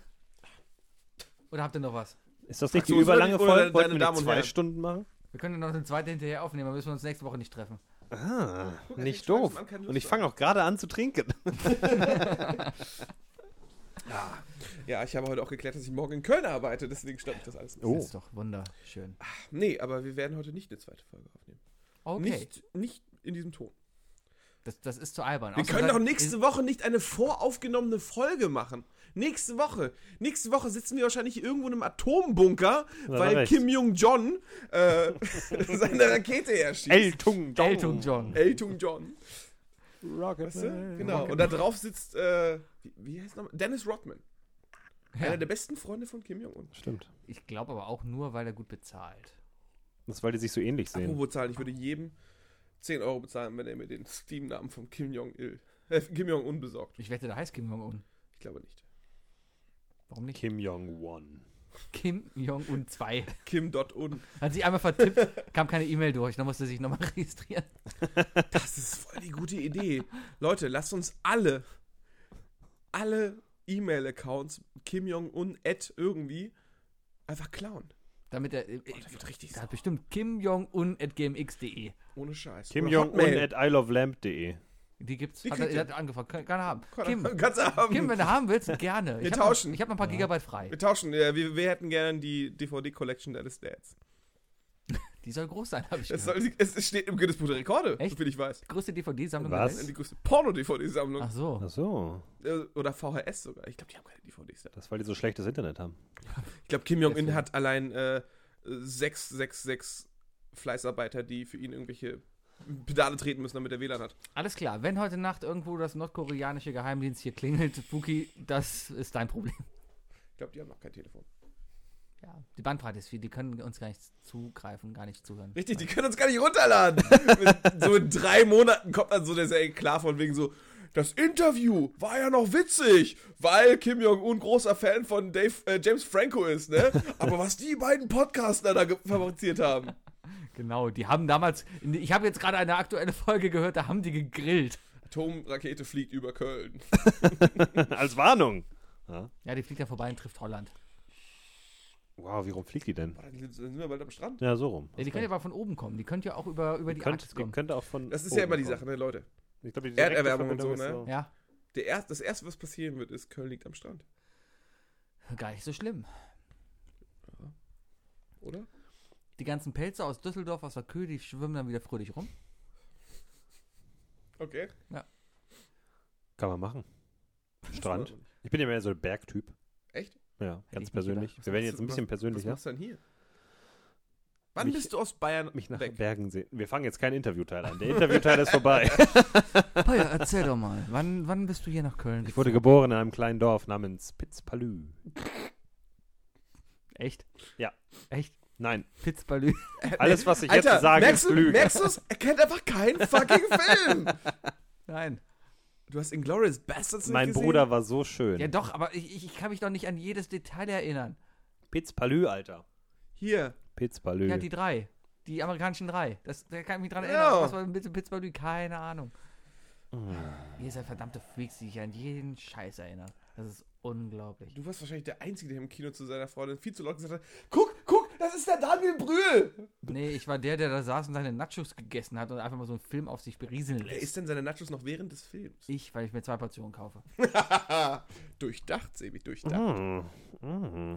B: Oder habt ihr noch was?
A: Ist das nicht
D: Ach so,
A: die
D: das war
A: überlange
D: die- oder
A: Folge? Wollten wir
D: deine Damen
A: nicht
D: und
A: zwei
D: Herren.
A: Stunden machen?
B: Wir können noch eine zweite hinterher aufnehmen, aber müssen wir uns nächste Woche nicht treffen.
A: Ah,
D: Guck, er fängt
A: nicht
D: schon
A: doof.
D: langsam an, keine Lust
A: Und ich
D: mehr.
A: fange auch gerade an zu trinken.
D: Ja, ich habe heute auch geklärt, dass ich morgen in Köln arbeite. Deswegen stand ich das alles. nicht.
B: Das
A: Oh.
B: ist doch wunderschön.
D: Nee, aber wir werden heute nicht eine zweite Folge aufnehmen.
B: Okay,
D: Nicht, nicht in diesem Ton.
B: das, das ist zu albern.
D: Wir
B: Außer
D: können
B: dann-
D: doch nächste Woche nicht eine voraufgenommene Folge machen. Nächste Woche. Nächste Woche sitzen wir wahrscheinlich irgendwo in einem Atombunker, weil
A: recht.
D: Kim Jong-John äh, [LAUGHS] seine Rakete herschießt.
A: Eltung John.
B: Elton John.
D: Eltung John.
A: Rocket.
D: Weißt du? Genau. Und da drauf sitzt, äh, wie, wie heißt nochmal? Dennis Rodman. Einer der besten Freunde von Kim Jong-un.
A: Stimmt.
B: Ich glaube aber auch nur, weil er gut bezahlt.
A: Das ist, weil die sich so ähnlich sehen.
D: Apropos zahlen, ich würde jedem 10 Euro bezahlen, wenn er mir den Steam-Namen von Kim Jong-il, äh, Kim Jong-un besorgt.
B: Ich wette, da heißt Kim Jong-un.
D: Ich glaube nicht.
B: Warum nicht?
A: Kim Jong-un.
B: Kim Jong-un 2.
D: Kim dot un.
B: Hat sich einmal vertippt, kam keine E-Mail durch, dann musste er sich nochmal [LAUGHS] registrieren.
D: Das ist voll die gute Idee. Leute, lasst uns alle, alle E-Mail-Accounts Kim Jong-un at irgendwie einfach klauen.
B: Damit er.
D: Oh, der wird richtig
B: da
D: sauer.
B: hat bestimmt Kim Jong-un at gmx.de.
D: Ohne Scheiß.
A: Kim
D: Oder
A: Jong-un
D: Hotmail.
A: at isleoflamp.de.
B: Die gibt's.
D: Die
B: hat, er,
D: kriegt
B: er hat angefangen. Kann, kann er haben.
D: Kann- [LAUGHS]
B: Kim,
D: Kannst du haben.
B: Kim, wenn du haben willst, gerne.
D: Wir
B: ich hab
D: tauschen.
B: Noch, ich habe noch ein paar Gigabyte frei.
D: wir tauschen. Ja, wir, wir hätten gerne die DVD-Collection deines Dads.
B: Die soll groß sein, habe ich
D: [LAUGHS] Es,
B: gehört.
D: soll, es es steht im Guinness Buch der Rekorde,
B: Echt?
D: so viel ich weiß.
B: Größte DVD-Sammlung
A: Was?
B: der
D: Die
B: Welt.
D: größte Porno-DVD-Sammlung.
B: Ach so.
A: Ach so,
D: Äh, Oder VHS sogar. Ich glaube, die haben keine DVDs da.
A: das weil die so schlechtes Internet haben.
D: Ich glaube, Kim Jong-un
B: Deswegen.
D: hat allein äh, 666 Fleißarbeiter, die für ihn irgendwelche Pedale treten müssen, damit er WLAN hat.
B: Alles klar. Wenn heute Nacht irgendwo das nordkoreanische Geheimdienst hier klingelt, Fuki, das ist dein Problem. [LAUGHS]
D: Ich glaube, die haben noch kein Telefon.
B: Ja. Die Bandbreite ist viel. Die können uns gar nicht zugreifen, gar nicht zuhören.
D: Richtig, die können uns gar nicht [LAUGHS] runterladen. Mit- so in drei Monaten kommt dann so der Serie klar von wegen so, das Interview war ja noch witzig, weil Kim Jong-un großer Fan von Dave, äh, James Franco ist, ne? Aber was die beiden Podcaster da ge- fabriziert haben.
B: Genau. Die haben damals. Ich habe jetzt gerade eine aktuelle Folge gehört, da haben die gegrillt.
D: Atomrakete fliegt über Köln.
A: [LAUGHS] Als Warnung. Ja.
B: Ja, die fliegt ja vorbei und trifft Holland.
A: Wow, wie rum fliegt die denn?
D: [LAUGHS] Boah, dann sind dann sind wir bald am Strand.
A: Ja, so rum.
B: Ja, die könnt ja aber von oben kommen. Die könnt ja auch über, über die,
A: Könnt-
B: Arktis
A: die
B: kommen.
A: könnte auch von
D: Das ist
A: oben
D: ja immer die
A: kommen.
D: Sache, ne, Leute?
A: Ich glaube, die
D: Erderwärmung und so,
A: direkte Verbindung ist
B: Ja,
D: Der erst, das Erste, was passieren wird, ist, Köln liegt am Strand.
B: gar nicht so schlimm.
D: Oder?
B: Die ganzen Pelze aus Düsseldorf, aus der Kühe, die schwimmen dann wieder fröhlich rum.
D: Okay.
A: Kann man machen. Strand. Ich bin ja mehr so der Bergtyp.
D: Echt?
A: Ja,
B: ich
A: ganz
B: nicht
A: persönlich.
B: gedacht.
A: Wir werden
D: Was
A: jetzt ein
D: machst
A: bisschen
D: du- Was
A: persönlicher.
D: machst du denn hier? Wann
A: Mich-
D: bist du aus Bayern
A: Mich nach
D: weg?
A: Bergen sehen. Wir fangen jetzt keinen Interviewteil an. Der Interviewteil ist [LAUGHS] vorbei.
B: Paya, erzähl doch mal, wann, wann bist du hier nach Köln
A: Ich wurde geboren in einem kleinen Dorf namens Pitzpalü.
B: Echt?
A: Ja.
B: Echt?
A: Nein,
B: Pitzbalü.
A: alles, was ich
D: Alter,
A: jetzt sage,
D: merkst
A: ist
D: du,
A: Lüge.
D: merkst du's? Er kennt einfach keinen fucking
A: [LAUGHS]
D: Film.
B: [LAUGHS] Nein.
D: Du hast Inglourious Bastards nicht
A: Mein
D: gesehen?
A: Bruder war so schön.
B: Ja doch, aber ich, ich, ich kann mich doch nicht an jedes Detail erinnern.
A: Pitzpalü, Alter.
D: Hier.
A: Pitzpalü.
B: Ja, die drei. Die amerikanischen drei. Das, da kann ich mich dran
D: Ja.
B: erinnern. Was war denn bitte Pitzbalü? Keine Ahnung. Ihr seid verdammte Freaks, die sich an jeden Scheiß erinnern. Das ist unglaublich.
D: Du warst wahrscheinlich der Einzige, der im Kino zu seiner Freundin viel zu laut gesagt hat, guck, guck, das ist der Daniel Brühl.
B: Nee, ich war der, der da saß und seine Nachos gegessen hat und einfach mal so einen Film auf sich berieseln
D: Wer
B: lässt.
D: isst denn seine Nachos noch während des
A: [LAUGHS]
D: Films?
B: Ich, weil ich mir zwei Portionen kaufe.
D: durchdacht, Sebi, durchdacht.
A: Mm. Mm.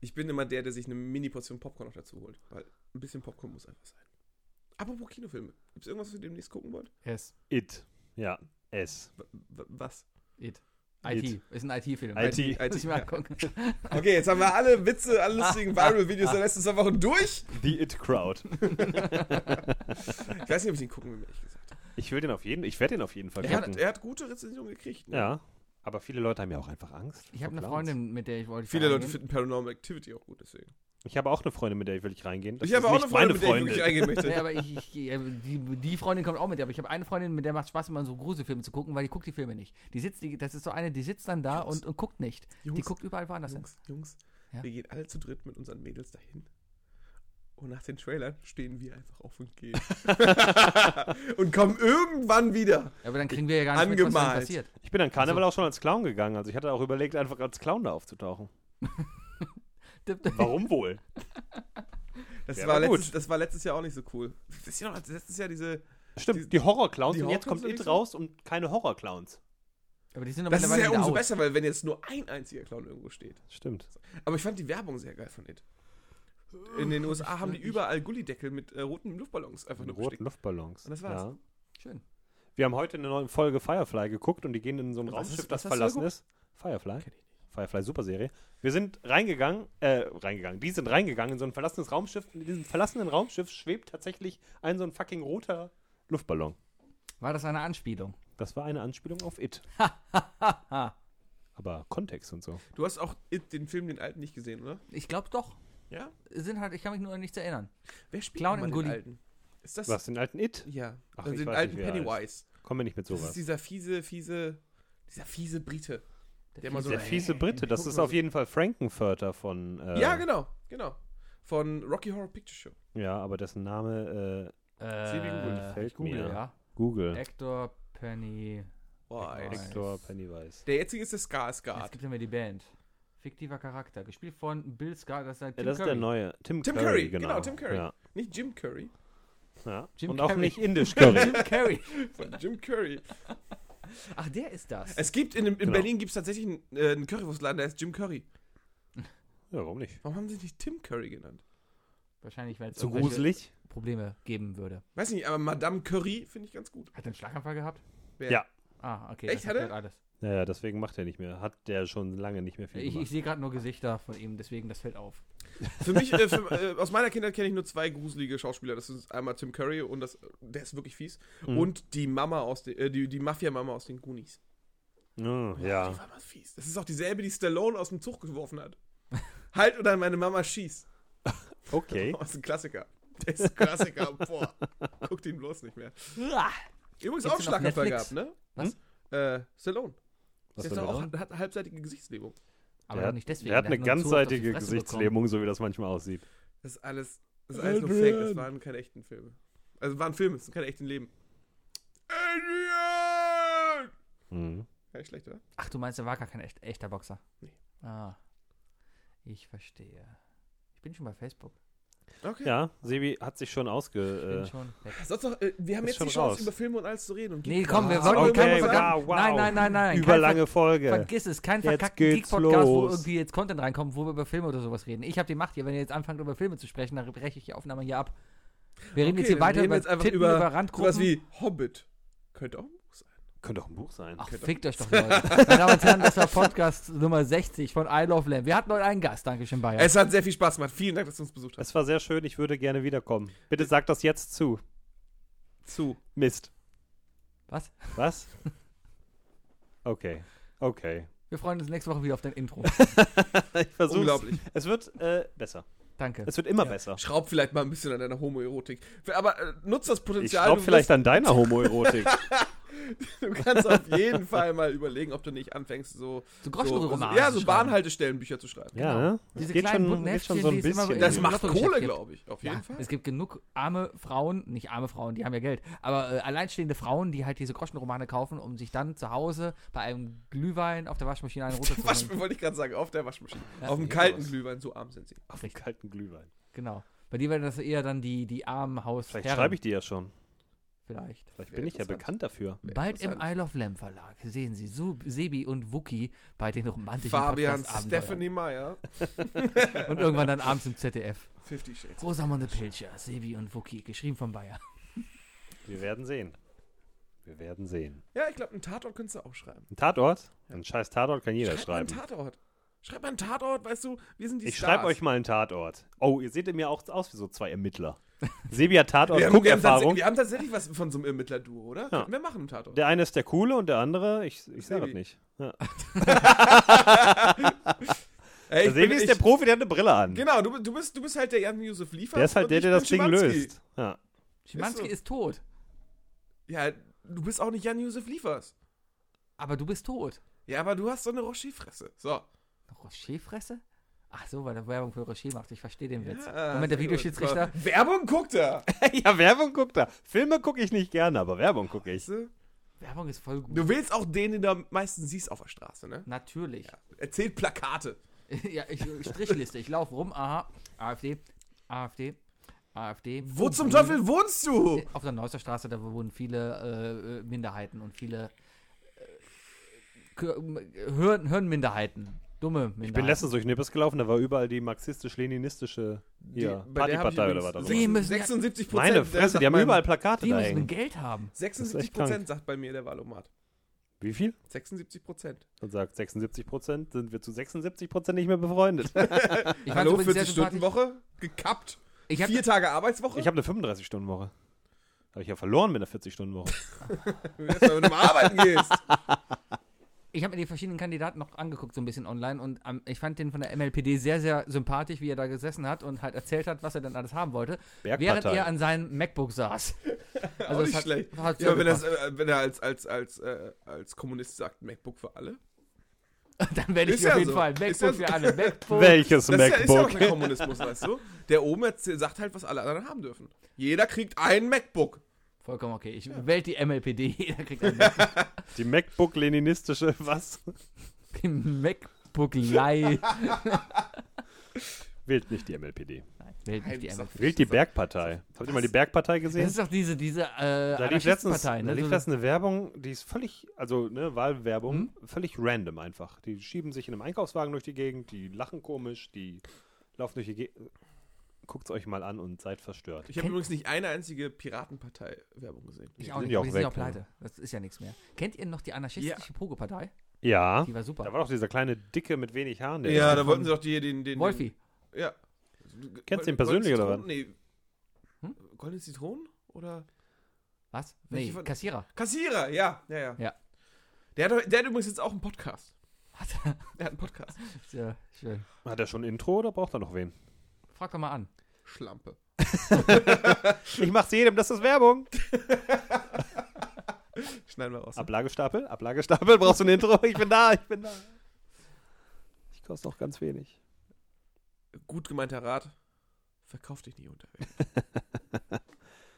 D: Ich bin immer der, der sich eine Mini-Portion Popcorn noch dazu holt. Weil ein bisschen Popcorn muss einfach sein. Apropos Kinofilme. Gibt es irgendwas, was ihr demnächst gucken wollt?
B: Yes.
A: It. Ja, es.
D: W- w- was?
B: It. IT.
A: It.
B: Ist ein IT-Film.
A: IT.
B: Muss ich mal angucken.
D: [LAUGHS] Okay, jetzt haben wir alle Witze,
A: [LAUGHS]
D: alle lustigen Viral-Videos der letzten zwei Wochen durch.
A: The It Crowd.
D: Ich weiß nicht, ob ich den gucken will, ehrlich gesagt.
A: [LAUGHS] Ich will den auf jeden, ich werde den auf jeden Fall
D: Er hat,
A: gucken.
D: er hat gute Rezensionen gekriegt. ne?
A: Ja, aber viele Leute haben ja auch einfach Angst.
B: Ich
A: vor
B: habe eine
A: Clowns.
B: Freundin, mit der ich wollte.
D: Viele Leute
B: reingehen.
D: finden Paranormal Activity auch gut, deswegen.
A: Ich habe auch eine Freundin, mit der ich wirklich reingehen. Das
D: ich habe
A: ist
D: auch
A: nicht
D: eine Freundin, mit der ich
A: meine Freundin.
D: wirklich eingehen
A: [LAUGHS]
B: Nee, aber
D: möchte.
B: ich, ich, ja, die, die Freundin kommt auch mit, aber ich habe eine Freundin, mit der macht Spaß, immer so Gruselfilme zu gucken, weil die guckt die Filme nicht. Die sitzt, die, das ist so eine, die sitzt dann da und, und guckt nicht.
D: Jungs,
B: die guckt überall woanders hin.
D: Jungs, Jungs,
B: Ja.
D: wir gehen alle zu dritt mit unseren Mädels dahin. Und nach den Trailern stehen wir einfach auf und
B: [LAUGHS]
D: gehen. und kommen irgendwann wieder.
B: Ja, Aber dann kriegen wir ja gar nicht mit, was dann
D: Angemalt.
B: passiert.
A: Ich bin an Karneval auch schon als Clown gegangen. Also ich hatte auch überlegt, einfach als Clown da aufzutauchen. [LAUGHS] Warum wohl?
D: Das,
A: Ja,
D: war
A: aber gut.
D: letztes, das war letztes Jahr auch nicht so cool. Wisst ihr noch, als letztes Jahr diese. Die-
A: Stimmt, die Horrorclowns
D: die
A: und jetzt
D: Horrorclowns
A: kommt
D: oder wie
A: It
D: so?
A: raus und keine Horrorclowns.
B: Aber die sind doch
D: Das ist
B: mittlerweile
D: ja
B: wieder
D: umso
B: out.
D: besser, weil wenn jetzt nur ein einziger Clown irgendwo steht.
A: Stimmt.
D: Aber ich fand die Werbung sehr geil von It. In den USA haben die überall Gullideckel mit äh, roten Luftballons einfach nur
A: Roten
D: bestickt.
A: Luftballons.
D: Und das war's.
A: Ja.
B: Schön.
A: Wir haben heute eine neue Folge Firefly geguckt und die gehen in so ein
D: Was
A: Raumschiff,
D: ist-
A: das
D: was hast du
A: verlassen
D: geguckt?
A: ist. Firefly.
D: Kenn ich nicht.
A: Firefly Superserie. Wir sind reingegangen, äh, reingegangen. Die sind reingegangen in so ein verlassenes Raumschiff. In diesem verlassenen Raumschiff schwebt tatsächlich ein so ein fucking roter Luftballon.
B: War das eine Anspielung?
A: Das war eine Anspielung auf It.
D: [LAUGHS]
A: Aber Kontext und so.
D: Du hast auch It, den Film, den alten, nicht gesehen, oder?
B: Ich glaube doch.
D: Ja?
B: Sind halt, ich kann mich nur an nichts erinnern.
D: Wer spielt
B: Clown
D: nochmal
B: im
D: den
B: Gulli.
D: alten? Ist das.
A: Was, den alten It?
D: Ja.
A: Ach,
D: also
A: ich
D: den
A: weiß
D: alten
A: nicht, wer er heißt.
D: Pennywise.
A: Kommen wir nicht mit
D: Das ist
A: sowas.
D: dieser fiese, fiese, dieser fiese Brite. Der mal so-
A: Der fiese Brite, das ist auf jeden Fall Frankenfurter von. Äh,
D: Ja, genau, genau. Von Rocky Horror Picture Show.
A: Ja, aber dessen Name
B: Äh,
D: wie Google.
A: Fällt
B: Google,
A: mir.
B: ja.
A: Google.
B: Actor Penny.
D: Boah, ey.
B: Nice.
A: Hector Pennywise.
D: Der jetzige ist der Skarsgård.
B: Jetzt gibt es immer die Band. Fiktiver Charakter. Gespielt von Bill Skarsgård. Das ist, halt
A: Ja,
B: Tim
A: das ist der
B: Curry.
A: neue. Tim,
D: Tim
A: Curry,
D: Curry,
A: genau.
D: genau, Tim Curry.
A: Ja.
D: Nicht Jim Curry,
A: Ja.
B: Jim
A: Und auch
B: Curry.
A: nicht
B: [LAUGHS]
A: Indisch Curry.
B: Jim Carrey.
D: sondern Jim
A: [LAUGHS]
D: Curry.
B: Ach, der ist das.
D: Es gibt in, in
A: Genau.
D: Berlin gibt es tatsächlich einen, äh, einen Currywurstladen, der heißt Jim Curry.
A: ja, warum nicht?
D: Warum haben sie nicht Tim Curry genannt?
B: Wahrscheinlich, weil es
A: Zu
B: irgendwelche
A: gruselig.
B: Probleme geben würde.
D: Weiß nicht, aber Madame Curry finde ich ganz gut.
B: Hat er einen Schlaganfall gehabt?
D: Wer?
A: Ja.
B: Ah, okay.
D: Echt,
B: das
D: hat er?
B: erklärt alles.
A: Naja, deswegen macht er nicht mehr. Hat der schon lange nicht mehr viel
B: Ich, ich
A: gemacht.
B: sehe gerade nur Gesichter von ihm, deswegen das fällt auf.
D: Für mich,
A: [LAUGHS]
D: äh, für, äh, aus meiner Kindheit kenne ich nur zwei gruselige Schauspieler. Das ist einmal Tim Curry und das, der ist wirklich fies.
A: Mhm.
D: Und die Mama aus den, äh, die, die Mafia-Mama aus den Goonies.
A: Oh,
D: Die
A: ja.
D: war mal fies. Das ist auch dieselbe, die Stallone aus dem Zug
A: [LAUGHS]
D: geworfen hat. halt oder meine Mama schießt.
B: [LAUGHS]
D: Oh,
A: Okay.
D: Das ist ein Klassiker. Der ist
A: [LAUGHS]
D: ein Klassiker. Boah. Guckt ihn bloß nicht mehr. Übrigens
B: Gibt's den
D: auch
B: auf
D: Schlaganfall
B: Netflix?
D: gehabt, ne?
B: Was?
D: Äh, Stallone.
A: Was
D: der ist
A: soll
D: doch
A: der
D: auch,
A: denn?
D: hat, hat eine halbseitige Gesichtslähmung.
B: Aber
A: der
B: doch
A: hat,
B: nicht deswegen.
A: der hat
B: Der
A: eine
B: nur einen Zug auf die
A: ganzseitige
B: Fresse bekommen.
A: Gesichtslähmung, so wie das manchmal aussieht.
D: Das ist alles, das ist alles nur Fake.
C: Adrian.
D: Das waren keine echten Filme. Also waren Filme, das sind keine echten Leben. Adrian!
A: Mhm.
D: Ja, nicht schlecht, oder?
B: Ach, du meinst, er war gar kein echt, echter Boxer?
D: Nee.
B: Ah. Ich verstehe. Ich bin schon bei Facebook.
D: Okay.
A: Ja, Sebi hat sich schon
B: Ich bin
A: ausge. Äh,
B: schon weg.
D: Sonst noch, äh, wir haben
A: Ist
D: jetzt die
A: schon
D: Chance,
A: raus.
D: über Filme und alles zu reden. Und
B: Nee, komm, wir
D: Ah,
B: sollten
D: okay,
B: keinen
D: wow,
B: verkackten- Nein, nein, nein, nein. kein
A: Überlange
B: Ver
A: Folge.
B: vergiss es, kein
A: Jetzt
B: verkackten
A: geht's
B: Geek-Podcast, wo
A: los.
B: irgendwie jetzt Content reinkommt, wo wir über Filme oder sowas reden. Ich habe die Macht hier. Wenn ihr jetzt anfangt, über Filme zu sprechen, dann breche ich die Aufnahme hier ab. Wir reden
D: Okay,
B: jetzt hier
D: dann
B: weiter
D: reden wir
B: über
D: jetzt einfach
B: Titten,
D: über
B: über, Randgruppen.
D: Sowas wie Hobbit. Könnte auch ein Buch sein.
A: Könnte auch ein Buch sein.
B: Ach, fickt euch doch, Leute. Meine Damen und Herren, das war Podcast Nummer 60 von I Love Lamb. Wir hatten heute einen Gast. Dankeschön, Bayer.
D: Es hat sehr viel Spaß gemacht. Vielen Dank, dass du uns besucht hast.
A: Es war sehr schön, ich würde gerne wiederkommen. Bitte sag das jetzt zu.
D: Zu.
A: Mist.
B: Was? [LAUGHS]
A: Was? Okay. Okay.
B: Wir freuen uns nächste Woche wieder auf dein
D: [LAUGHS]
B: Intro.
A: Ich versuch's.
D: Also, Unglaublich.
A: Es wird äh, besser.
B: Danke.
A: Es wird immer besser.
D: Schraub vielleicht mal ein bisschen an deiner Homoerotik. Aber äh, nutz das
A: Ich
D: Potenzial.
A: schraub
D: du
A: vielleicht an deiner
D: [LAUGHS]
A: Homoerotik. ne?
D: wirst- Du kannst auf jeden Fall mal überlegen, ob du nicht anfängst, so.
B: So
D: so
B: Groschenromane.
D: ja, so
B: schreiben.
D: Bahnhaltestellenbücher zu schreiben.
A: ja, ne?
B: Diese
A: geht
B: kleinen
A: schon,
B: bunten
A: geht schon
B: Heftchen,
A: so ein
B: die es immer
A: bisschen.
B: bei-
A: in
D: Das
A: die
B: im
D: macht
B: Lottogeschäft
D: Kohle,
B: gibt.
D: glaube ich. Auf jeden
B: Ja,
D: Fall. [LAUGHS]
B: es gibt genug arme Frauen, nicht arme Frauen, die haben ja Geld, aber äh, alleinstehende Frauen, die halt diese Groschenromane kaufen, um sich dann zu Hause bei einem Glühwein auf der Waschmaschine
D: [LAUGHS]
B: einen runterzuholen.
D: Wasch, wollte ich gerade sagen, auf der Waschmaschine.
B: Ja,
D: auf dem
B: geht
D: kalten
B: los.
D: Glühwein, so arm sind sie.
A: Auf den kalten Glühwein.
B: Genau. Bei dir wären das eher dann die, die armen Hausherren.
A: Vielleicht schreibe ich die ja schon.
B: Vielleicht.
A: Vielleicht
D: Wäre
A: bin ich ja
D: interessant.
A: bekannt dafür.
B: Bald im Isle of Lamb Verlag sehen Sie Su Sebi und Wookie bei den romantischen
D: Fabian
B: Podcast-Abenteuern.
D: Stephanie Meyer.
B: Und irgendwann dann abends im ZDF.
D: Fifty Shades.
B: Rosamunde Pilcher, Sebi und Wookie, geschrieben von Bayer.
A: Wir werden sehen. Wir werden sehen.
D: Ja, ich glaube, einen Tatort könntest du auch schreiben.
A: Ein Tatort? Ein scheiß Tatort kann jeder
D: Schreib mal
A: schreiben.
D: einen Tatort. Schreib mal einen Tatort, weißt du, wir sind die
A: Ich
D: Stars.
A: schreibe euch mal einen Tatort. Oh, ihr seht mir auch aus wie so zwei Ermittler.
D: [LAUGHS]
A: Sebi hat Tatort,
D: wir haben, wir, haben tats-
A: Guckerfahrung.
D: wir haben tatsächlich was von so einem Ermittler-Duo, oder?
A: Ja.
D: Wir machen einen Tatort.
A: Der eine ist der Coole und der andere, ich, ich sage
D: Sebi.
A: es nicht. Ja. Der
D: Ey, ich
A: Sebi
D: bin-
A: ist
D: ich-
A: der Profi, der hat eine Brille an.
D: Genau, du, du, bist, du bist halt der Jan-Josef Liefer.
A: Der ist halt
D: und
A: der,
D: ich
A: der
D: bin
A: das Ding
D: Schimanski.
A: löst. Ja.
B: Schimanski
D: Ist so.
B: ist tot,
D: Ja, du bist auch nicht Jan-Josef Liefers.
B: aber du bist tot.
D: Ja, aber du hast so eine Rocher-Fresse. So.
B: Rocher-Fresse? Ach so, weil er Werbung für Rocher macht. Ich verstehe den Witz.
D: Ja,
B: Moment, der
D: sehr gut.
B: Videoschiedsrichter.
D: So. Werbung
B: [LAUGHS]
D: guckt er.
A: [LAUGHS] ja, Werbung guckt er. Filme gucke ich nicht gerne, aber Werbung gucke ich.
D: Du
B: Werbung ist voll gut.
D: willst auch den, den du am meisten siehst auf der Straße, ne?
B: Natürlich.
D: Erzählt Plakate.
B: [LAUGHS] Ja, ich, Strichliste. Ich laufe rum. Aha. AfD. AfD. AfD. Oh,
D: Wo zum
B: Grün.
D: Teufel wohnst du?
B: Auf der Neusser Straße, da wohnen viele äh, äh, Minderheiten und viele äh, Kö- Hirn, Hirnminderheiten. Dumme Minderheiten.
A: Ich bin letztens durch Nippes gelaufen, da war überall die marxistisch-leninistische hier,
D: Die- bei der hab ich
A: Partypartei oder was
D: übrigens
A: auch
B: Die
A: immer.
B: müssen ja-
D: 76 Prozent. äh,
A: Meine Fresse, die haben überall Plakate
B: Die
A: da
B: müssen
A: hängen.
B: Geld haben.
D: 76
A: Das ist echt
D: Prozent sagt bei mir der Wahlomat.
A: Wie viel?
D: 76 Prozent.
A: Und sagt 76 Prozent, sind wir zu 76 Prozent nicht mehr
D: [LAUGHS]
A: befreundet.
B: Ich
D: Hallo,
B: fand's übrigens sehr
D: 40 Stunden
B: sympathisch.
D: Woche? Gekappt.
B: Ich hab,
D: Vier Tage Arbeitswoche?
A: Ich habe eine 35-Stunden-Woche. Habe ich ja verloren mit einer 40-Stunden-Woche.
D: Wenn
B: [LAUGHS]
D: du erstmal, wenn du mal arbeiten gehst.
B: ich hab mir die verschiedenen Kandidaten noch angeguckt, so ein bisschen online. Und ähm, ich fand den von der MLPD sehr, sehr sympathisch, wie er da gesessen hat und halt erzählt hat, was er denn alles haben wollte, während er an seinem MacBook
D: [LAUGHS]
B: saß. Also
D: nicht
B: es hat,
D: schlecht.
B: Hat
D: Ja,
B: ja,
D: wenn, das, äh, wenn er als, als, als, äh, als Kommunist sagt, MacBook für alle.
B: [LAUGHS] Dann werde ich
D: Ist
B: mir
D: ja
B: auf jeden
D: so.
B: Fall ein
D: Ist
B: MacBook
D: ja so.
B: für
D: [LAUGHS]
B: alle. MacBook.
A: Welches
D: Das ist ja, ist ja auch
A: MacBook?
D: der Kommunismus, weißt du? Der oben erzäh- sagt halt, was alle anderen haben dürfen. Jeder kriegt ein MacBook.
B: Vollkommen okay. Ich wähle die MLPD. [LAUGHS] Jeder kriegt ein MacBook.
A: Die MacBook-leninistische, was?
B: Die MacBook Lei.
A: Wählt nicht die MLPD.
B: Nein, wählt nicht die
D: Heimsache.
B: MLPD.
A: Wählt die Bergpartei. Habt ihr mal die Bergpartei
B: Das
A: gesehen?
B: ist doch diese, diese äh,
A: Da lief letztens,
B: Anarchistenpartei,
A: da
B: ne?
A: lief
B: So,
A: letztens eine Werbung, die ist völlig, also ne, Wahlwerbung,
B: Hm?
A: völlig random einfach. Die schieben sich in einem Einkaufswagen durch die Gegend, die lachen komisch, die laufen durch die Gegend. Guckt's euch mal an und seid verstört.
D: Ich habe übrigens nicht eine einzige Piratenpartei-Werbung gesehen.
B: ich auch
A: sind
B: nicht,
A: ja
B: aber
A: auch
B: die sind ja
A: weg,
B: pleite. Das ist ja nichts mehr. Kennt ihr noch die anarchistische Pogo-Partei?
A: Ja.
B: Die war super.
A: Da war doch dieser kleine Dicke mit wenig Haaren. der-
D: Ja, da wollten sie doch die, den, den, den.
B: Wolfi.
D: Ja.
A: Kennst du ihn persönlich, oder was?
D: Nee.
B: Hm?
D: Goldene Zitronen? Oder?
B: Was?
D: Welche
B: Nee,
D: von-
B: Kassierer.
D: Kassierer, ja. Ja, ja.
B: Ja.
D: Der, hat, doch- der hat übrigens jetzt auch einen Podcast.
B: Hat
D: Der hat einen Podcast.
B: ja, schön.
A: Hat er schon ein Intro oder braucht er noch [LAUGHS] wen?
B: äh, Frag doch mal an.
D: Schlampe.
A: Ich mach's jedem, das ist Werbung.
D: Schneiden wir raus.
A: Ablagestapel, Ablagestapel, brauchst du ein Intro? Ich bin da, ich bin da. Ich koste noch ganz wenig.
D: Gut gemeinter Rat. Verkauf dich nie unterwegs.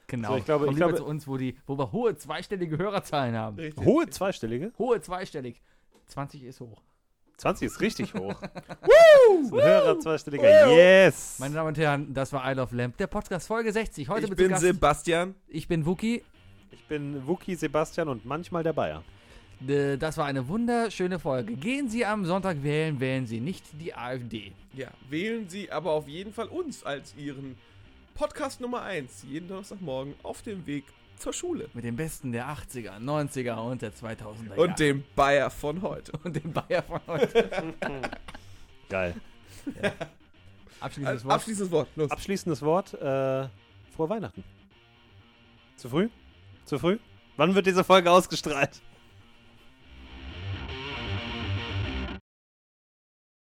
B: Genau.
A: So, ich glaube-
B: Komm
A: ich
B: lieber
A: glaube-
B: zu uns, wo, die, wo wir hohe zweistellige Hörerzahlen haben.
D: Richtig.
A: Hohe zweistellige?
B: Hohe zweistellig. 20 ist hoch.
A: 20 ist richtig [LAUGHS] hoch. Woo! Ein höherer zweistelliger. Yes!
B: Meine Damen und Herren, das war Isle of Lamp, der Podcast Folge 60. Heute
D: Ich
B: mit
D: bin
B: zu Gast,
D: Sebastian.
B: ich bin Wookie.
A: Ich bin Wookie, Sebastian und manchmal der Bayer.
B: D- Äh, Das war eine wunderschöne Folge. Gehen Sie am Sonntag wählen, wählen Sie nicht die AfD.
D: Ja, wählen Sie aber auf jeden Fall uns als Ihren Podcast Nummer 1. Jeden Donnerstagmorgen auf dem Weg zur Schule.
B: Mit den Besten der 80er, 90er und der 2000er
D: Und dem Bayer von heute.
B: Jahre. [LAUGHS] und dem Bayer von heute.
A: Geil.
B: Abschließendes
D: Also,
B: Wort.
D: Abschließendes Wort. Los.
A: Abschließendes Wort. Äh, frohe Weihnachten. Zu früh? Zu früh? Wann wird diese Folge ausgestrahlt?